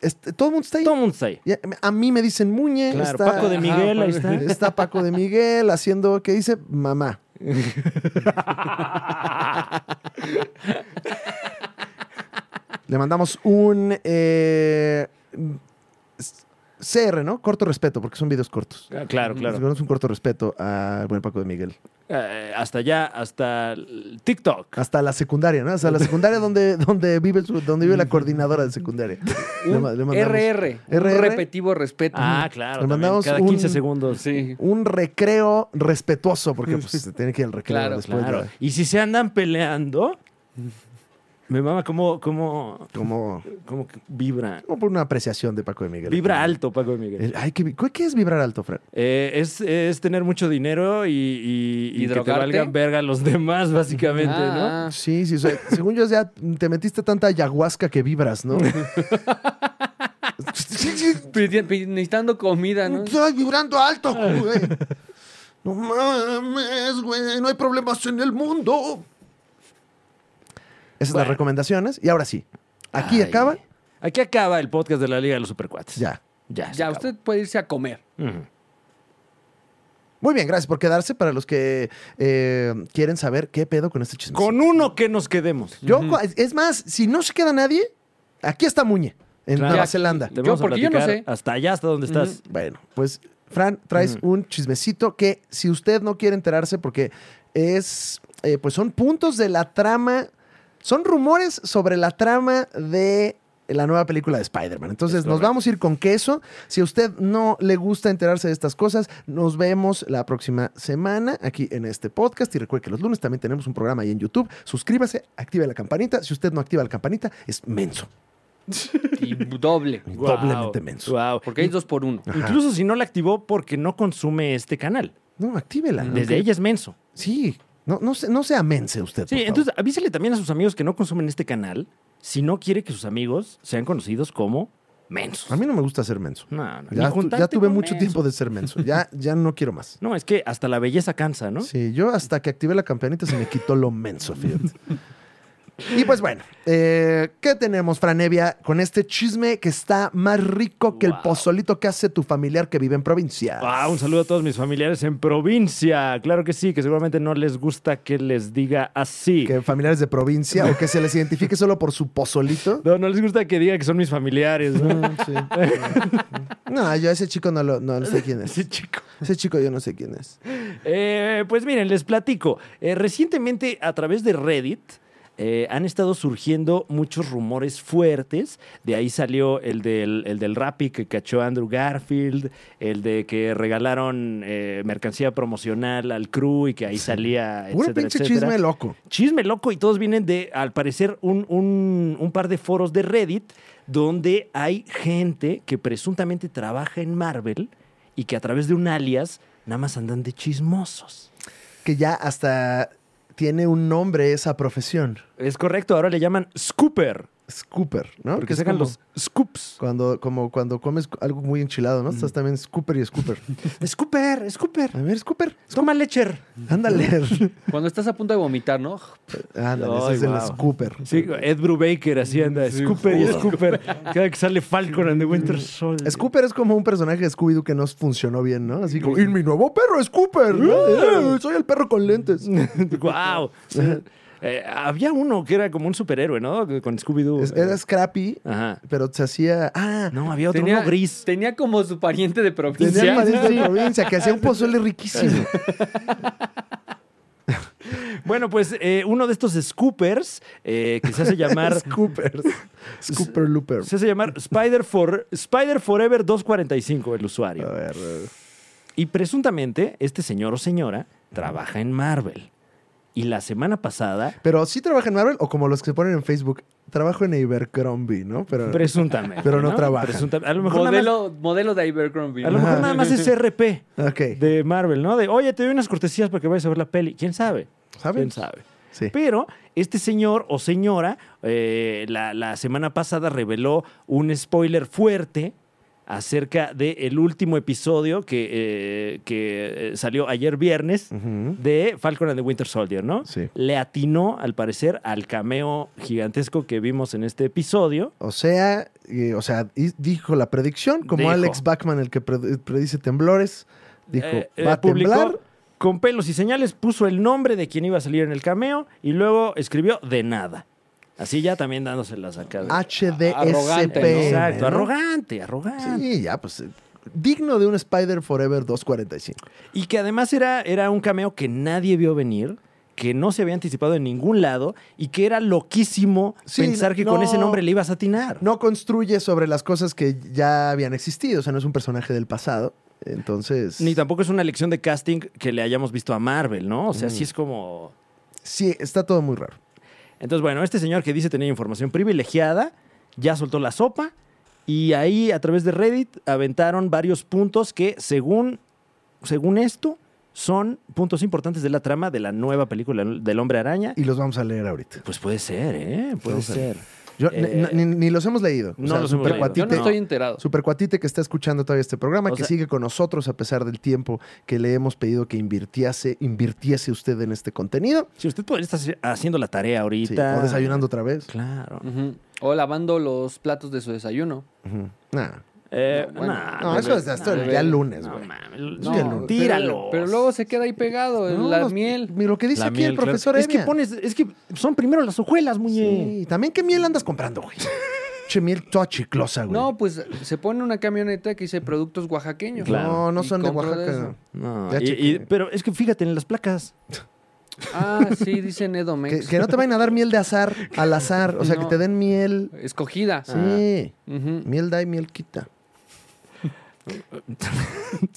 [SPEAKER 1] es- todo el mundo está ahí.
[SPEAKER 2] Tom Unsay.
[SPEAKER 1] Ya, A mí me dicen Muñe.
[SPEAKER 2] Claro,
[SPEAKER 1] está,
[SPEAKER 2] Paco de
[SPEAKER 3] Ajá,
[SPEAKER 2] Miguel, ahí
[SPEAKER 3] Paco-
[SPEAKER 2] está.
[SPEAKER 1] está Paco de Miguel haciendo, ¿qué dice? Mamá. Le mandamos un eh, CR, ¿no? Corto respeto, porque son videos cortos.
[SPEAKER 2] Ah, Claro,
[SPEAKER 1] Les
[SPEAKER 2] claro.
[SPEAKER 1] mandamos un corto respeto al buen Paco de Miguel.
[SPEAKER 2] Eh, hasta allá, hasta el TikTok.
[SPEAKER 1] Hasta la secundaria, ¿no? Hasta la secundaria donde, donde, vive, su- donde vive la coordinadora de secundaria. Le
[SPEAKER 3] Un
[SPEAKER 1] ma- le mandamos
[SPEAKER 3] RR. un
[SPEAKER 1] RR.
[SPEAKER 3] repetivo respeto.
[SPEAKER 2] Ah, claro.
[SPEAKER 1] Le
[SPEAKER 2] también,
[SPEAKER 1] mandamos
[SPEAKER 2] Cada
[SPEAKER 1] un-
[SPEAKER 2] 15 segundos.
[SPEAKER 3] Sí.
[SPEAKER 1] Un recreo respetuoso, porque pues, se tiene que ir al recreo
[SPEAKER 3] Claro,
[SPEAKER 1] después.
[SPEAKER 2] Claro.
[SPEAKER 1] ya,
[SPEAKER 2] Y si se andan peleando, me mama cómo, cómo,
[SPEAKER 1] Como,
[SPEAKER 2] cómo que vibra.
[SPEAKER 1] como por una apreciación de Paco de Miguel.
[SPEAKER 2] Vibra alto, Paco de Miguel.
[SPEAKER 1] El- Ay, qué, vi- ¿qué es vibrar alto, Fran?
[SPEAKER 2] Eh, es, es tener mucho dinero y, y- y
[SPEAKER 3] ¿Y
[SPEAKER 2] que te
[SPEAKER 3] drogarte?
[SPEAKER 2] valgan verga los demás, básicamente,
[SPEAKER 3] Ah, ah.
[SPEAKER 1] Sí, sí. o sea, según yo, ya te metiste tanta ayahuasca que vibras, ¿no?
[SPEAKER 3] Pidi- pidi- Necesitando comida, ¿no?
[SPEAKER 1] Estoy vibrando alto, güey. No mames, güey. No hay problemas en el mundo. Esas son las
[SPEAKER 2] Bueno.
[SPEAKER 1] recomendaciones. Y ahora sí. Aquí
[SPEAKER 2] Ay.
[SPEAKER 1] acaba.
[SPEAKER 2] ¿no? Aquí acaba el podcast de la Liga de los Supercuates.
[SPEAKER 1] Ya.
[SPEAKER 2] Ya, se
[SPEAKER 3] Ya,
[SPEAKER 2] acabó.
[SPEAKER 3] usted puede irse a comer.
[SPEAKER 2] Ujú.
[SPEAKER 1] Muy bien, gracias por quedarse. Para los que eh, quieren saber qué pedo con este chisme.
[SPEAKER 2] Con uno que nos quedemos.
[SPEAKER 1] Yo, es más, si no se queda nadie, aquí está Muñe, en
[SPEAKER 2] Claro.
[SPEAKER 1] Nueva
[SPEAKER 3] Aquí-
[SPEAKER 1] Zelanda.
[SPEAKER 2] Te vamos
[SPEAKER 3] Yo,
[SPEAKER 2] a
[SPEAKER 3] porque yo no
[SPEAKER 2] platicar
[SPEAKER 3] sé.
[SPEAKER 2] Hasta allá, hasta donde estás.
[SPEAKER 1] Bueno, pues Fran, traes un chismecito que si usted no quiere enterarse porque es, eh, pues son puntos de la trama, son rumores sobre la trama de la nueva película de Spider-Man. Entonces nos vamos a ir con queso. Si a usted no le gusta enterarse de estas cosas, nos vemos la próxima semana aquí en este podcast. Y recuerde que los lunes también tenemos un programa ahí en YouTube. Suscríbase, active la campanita. Si usted no activa la campanita, es menso.
[SPEAKER 3] Y doble.
[SPEAKER 2] Guau,
[SPEAKER 1] Doblemente menso.
[SPEAKER 2] guau.
[SPEAKER 3] Porque hay dos por uno.
[SPEAKER 1] Ajá.
[SPEAKER 2] Incluso si no la activó porque no consume este canal.
[SPEAKER 1] No, actívela.
[SPEAKER 2] Desde
[SPEAKER 1] aunque-
[SPEAKER 2] ella es menso.
[SPEAKER 1] Sí. No, no, se- no sea mense usted. por
[SPEAKER 2] Sí,
[SPEAKER 1] favor.
[SPEAKER 2] entonces avísele también a sus amigos que no consumen este canal si no quiere que sus amigos sean conocidos como mensos.
[SPEAKER 1] A
[SPEAKER 3] Ah,
[SPEAKER 1] mí no me gusta ser menso.
[SPEAKER 2] No, no, ni
[SPEAKER 1] Ya, tu-
[SPEAKER 2] juntarte
[SPEAKER 1] ya tuve
[SPEAKER 2] con
[SPEAKER 1] mucho
[SPEAKER 2] mensos.
[SPEAKER 1] tiempo de ser menso. Ya, ya no quiero más.
[SPEAKER 2] No, es que hasta la belleza cansa, ¿no?
[SPEAKER 1] Sí, yo hasta que activé la campanita se me quitó lo menso, fíjate. Y pues bueno, eh, ¿qué tenemos, Franevia, con este chisme que está más rico que el
[SPEAKER 2] Wow.
[SPEAKER 1] pozolito que hace tu familiar que vive en provincia?
[SPEAKER 2] Ah, un saludo a todos mis familiares en provincia. Claro que sí, que seguramente no les gusta que les diga así.
[SPEAKER 1] Que familiares de provincia o que se les identifique solo por su pozolito.
[SPEAKER 2] No, no les gusta que diga que son mis familiares. ¿no?
[SPEAKER 1] Mm, sí. No, yo a ese chico no, lo, no, no sé quién es.
[SPEAKER 2] Ese chico.
[SPEAKER 1] Ese chico yo no sé quién es.
[SPEAKER 2] Eh, pues miren, les platico. Eh, recientemente, a través de Reddit, eh, han estado surgiendo muchos rumores fuertes. De ahí salió el del, el del Rappi que cachó Andrew Garfield, el de que regalaron eh, mercancía promocional al crew y que ahí salía.
[SPEAKER 1] Puro
[SPEAKER 2] etcétera,
[SPEAKER 1] pinche
[SPEAKER 2] etcétera.
[SPEAKER 1] chisme loco.
[SPEAKER 2] Chisme loco y todos vienen de, al parecer, un, un- un par de foros de Reddit donde hay gente que presuntamente trabaja en Marvel y que a través de un alias nada más andan de chismosos.
[SPEAKER 1] que ya hasta tiene un nombre esa profesión.
[SPEAKER 2] Es correcto, ahora le llaman scooper,
[SPEAKER 1] Scooper, ¿no?
[SPEAKER 2] porque
[SPEAKER 1] Que es
[SPEAKER 2] sacan
[SPEAKER 1] como
[SPEAKER 2] los scoops.
[SPEAKER 1] Cuando, como cuando comes algo muy enchilado, ¿no? Estás también scooper y scooper.
[SPEAKER 2] Scooper, scooper.
[SPEAKER 1] A ver, scooper.
[SPEAKER 2] Toma lecher.
[SPEAKER 1] Ándale.
[SPEAKER 3] Cuando estás a punto de vomitar, ¿no?
[SPEAKER 1] Ándale, ese
[SPEAKER 2] Ay,
[SPEAKER 1] es el
[SPEAKER 2] guau.
[SPEAKER 1] scooper.
[SPEAKER 2] Sí, Ed Brubaker así anda, scooper y
[SPEAKER 1] justo.
[SPEAKER 2] scooper. Cada que sale Falcon and the Winter Soldier.
[SPEAKER 1] Scooper es como un personaje de Scooby-Doo que no funcionó bien, ¿no? Así como, ¡y mi nuevo perro, Scooper! ¡Eh, ¡Soy el perro con lentes!
[SPEAKER 2] wow. Eh, había uno que era como un superhéroe, ¿no? Con Scooby-Doo.
[SPEAKER 1] Es- Era Scrappy,
[SPEAKER 2] Ajá.
[SPEAKER 1] pero se hacía... ¡Ah!
[SPEAKER 2] No, había otro uno gris.
[SPEAKER 3] tenía como su pariente de provincia.
[SPEAKER 1] Tenía pariente de provincia que hacía un pozole riquísimo.
[SPEAKER 2] Bueno, pues eh, uno de estos scoopers eh, que se hace llamar.
[SPEAKER 1] Scoopers. Scooper Looper.
[SPEAKER 2] Se hace llamar Spider, for, Spider Forever 245 el
[SPEAKER 1] A
[SPEAKER 2] usuario.
[SPEAKER 1] ver... eh.
[SPEAKER 2] Y presuntamente este señor o señora trabaja en Marvel. Y la semana pasada,
[SPEAKER 1] Pero sí trabaja en Marvel o como los que se ponen en Facebook, trabajo en Abercrombie, ¿no?
[SPEAKER 2] Ah.
[SPEAKER 1] Pero
[SPEAKER 2] presuntamente.
[SPEAKER 1] Pero no trabaja.
[SPEAKER 2] Presunta- a lo mejor, nada más,
[SPEAKER 3] modelo, modelo de Abercrombie.
[SPEAKER 2] a lo mejor
[SPEAKER 1] Ajá.
[SPEAKER 2] nada más es RP
[SPEAKER 1] ok,
[SPEAKER 2] de Marvel, ¿no? De, oye, te doy unas cortesías para que vayas a ver la peli. ¿Quién sabe?
[SPEAKER 1] ¿saben?
[SPEAKER 2] ¿Quién sabe?
[SPEAKER 1] Sí.
[SPEAKER 2] Pero este señor o señora eh, la, la semana pasada reveló un spoiler fuerte acerca del último episodio que, eh, que eh, salió ayer viernes
[SPEAKER 1] Ujú.
[SPEAKER 2] de Falcon and the Winter Soldier, ¿no?
[SPEAKER 1] Sí.
[SPEAKER 2] Le atinó, al parecer, al cameo gigantesco que vimos en este episodio.
[SPEAKER 1] O sea, eh, o sea, y- dijo la predicción, como
[SPEAKER 2] Dijo.
[SPEAKER 1] Alex Bachman, el que pre- predice temblores, dijo,
[SPEAKER 2] Eh, eh,
[SPEAKER 1] va a
[SPEAKER 2] publicó
[SPEAKER 1] temblar.
[SPEAKER 2] Con pelos y señales puso el nombre de quien iba a salir en el cameo y luego escribió de nada. Así ya también dándoselas acá.
[SPEAKER 1] Ah,
[SPEAKER 2] de-
[SPEAKER 1] HDSP.
[SPEAKER 3] Arrogante, ¿no?
[SPEAKER 2] Exacto,
[SPEAKER 1] ¿no?
[SPEAKER 2] arrogante, arrogante.
[SPEAKER 1] Sí, ya, pues. eh, Digno de un Spider Forever 245.
[SPEAKER 2] Y que además era, era un cameo que nadie vio venir, que no se había anticipado en ningún lado y que era loquísimo
[SPEAKER 1] Sí,
[SPEAKER 2] pensar que con
[SPEAKER 1] no.
[SPEAKER 2] ese nombre le ibas a atinar.
[SPEAKER 1] No construye sobre las cosas que ya habían existido. O sea, no es un personaje del pasado. Entonces.
[SPEAKER 2] Ni tampoco es una lección de casting que le hayamos visto a Marvel, ¿no? O sea, sí es como...
[SPEAKER 1] Sí, está todo muy raro.
[SPEAKER 2] Entonces, bueno, este señor que dice tener información privilegiada ya soltó la sopa y ahí a través de Reddit aventaron varios puntos que según, según esto son puntos importantes de la trama de la nueva película del hombre araña.
[SPEAKER 1] Y los vamos a leer ahorita.
[SPEAKER 2] Pues puede ser, ¿eh? Puede
[SPEAKER 1] Vamos a ver.
[SPEAKER 2] ser.
[SPEAKER 1] Yo-
[SPEAKER 2] Eh,
[SPEAKER 1] ni, ni- ni los hemos leído.
[SPEAKER 2] no los hemos leído.
[SPEAKER 3] Yo no
[SPEAKER 1] Supercuatite-
[SPEAKER 3] estoy enterado.
[SPEAKER 1] Supercuatite que está escuchando todavía este programa,
[SPEAKER 2] O
[SPEAKER 1] que
[SPEAKER 2] sea-
[SPEAKER 1] sigue con nosotros a pesar del tiempo que le hemos pedido que invirtiese, invirtiese usted en este contenido.
[SPEAKER 2] Si usted puede estar haciendo la tarea
[SPEAKER 1] Sí,
[SPEAKER 2] ahorita.
[SPEAKER 1] o desayunando otra vez.
[SPEAKER 2] Claro.
[SPEAKER 3] Ujú. O lavando los platos de su desayuno.
[SPEAKER 1] Ujú. Nah.
[SPEAKER 2] Eh,
[SPEAKER 3] No, bueno.
[SPEAKER 2] nah,
[SPEAKER 1] No,
[SPEAKER 2] güey,
[SPEAKER 1] eso es hasta el
[SPEAKER 3] bebé.
[SPEAKER 1] día lunes,
[SPEAKER 2] No,
[SPEAKER 1] güey.
[SPEAKER 2] mames,
[SPEAKER 1] Sí, el-
[SPEAKER 2] no, tíralo.
[SPEAKER 3] Pero, pero luego se queda ahí pegado, en
[SPEAKER 1] No,
[SPEAKER 3] Pues la
[SPEAKER 1] los-
[SPEAKER 3] miel.
[SPEAKER 1] Lo que dice
[SPEAKER 2] La
[SPEAKER 1] aquí
[SPEAKER 2] miel,
[SPEAKER 1] el
[SPEAKER 2] claro.
[SPEAKER 1] profesor
[SPEAKER 2] Es que
[SPEAKER 1] Evia.
[SPEAKER 2] pones, es que son primero las hojuelas, muñe.
[SPEAKER 1] Sí, también qué miel andas comprando, güey. che, miel toda chiclosa, güey.
[SPEAKER 3] No, pues se pone una camioneta que dice productos oaxaqueños.
[SPEAKER 2] Claro.
[SPEAKER 1] no, no
[SPEAKER 3] Y
[SPEAKER 1] son de
[SPEAKER 3] compro de
[SPEAKER 1] Oaxaca.
[SPEAKER 3] eso.
[SPEAKER 2] No,
[SPEAKER 1] Ya
[SPEAKER 2] y-
[SPEAKER 1] chequé.
[SPEAKER 2] y- pero es que fíjate en las placas.
[SPEAKER 3] Ah, sí, dice
[SPEAKER 1] que,
[SPEAKER 3] Nedomex.
[SPEAKER 1] que no te vayan a dar miel de azar, al azar. O sea,
[SPEAKER 3] No.
[SPEAKER 1] que te den miel.
[SPEAKER 3] Escogida.
[SPEAKER 2] Ah.
[SPEAKER 1] Sí.
[SPEAKER 3] Ujú.
[SPEAKER 1] Miel da y miel quita.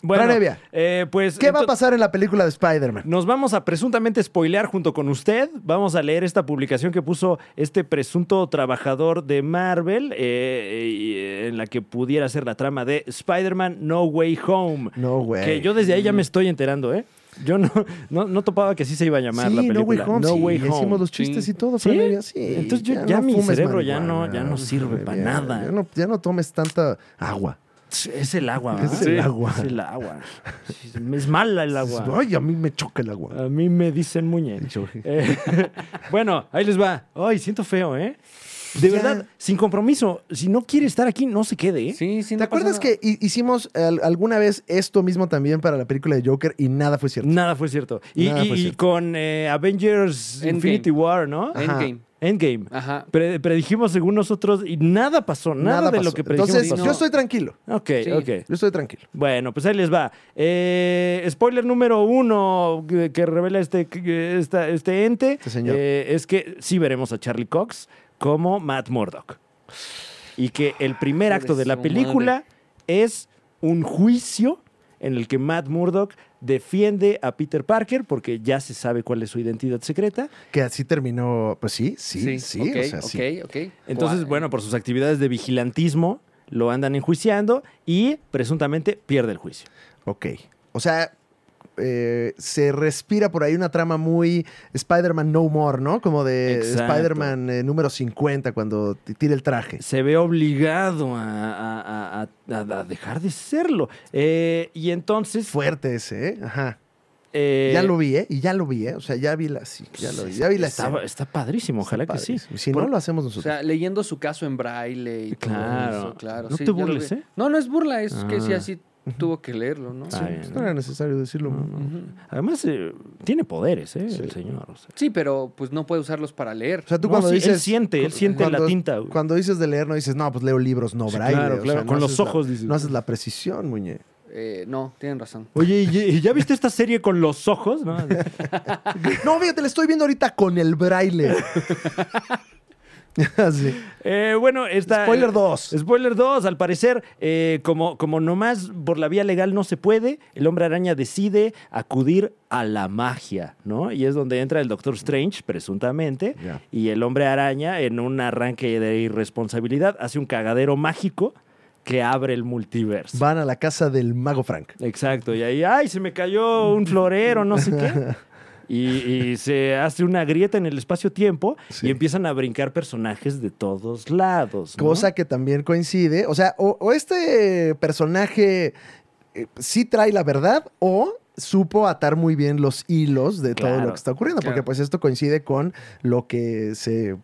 [SPEAKER 2] Bueno,
[SPEAKER 1] Evia.
[SPEAKER 2] eh, pues
[SPEAKER 1] ¿Qué va a
[SPEAKER 2] ento-
[SPEAKER 1] pasar en la película de Spider-Man?
[SPEAKER 2] Nos vamos a presuntamente spoilear junto con usted. Vamos a leer esta publicación que puso este presunto trabajador de Marvel, eh, eh, en la que pudiera ser la trama de Spider-Man No Way Home.
[SPEAKER 1] No, güey.
[SPEAKER 2] Que yo desde ahí ya me estoy enterando, ¿eh? Yo no, no, no topaba que así se iba a llamar
[SPEAKER 1] sí,
[SPEAKER 2] la
[SPEAKER 1] No
[SPEAKER 2] película.
[SPEAKER 1] Way Home.
[SPEAKER 2] No
[SPEAKER 1] sí,
[SPEAKER 2] Way Home.
[SPEAKER 1] Hicimos los chistes
[SPEAKER 3] Sí.
[SPEAKER 1] y todo,
[SPEAKER 2] ¿Sí?
[SPEAKER 1] Fran Evia, sí.
[SPEAKER 2] Entonces yo- ya mi
[SPEAKER 1] fumes
[SPEAKER 2] cerebro ya
[SPEAKER 1] marihuana,
[SPEAKER 2] no- ya no sirve
[SPEAKER 1] Fran
[SPEAKER 2] pa'
[SPEAKER 1] Evia.
[SPEAKER 2] nada.
[SPEAKER 1] Ya no, ya no tomes tanta agua.
[SPEAKER 2] Es el agua. ¿verdad?
[SPEAKER 1] Es el agua.
[SPEAKER 2] Es el agua. Sí, Es mala el agua.
[SPEAKER 1] Ay, a mí me choca el agua.
[SPEAKER 2] A mí me dicen muñe.
[SPEAKER 1] Yo-
[SPEAKER 2] Eh, bueno, ahí les va. Ay, siento feo, ¿eh? De
[SPEAKER 1] Ya.
[SPEAKER 2] verdad, sin compromiso. Si no quiere estar aquí, no se quede, ¿eh?
[SPEAKER 3] Sí, sí,
[SPEAKER 1] ¿Te
[SPEAKER 3] no pasa
[SPEAKER 1] acuerdas
[SPEAKER 3] nada.
[SPEAKER 1] que hi- hicimos al- alguna vez esto mismo también para la película de Joker y nada fue cierto?
[SPEAKER 2] Nada fue cierto. Y,
[SPEAKER 1] Nada
[SPEAKER 2] y-
[SPEAKER 1] fue
[SPEAKER 2] y
[SPEAKER 1] cierto. Ah.
[SPEAKER 2] con eh, Avengers
[SPEAKER 3] Endgame.
[SPEAKER 2] Infinity War, ¿no?
[SPEAKER 1] Ajá.
[SPEAKER 3] Endgame.
[SPEAKER 2] Endgame.
[SPEAKER 3] Ajá.
[SPEAKER 2] Pre- predijimos según nosotros y nada pasó. Nada, de
[SPEAKER 1] pasó.
[SPEAKER 2] lo que predijimos
[SPEAKER 1] Entonces,
[SPEAKER 2] pasó.
[SPEAKER 1] yo estoy tranquilo.
[SPEAKER 2] Ok,
[SPEAKER 3] Sí.
[SPEAKER 2] ok.
[SPEAKER 1] Yo estoy tranquilo.
[SPEAKER 2] Bueno, pues ahí les va. Eh, spoiler número uno que, que revela este, que- esta- este ente
[SPEAKER 1] Este señor.
[SPEAKER 2] eh, es que sí veremos a Charlie Cox como Matt Murdock. Y que el primer
[SPEAKER 3] Hijo de
[SPEAKER 2] acto de la
[SPEAKER 3] su
[SPEAKER 2] película es un juicio en el que Matt Murdock defiende a Peter Parker porque ya se sabe cuál es su identidad secreta.
[SPEAKER 1] Que así terminó. Pues sí, sí, sí.
[SPEAKER 3] ok,
[SPEAKER 1] o sea, sí.
[SPEAKER 3] ok, ok.
[SPEAKER 2] Entonces,
[SPEAKER 3] Guau.
[SPEAKER 2] bueno, por sus actividades de vigilantismo lo andan enjuiciando y presuntamente pierde el juicio.
[SPEAKER 1] Ok. O sea, eh, se respira por ahí una trama muy Spider-Man No More, ¿no? Como de
[SPEAKER 2] Exacto.
[SPEAKER 1] Spider-Man eh, número 50 cuando t- tira el traje.
[SPEAKER 2] se ve obligado a, a- a- a- a dejar de serlo. Eh, y entonces.
[SPEAKER 1] Fuerte ese, ¿eh? Ajá.
[SPEAKER 2] eh,
[SPEAKER 1] ya lo vi, ¿eh? Y ya lo vi, ¿eh? O sea, ya vi la, sí, ya lo vi, ya vi la
[SPEAKER 2] está,
[SPEAKER 1] escena.
[SPEAKER 2] está padrísimo, ojalá que sí.
[SPEAKER 1] Si
[SPEAKER 2] Por-
[SPEAKER 1] no, lo hacemos nosotros.
[SPEAKER 3] O sea, leyendo su caso en braille y todo
[SPEAKER 2] Claro.
[SPEAKER 3] eso, claro.
[SPEAKER 2] No
[SPEAKER 3] sí,
[SPEAKER 2] te
[SPEAKER 3] ya lo
[SPEAKER 2] burles,
[SPEAKER 3] vi.
[SPEAKER 2] ¿eh?
[SPEAKER 3] No, no es burla, es que sí,
[SPEAKER 2] Ah.
[SPEAKER 3] así tuvo que leerlo, ¿no?
[SPEAKER 2] Está
[SPEAKER 3] Sí.
[SPEAKER 2] bien,
[SPEAKER 1] Pues
[SPEAKER 2] ¿no?
[SPEAKER 1] no era necesario decirlo.
[SPEAKER 3] Ujú.
[SPEAKER 2] Además, eh, tiene poderes, ¿eh? El señor. o sea.
[SPEAKER 3] Sí, pero pues no puede usarlos para leer.
[SPEAKER 1] O sea, tú
[SPEAKER 2] No,
[SPEAKER 1] cuando
[SPEAKER 2] sí, él
[SPEAKER 1] dices.
[SPEAKER 2] siente, él
[SPEAKER 1] cu-
[SPEAKER 2] siente la
[SPEAKER 1] cuando-
[SPEAKER 2] tinta, güey.
[SPEAKER 1] Cuando dices de leer, no dices, no, pues leo libros, no
[SPEAKER 2] Sí,
[SPEAKER 1] braille.
[SPEAKER 2] claro,
[SPEAKER 1] o sea,
[SPEAKER 2] claro,
[SPEAKER 1] no
[SPEAKER 2] con los
[SPEAKER 1] haces la-
[SPEAKER 2] ojos, dices.
[SPEAKER 1] No haces la precisión, muñe.
[SPEAKER 3] Eh, no, tienen razón.
[SPEAKER 2] Oye, ¿y, y ya viste esta serie con los ojos? ¿no?
[SPEAKER 1] No, fíjate, le estoy viendo ahorita con el braille. Así.
[SPEAKER 2] Eh, bueno, está.
[SPEAKER 1] Spoiler 2.
[SPEAKER 2] Spoiler 2, al parecer, eh, como, como nomás por la vía legal no se puede, el hombre araña decide acudir a la magia, ¿no? Y es donde entra el Doctor Strange, presuntamente,
[SPEAKER 1] Ya.
[SPEAKER 2] y el hombre araña, en un arranque de irresponsabilidad, hace un cagadero mágico que abre el multiverso.
[SPEAKER 1] Van a la casa del mago Frank.
[SPEAKER 2] Exacto, y ahí, ay, se me cayó un florero, no sé qué. Y, y se hace una grieta en el espacio-tiempo
[SPEAKER 1] Sí.
[SPEAKER 2] y empiezan a brincar personajes de todos lados. ¿no?
[SPEAKER 1] Cosa que también coincide. O sea, o, o este personaje eh, sí trae la verdad o supo atar muy bien los hilos de todo
[SPEAKER 2] Claro,
[SPEAKER 1] lo que está ocurriendo. Porque
[SPEAKER 3] claro.
[SPEAKER 1] pues esto coincide con lo que se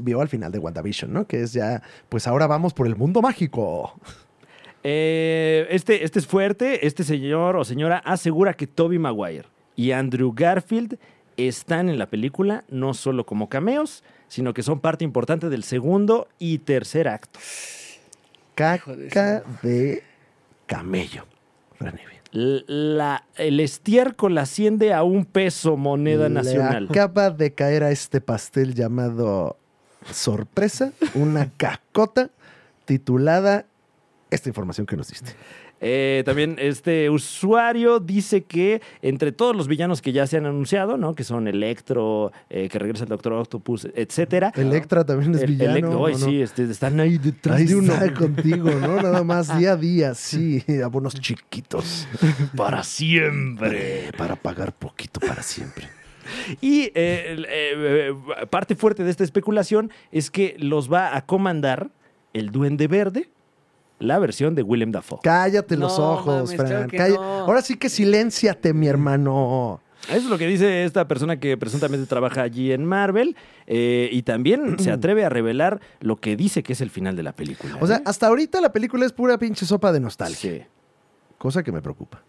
[SPEAKER 1] vio al final de WandaVision, ¿no? Que es ya, pues ahora vamos por el mundo mágico.
[SPEAKER 2] Eh, este, este es fuerte. Este señor o señora asegura que Toby Maguire y Andrew Garfield están en la película no solo como cameos, sino que son parte importante del segundo y tercer acto.
[SPEAKER 3] de
[SPEAKER 1] Caca de camello. Fran Evia.
[SPEAKER 2] L- la- el estiércol asciende a un peso moneda
[SPEAKER 1] Le
[SPEAKER 2] nacional.
[SPEAKER 1] acaba de caer a este pastel llamado sorpresa, una cacota titulada esta información que nos diste.
[SPEAKER 2] Eh, también este usuario dice que entre todos los villanos que ya se han anunciado, ¿no? Que son Electro, eh, que regresa el Doctor Octopus, etcétera.
[SPEAKER 1] Electra también es
[SPEAKER 2] El-
[SPEAKER 1] villano.
[SPEAKER 2] Electro, ay,
[SPEAKER 1] ¿o no?
[SPEAKER 2] sí, este, están ahí detrás
[SPEAKER 1] Ahí
[SPEAKER 2] de uno.
[SPEAKER 1] está contigo, ¿no? Nada más día a día, sí, abonos chiquitos
[SPEAKER 2] Para siempre.
[SPEAKER 1] eh, para pagar poquito para siempre.
[SPEAKER 2] Y eh, el- eh, eh, parte fuerte de esta especulación es que los va a comandar el Duende Verde, la versión de Willem Dafoe.
[SPEAKER 1] Cállate los
[SPEAKER 3] No,
[SPEAKER 1] ojos,
[SPEAKER 3] mames,
[SPEAKER 1] Fran.
[SPEAKER 3] claro que
[SPEAKER 1] calla-
[SPEAKER 3] no.
[SPEAKER 1] Ahora sí que silénciate, mi hermano.
[SPEAKER 2] Eso es lo que dice esta persona que presuntamente trabaja allí en Marvel eh, y también se atreve a revelar lo que dice que es el final de la película.
[SPEAKER 1] O sea,
[SPEAKER 2] ¿eh?
[SPEAKER 1] hasta ahorita la película es pura pinche sopa de nostalgia.
[SPEAKER 2] Sí.
[SPEAKER 1] Cosa que me preocupa.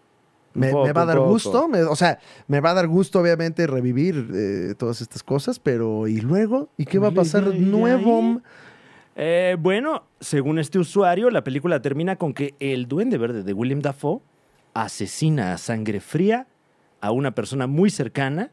[SPEAKER 2] Un
[SPEAKER 1] Me,
[SPEAKER 2] poco,
[SPEAKER 1] me va a
[SPEAKER 2] un
[SPEAKER 1] dar
[SPEAKER 2] poco.
[SPEAKER 1] gusto, me- o sea, me va a dar gusto obviamente revivir eh, todas estas cosas, pero ¿y luego? ¿Y qué va a pasar
[SPEAKER 2] ¿Y de ahí?
[SPEAKER 1] nuevo?
[SPEAKER 2] Eh, bueno, según este usuario, la película termina con que el duende verde de William Dafoe asesina a sangre fría a una persona muy cercana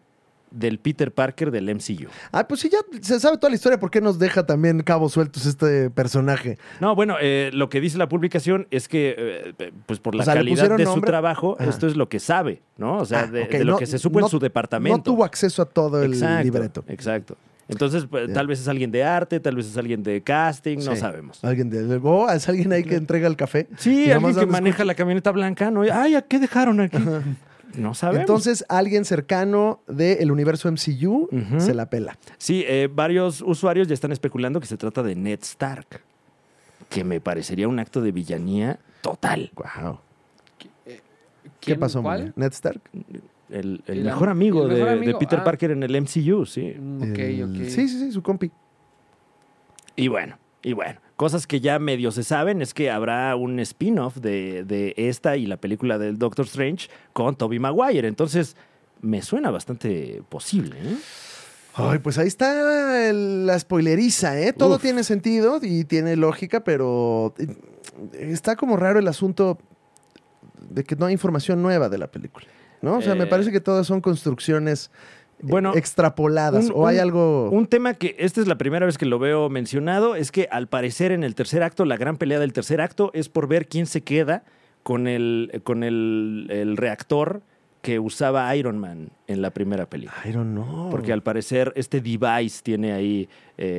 [SPEAKER 2] del Peter Parker del MCU.
[SPEAKER 1] Ah, pues sí, ya se sabe toda la historia, ¿por qué nos deja también cabos sueltos este personaje?
[SPEAKER 2] No, bueno, eh, lo que dice la publicación es que, eh, pues por la
[SPEAKER 1] O sea, ¿le
[SPEAKER 2] calidad
[SPEAKER 1] pusieron
[SPEAKER 2] de su
[SPEAKER 1] nombre?
[SPEAKER 2] trabajo,
[SPEAKER 1] Ajá.
[SPEAKER 2] esto es lo que sabe, ¿no? O sea,
[SPEAKER 1] Ah,
[SPEAKER 2] de,
[SPEAKER 1] ok,
[SPEAKER 2] de lo
[SPEAKER 1] no-
[SPEAKER 2] que se supo
[SPEAKER 1] no-
[SPEAKER 2] en su departamento.
[SPEAKER 1] No tuvo acceso a todo el
[SPEAKER 2] exacto,
[SPEAKER 1] libreto.
[SPEAKER 2] Exacto. Entonces, pues, tal vez es alguien de arte, tal vez es alguien de casting, no
[SPEAKER 1] Sí.
[SPEAKER 2] sabemos.
[SPEAKER 1] Alguien de, oh, es alguien ahí que entrega el café. Y
[SPEAKER 2] Sí,
[SPEAKER 1] nada
[SPEAKER 2] alguien
[SPEAKER 1] más
[SPEAKER 2] que
[SPEAKER 1] dando
[SPEAKER 2] maneja la camioneta blanca, ¿no? Ay, ¿a qué dejaron aquí? No sabemos.
[SPEAKER 1] Entonces, alguien cercano del universo MCU
[SPEAKER 2] Ujú.
[SPEAKER 1] se la pela.
[SPEAKER 2] sí, eh, varios usuarios ya están especulando que se trata de Ned Stark, que me parecería un acto de villanía total.
[SPEAKER 1] Wow. ¿Qué
[SPEAKER 3] ¿Quién?
[SPEAKER 1] pasó,
[SPEAKER 3] ¿Cuál?
[SPEAKER 1] Manuel? Ned Stark.
[SPEAKER 2] El, el
[SPEAKER 3] El
[SPEAKER 2] mejor
[SPEAKER 3] am-
[SPEAKER 2] amigo,
[SPEAKER 3] el mejor
[SPEAKER 2] de,
[SPEAKER 3] amigo,
[SPEAKER 2] de Peter
[SPEAKER 3] ah.
[SPEAKER 2] Parker en el MCU, sí.
[SPEAKER 3] Mm, Ok,
[SPEAKER 1] El-
[SPEAKER 3] ok.
[SPEAKER 1] Sí, sí, sí, su compi.
[SPEAKER 2] Y bueno, y bueno. Cosas que ya medio se saben es que habrá un spin-off de, de esta y la película del Doctor Strange con Tobey Maguire. Entonces, me suena bastante posible. ¿eh?
[SPEAKER 1] Ay, pues ahí está el- la spoileriza, ¿eh? Todo
[SPEAKER 2] Uf.
[SPEAKER 1] tiene sentido y tiene lógica, pero eh, está como raro el asunto de que no hay información nueva de la película, ¿no? O sea, me
[SPEAKER 2] Eh,
[SPEAKER 1] parece que todas son construcciones eh,
[SPEAKER 2] bueno,
[SPEAKER 1] extrapoladas
[SPEAKER 2] un-
[SPEAKER 1] o hay
[SPEAKER 2] un-
[SPEAKER 1] algo...
[SPEAKER 2] Un tema que esta es la primera vez que lo veo mencionado es que al parecer en el tercer acto, la gran pelea del tercer acto es por ver quién se queda con el, con el, el reactor que usaba Iron Man en la primera película.
[SPEAKER 1] I don't know.
[SPEAKER 2] Porque al parecer este device tiene ahí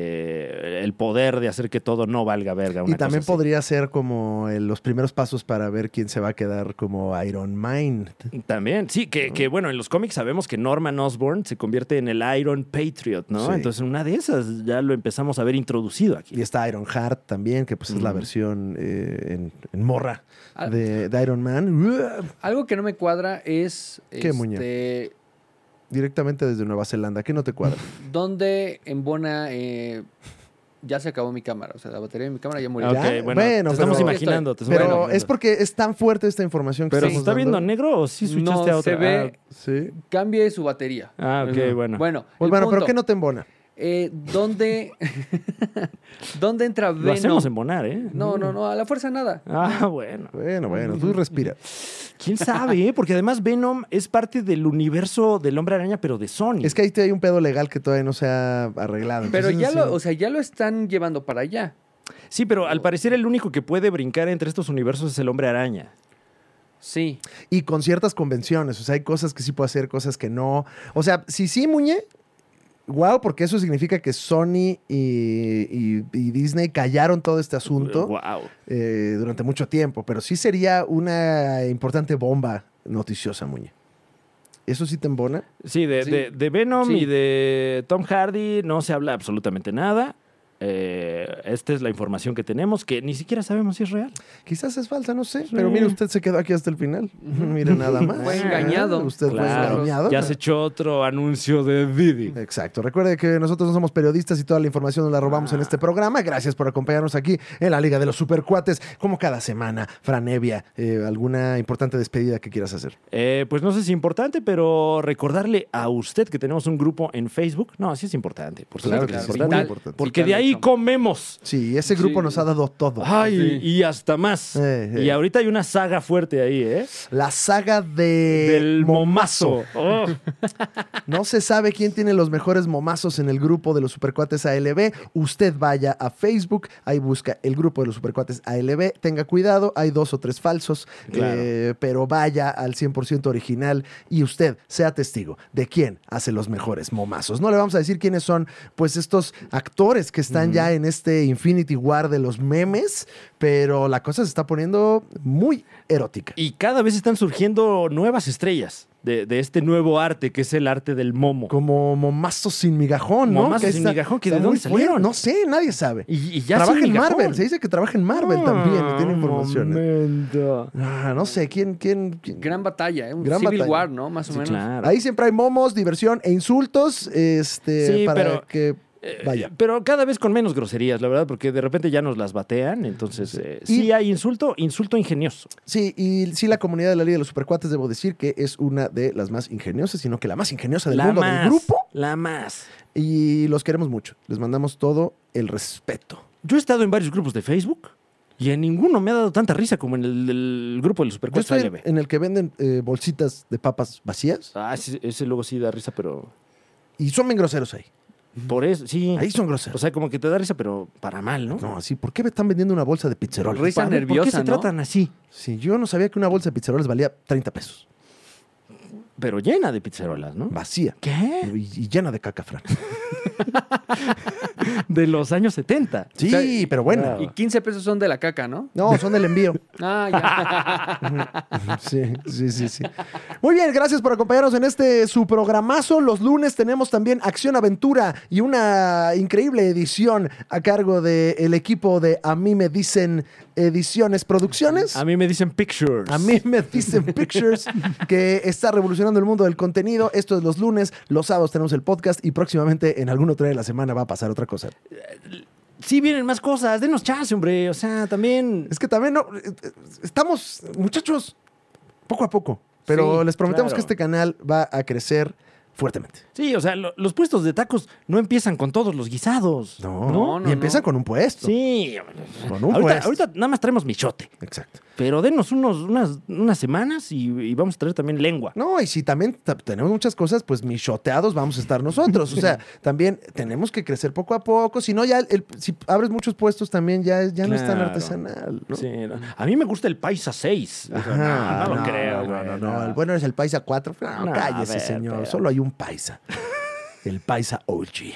[SPEAKER 2] eh, el poder de hacer que todo no valga verga.
[SPEAKER 1] Y
[SPEAKER 2] una
[SPEAKER 1] también
[SPEAKER 2] cosa así.
[SPEAKER 1] podría ser como el- los primeros pasos para ver quién se va a quedar como Iron Mind.
[SPEAKER 2] También, sí, que, que, bueno, en los cómics sabemos que Norman Osborn se convierte en el Iron Patriot, ¿no?
[SPEAKER 1] Sí.
[SPEAKER 2] Entonces una de esas ya lo empezamos a ver introducido aquí.
[SPEAKER 1] Y está Iron Heart también, que pues es la
[SPEAKER 2] Ujú.
[SPEAKER 1] versión eh, en, en morra
[SPEAKER 3] Ah.
[SPEAKER 1] de, de Iron Man. Uah,
[SPEAKER 3] Algo que no me cuadra es.
[SPEAKER 1] ¿Qué, Muñe?
[SPEAKER 3] este,
[SPEAKER 1] Directamente desde Nueva Zelanda. ¿Qué no te cuadra?
[SPEAKER 3] ¿Dónde embona. eh, ya se acabó mi cámara. O sea, la batería de mi cámara ya murió.
[SPEAKER 2] Ok,
[SPEAKER 1] ¿Ya?
[SPEAKER 2] bueno,
[SPEAKER 1] Ah, Bueno,
[SPEAKER 2] te estamos
[SPEAKER 1] pero-
[SPEAKER 2] imaginando. te estamos
[SPEAKER 1] Pero
[SPEAKER 2] imaginando.
[SPEAKER 1] es porque es tan fuerte esta información que
[SPEAKER 2] ¿Pero se
[SPEAKER 1] estamos
[SPEAKER 2] está viendo
[SPEAKER 1] dando.
[SPEAKER 2] negro o sí
[SPEAKER 3] no,
[SPEAKER 2] switchaste a otra?
[SPEAKER 3] se ve.
[SPEAKER 1] Sí.
[SPEAKER 3] Cambie su batería.
[SPEAKER 2] Ah, ah, ok, bueno.
[SPEAKER 3] Bueno,
[SPEAKER 1] Pues
[SPEAKER 3] el
[SPEAKER 1] ah. bueno,
[SPEAKER 3] punto,
[SPEAKER 1] pero ¿qué no te embona?
[SPEAKER 3] eh, ¿dónde, ¿Dónde entra
[SPEAKER 2] Ah, Lo
[SPEAKER 3] Venom?
[SPEAKER 2] hacemos embonar, ¿eh?
[SPEAKER 3] No, no, no, a la fuerza nada.
[SPEAKER 2] Ah, bueno.
[SPEAKER 1] Bueno, bueno,
[SPEAKER 3] Mm.
[SPEAKER 1] tú respira.
[SPEAKER 2] ¿Quién sabe, eh? Porque además Venom es parte del universo del Hombre Araña, pero de Sony.
[SPEAKER 1] Es que ahí te hay un pedo legal que todavía no se ha arreglado.
[SPEAKER 3] Mm. Pero
[SPEAKER 1] Entonces,
[SPEAKER 3] ya
[SPEAKER 1] sí.
[SPEAKER 3] lo, o sea, ya lo están llevando para allá.
[SPEAKER 2] Sí, pero al parecer el único que puede brincar entre estos universos es el Hombre Araña.
[SPEAKER 3] Sí.
[SPEAKER 1] Y con ciertas convenciones. O sea, hay cosas que sí puedo hacer, cosas que no. O sea, si sí, Muñe, wow, porque eso significa que Sony y, y- y Disney callaron todo este asunto
[SPEAKER 2] Wow.
[SPEAKER 1] eh, durante mucho tiempo. Pero sí sería una importante bomba noticiosa, Muñe. ¿Eso sí te embona?
[SPEAKER 2] Sí, de,
[SPEAKER 3] Sí.
[SPEAKER 2] de- de Venom
[SPEAKER 3] Sí.
[SPEAKER 2] y de Tom Hardy no se habla absolutamente nada. eh, esta es la información que tenemos, que ni siquiera sabemos si es real.
[SPEAKER 1] Quizás es falsa, no sé. Pero mire, usted se quedó aquí hasta el final. Mire, nada más.
[SPEAKER 3] Fue engañado.
[SPEAKER 1] Usted fue
[SPEAKER 3] Claro.
[SPEAKER 1] engañado.
[SPEAKER 2] Ya se echó otro anuncio de Didi.
[SPEAKER 1] Exacto. Recuerde que nosotros no somos periodistas y toda la información nos la robamos en
[SPEAKER 3] Ah.
[SPEAKER 1] este programa. Gracias por acompañarnos aquí en la Liga de los Supercuates. Como cada semana, Franevia, eh, alguna importante despedida que quieras hacer.
[SPEAKER 2] Eh, pues no sé si es importante, pero recordarle a usted que tenemos un grupo en Facebook. No, sí es importante. Por
[SPEAKER 1] Claro
[SPEAKER 2] supuesto que
[SPEAKER 1] que
[SPEAKER 2] es
[SPEAKER 1] sí, muy
[SPEAKER 2] importante.
[SPEAKER 1] importante.
[SPEAKER 2] Porque de
[SPEAKER 3] Vital
[SPEAKER 2] ahí
[SPEAKER 3] Exxon.
[SPEAKER 2] comemos.
[SPEAKER 1] Sí, ese grupo
[SPEAKER 3] Sí. Ah.
[SPEAKER 1] nos ha dado todo.
[SPEAKER 2] Ay,
[SPEAKER 3] Sí.
[SPEAKER 2] y hasta más.
[SPEAKER 1] Eh, eh.
[SPEAKER 2] Y ahorita hay una saga fuerte ahí, ¿eh?
[SPEAKER 1] La saga de...
[SPEAKER 2] Del momazo. Oh.
[SPEAKER 1] No se sabe quién tiene los mejores momazos en el grupo de los Supercuates ALB. Usted vaya a Facebook, ahí busca el grupo de los Supercuates ALB. Tenga cuidado, hay dos o tres falsos,
[SPEAKER 2] Claro.
[SPEAKER 1] eh, pero vaya al 100% original y usted sea testigo de quién hace los mejores momazos. No le vamos a decir quiénes son, pues estos actores que están ya en este Infinity War de los memes, pero la cosa se está poniendo muy erótica.
[SPEAKER 2] Y cada vez están surgiendo nuevas estrellas de, de este nuevo arte, que es el arte del momo.
[SPEAKER 1] Como momazos sin migajón, ¿no?
[SPEAKER 2] Momazos
[SPEAKER 1] Que
[SPEAKER 2] sin
[SPEAKER 1] está-
[SPEAKER 2] migajón, que
[SPEAKER 1] está
[SPEAKER 2] de dónde
[SPEAKER 1] muy fuerte.
[SPEAKER 2] salieron.
[SPEAKER 1] No sé, nadie sabe.
[SPEAKER 2] Y, y ya
[SPEAKER 1] trabaja
[SPEAKER 2] sin
[SPEAKER 1] en
[SPEAKER 2] migajón.
[SPEAKER 1] Marvel, se dice que trabaja en Marvel también y tiene
[SPEAKER 2] Ah,
[SPEAKER 1] informaciones.
[SPEAKER 2] momento.
[SPEAKER 1] Ah, no sé, ¿quién, quién, quién?
[SPEAKER 3] Gran batalla, ¿eh? Un
[SPEAKER 1] Gran
[SPEAKER 3] Civil
[SPEAKER 1] batalla.
[SPEAKER 3] War, ¿no? Más o
[SPEAKER 2] Sí,
[SPEAKER 3] menos.
[SPEAKER 2] claro.
[SPEAKER 1] Ahí siempre hay momos, diversión e insultos este,
[SPEAKER 2] Sí,
[SPEAKER 1] para
[SPEAKER 2] pero-
[SPEAKER 1] que
[SPEAKER 2] Eh,
[SPEAKER 1] vaya.
[SPEAKER 2] Pero cada vez con menos groserías, la verdad, porque de repente ya nos las batean. Entonces, eh,
[SPEAKER 1] Y-
[SPEAKER 2] sí hay insulto, insulto ingenioso.
[SPEAKER 1] Sí, y sí, la comunidad de la Liga de los Supercuates, debo decir que es una de las más ingeniosas, sino que la más ingeniosa del
[SPEAKER 2] la
[SPEAKER 1] mundo
[SPEAKER 2] más.
[SPEAKER 1] del grupo.
[SPEAKER 2] La más.
[SPEAKER 1] Y los queremos mucho. Les mandamos todo el respeto.
[SPEAKER 2] Yo he estado en varios grupos de Facebook y en ninguno me ha dado tanta risa como en el, del grupo del
[SPEAKER 1] Yo
[SPEAKER 2] Supercuatro
[SPEAKER 1] estoy en, en el que venden eh, bolsitas de papas vacías
[SPEAKER 2] Ah, sí, ese luego sí da risa, pero.
[SPEAKER 1] y son bien groseros ahí.
[SPEAKER 2] Por eso, sí.
[SPEAKER 1] Ahí son
[SPEAKER 2] O
[SPEAKER 1] groseros.
[SPEAKER 2] sea, como que te da risa, pero para mal, ¿no?
[SPEAKER 1] No, sí, ¿por qué me están vendiendo una bolsa de pizzerol?
[SPEAKER 3] Risa
[SPEAKER 2] A ver, ¿Por qué
[SPEAKER 3] nerviosa,
[SPEAKER 2] se
[SPEAKER 3] ¿no?
[SPEAKER 2] tratan así?
[SPEAKER 1] Sí, yo no sabía que una bolsa de pizzeroles valía 30 pesos.
[SPEAKER 2] Pero llena de pizzerolas, ¿no?
[SPEAKER 1] Vacía.
[SPEAKER 2] ¿Qué?
[SPEAKER 1] Y, y llena de caca, Fran.
[SPEAKER 2] De los años 70.
[SPEAKER 1] Sí,
[SPEAKER 3] sea,
[SPEAKER 1] pero bueno.
[SPEAKER 2] claro.
[SPEAKER 3] Y 15 pesos son de la caca, ¿no?
[SPEAKER 1] No, son del envío.
[SPEAKER 3] Ah, ya.
[SPEAKER 1] Sí, sí, sí, sí. Muy bien, gracias por acompañarnos en este su programazo. Los lunes tenemos también Acción Aventura y una increíble edición a cargo del equipo de A mí me dicen Ediciones Producciones.
[SPEAKER 2] A mí me dicen pictures.
[SPEAKER 1] A mí me dicen Pictures que está revolucionando el mundo del contenido. Esto es los lunes, los sábados tenemos el podcast y próximamente en algún otro día de la semana va a pasar otra cosa.
[SPEAKER 2] Sí vienen más cosas. Denos chance, hombre. O sea, también.
[SPEAKER 1] Es que también no, eh, eh, estamos, muchachos, poco a poco. Pero
[SPEAKER 2] Sí,
[SPEAKER 1] les prometemos
[SPEAKER 2] claro.
[SPEAKER 1] que este canal va a crecer fuertemente.
[SPEAKER 2] Sí, o sea, lo- los puestos de tacos no empiezan con todos los guisados.
[SPEAKER 1] No, pues.
[SPEAKER 3] No,
[SPEAKER 1] y
[SPEAKER 3] no,
[SPEAKER 1] empieza
[SPEAKER 3] no.
[SPEAKER 1] con un puesto.
[SPEAKER 2] Sí.
[SPEAKER 1] Con un
[SPEAKER 2] ahorita,
[SPEAKER 1] puesto.
[SPEAKER 2] ahorita nada más traemos michote.
[SPEAKER 1] Exacto.
[SPEAKER 2] Pero denos unos, unas, unas semanas y, y vamos a traer también lengua.
[SPEAKER 1] No, y si también ta- tenemos muchas cosas, pues michoteados vamos a estar nosotros. O sea, también tenemos que crecer poco a poco. Si no, ya el- si abres muchos puestos también ya, ya no es tan
[SPEAKER 2] Claro.
[SPEAKER 1] artesanal. ¿no?
[SPEAKER 2] Sí, no. A mí me gusta el paisa 6.
[SPEAKER 1] Ajá,
[SPEAKER 2] no, lo creo,
[SPEAKER 1] No,
[SPEAKER 2] güey,
[SPEAKER 1] no,
[SPEAKER 2] no.
[SPEAKER 1] no. El bueno es el paisa 4. No,
[SPEAKER 2] No,
[SPEAKER 1] cállese,
[SPEAKER 2] a ver,
[SPEAKER 1] señor.
[SPEAKER 2] pero-
[SPEAKER 1] Solo hay un paisa. El paisa OG.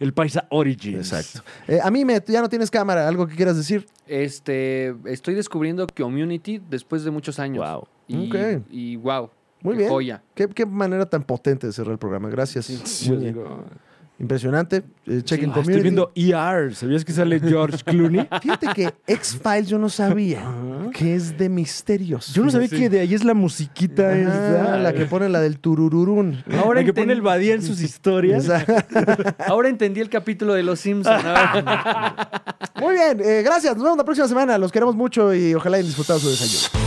[SPEAKER 2] El paisa origins.
[SPEAKER 1] Exacto. Eh, a mí me, ya no tienes cámara, algo que quieras decir.
[SPEAKER 3] Este, estoy descubriendo Community después de muchos años.
[SPEAKER 2] Wow.
[SPEAKER 3] Y,
[SPEAKER 1] Ok.
[SPEAKER 3] y wow.
[SPEAKER 1] Muy
[SPEAKER 3] qué
[SPEAKER 1] bien.
[SPEAKER 3] Joya.
[SPEAKER 1] ¿Qué, qué manera tan potente de cerrar el programa. Gracias. Muy bien. Impresionante. Eh, chequen
[SPEAKER 2] Ah, estoy
[SPEAKER 1] community.
[SPEAKER 2] viendo ER. ¿Sabías que sale George Clooney?
[SPEAKER 1] Fíjate que X-Files yo no sabía que es de misterios.
[SPEAKER 2] Ah. Yo no sabía que de ahí es la musiquita
[SPEAKER 1] Ah,
[SPEAKER 2] esa.
[SPEAKER 1] la que pone la del turururún.
[SPEAKER 2] Ahora
[SPEAKER 3] Ahora
[SPEAKER 2] que pone
[SPEAKER 3] entendí.
[SPEAKER 2] el Badía en sus historias.
[SPEAKER 1] Esa-
[SPEAKER 3] Ahora entendí el capítulo de Los Simpsons.
[SPEAKER 1] Muy bien, eh, gracias. Nos vemos la próxima semana. Los queremos mucho y ojalá hayan disfrutado su desayuno.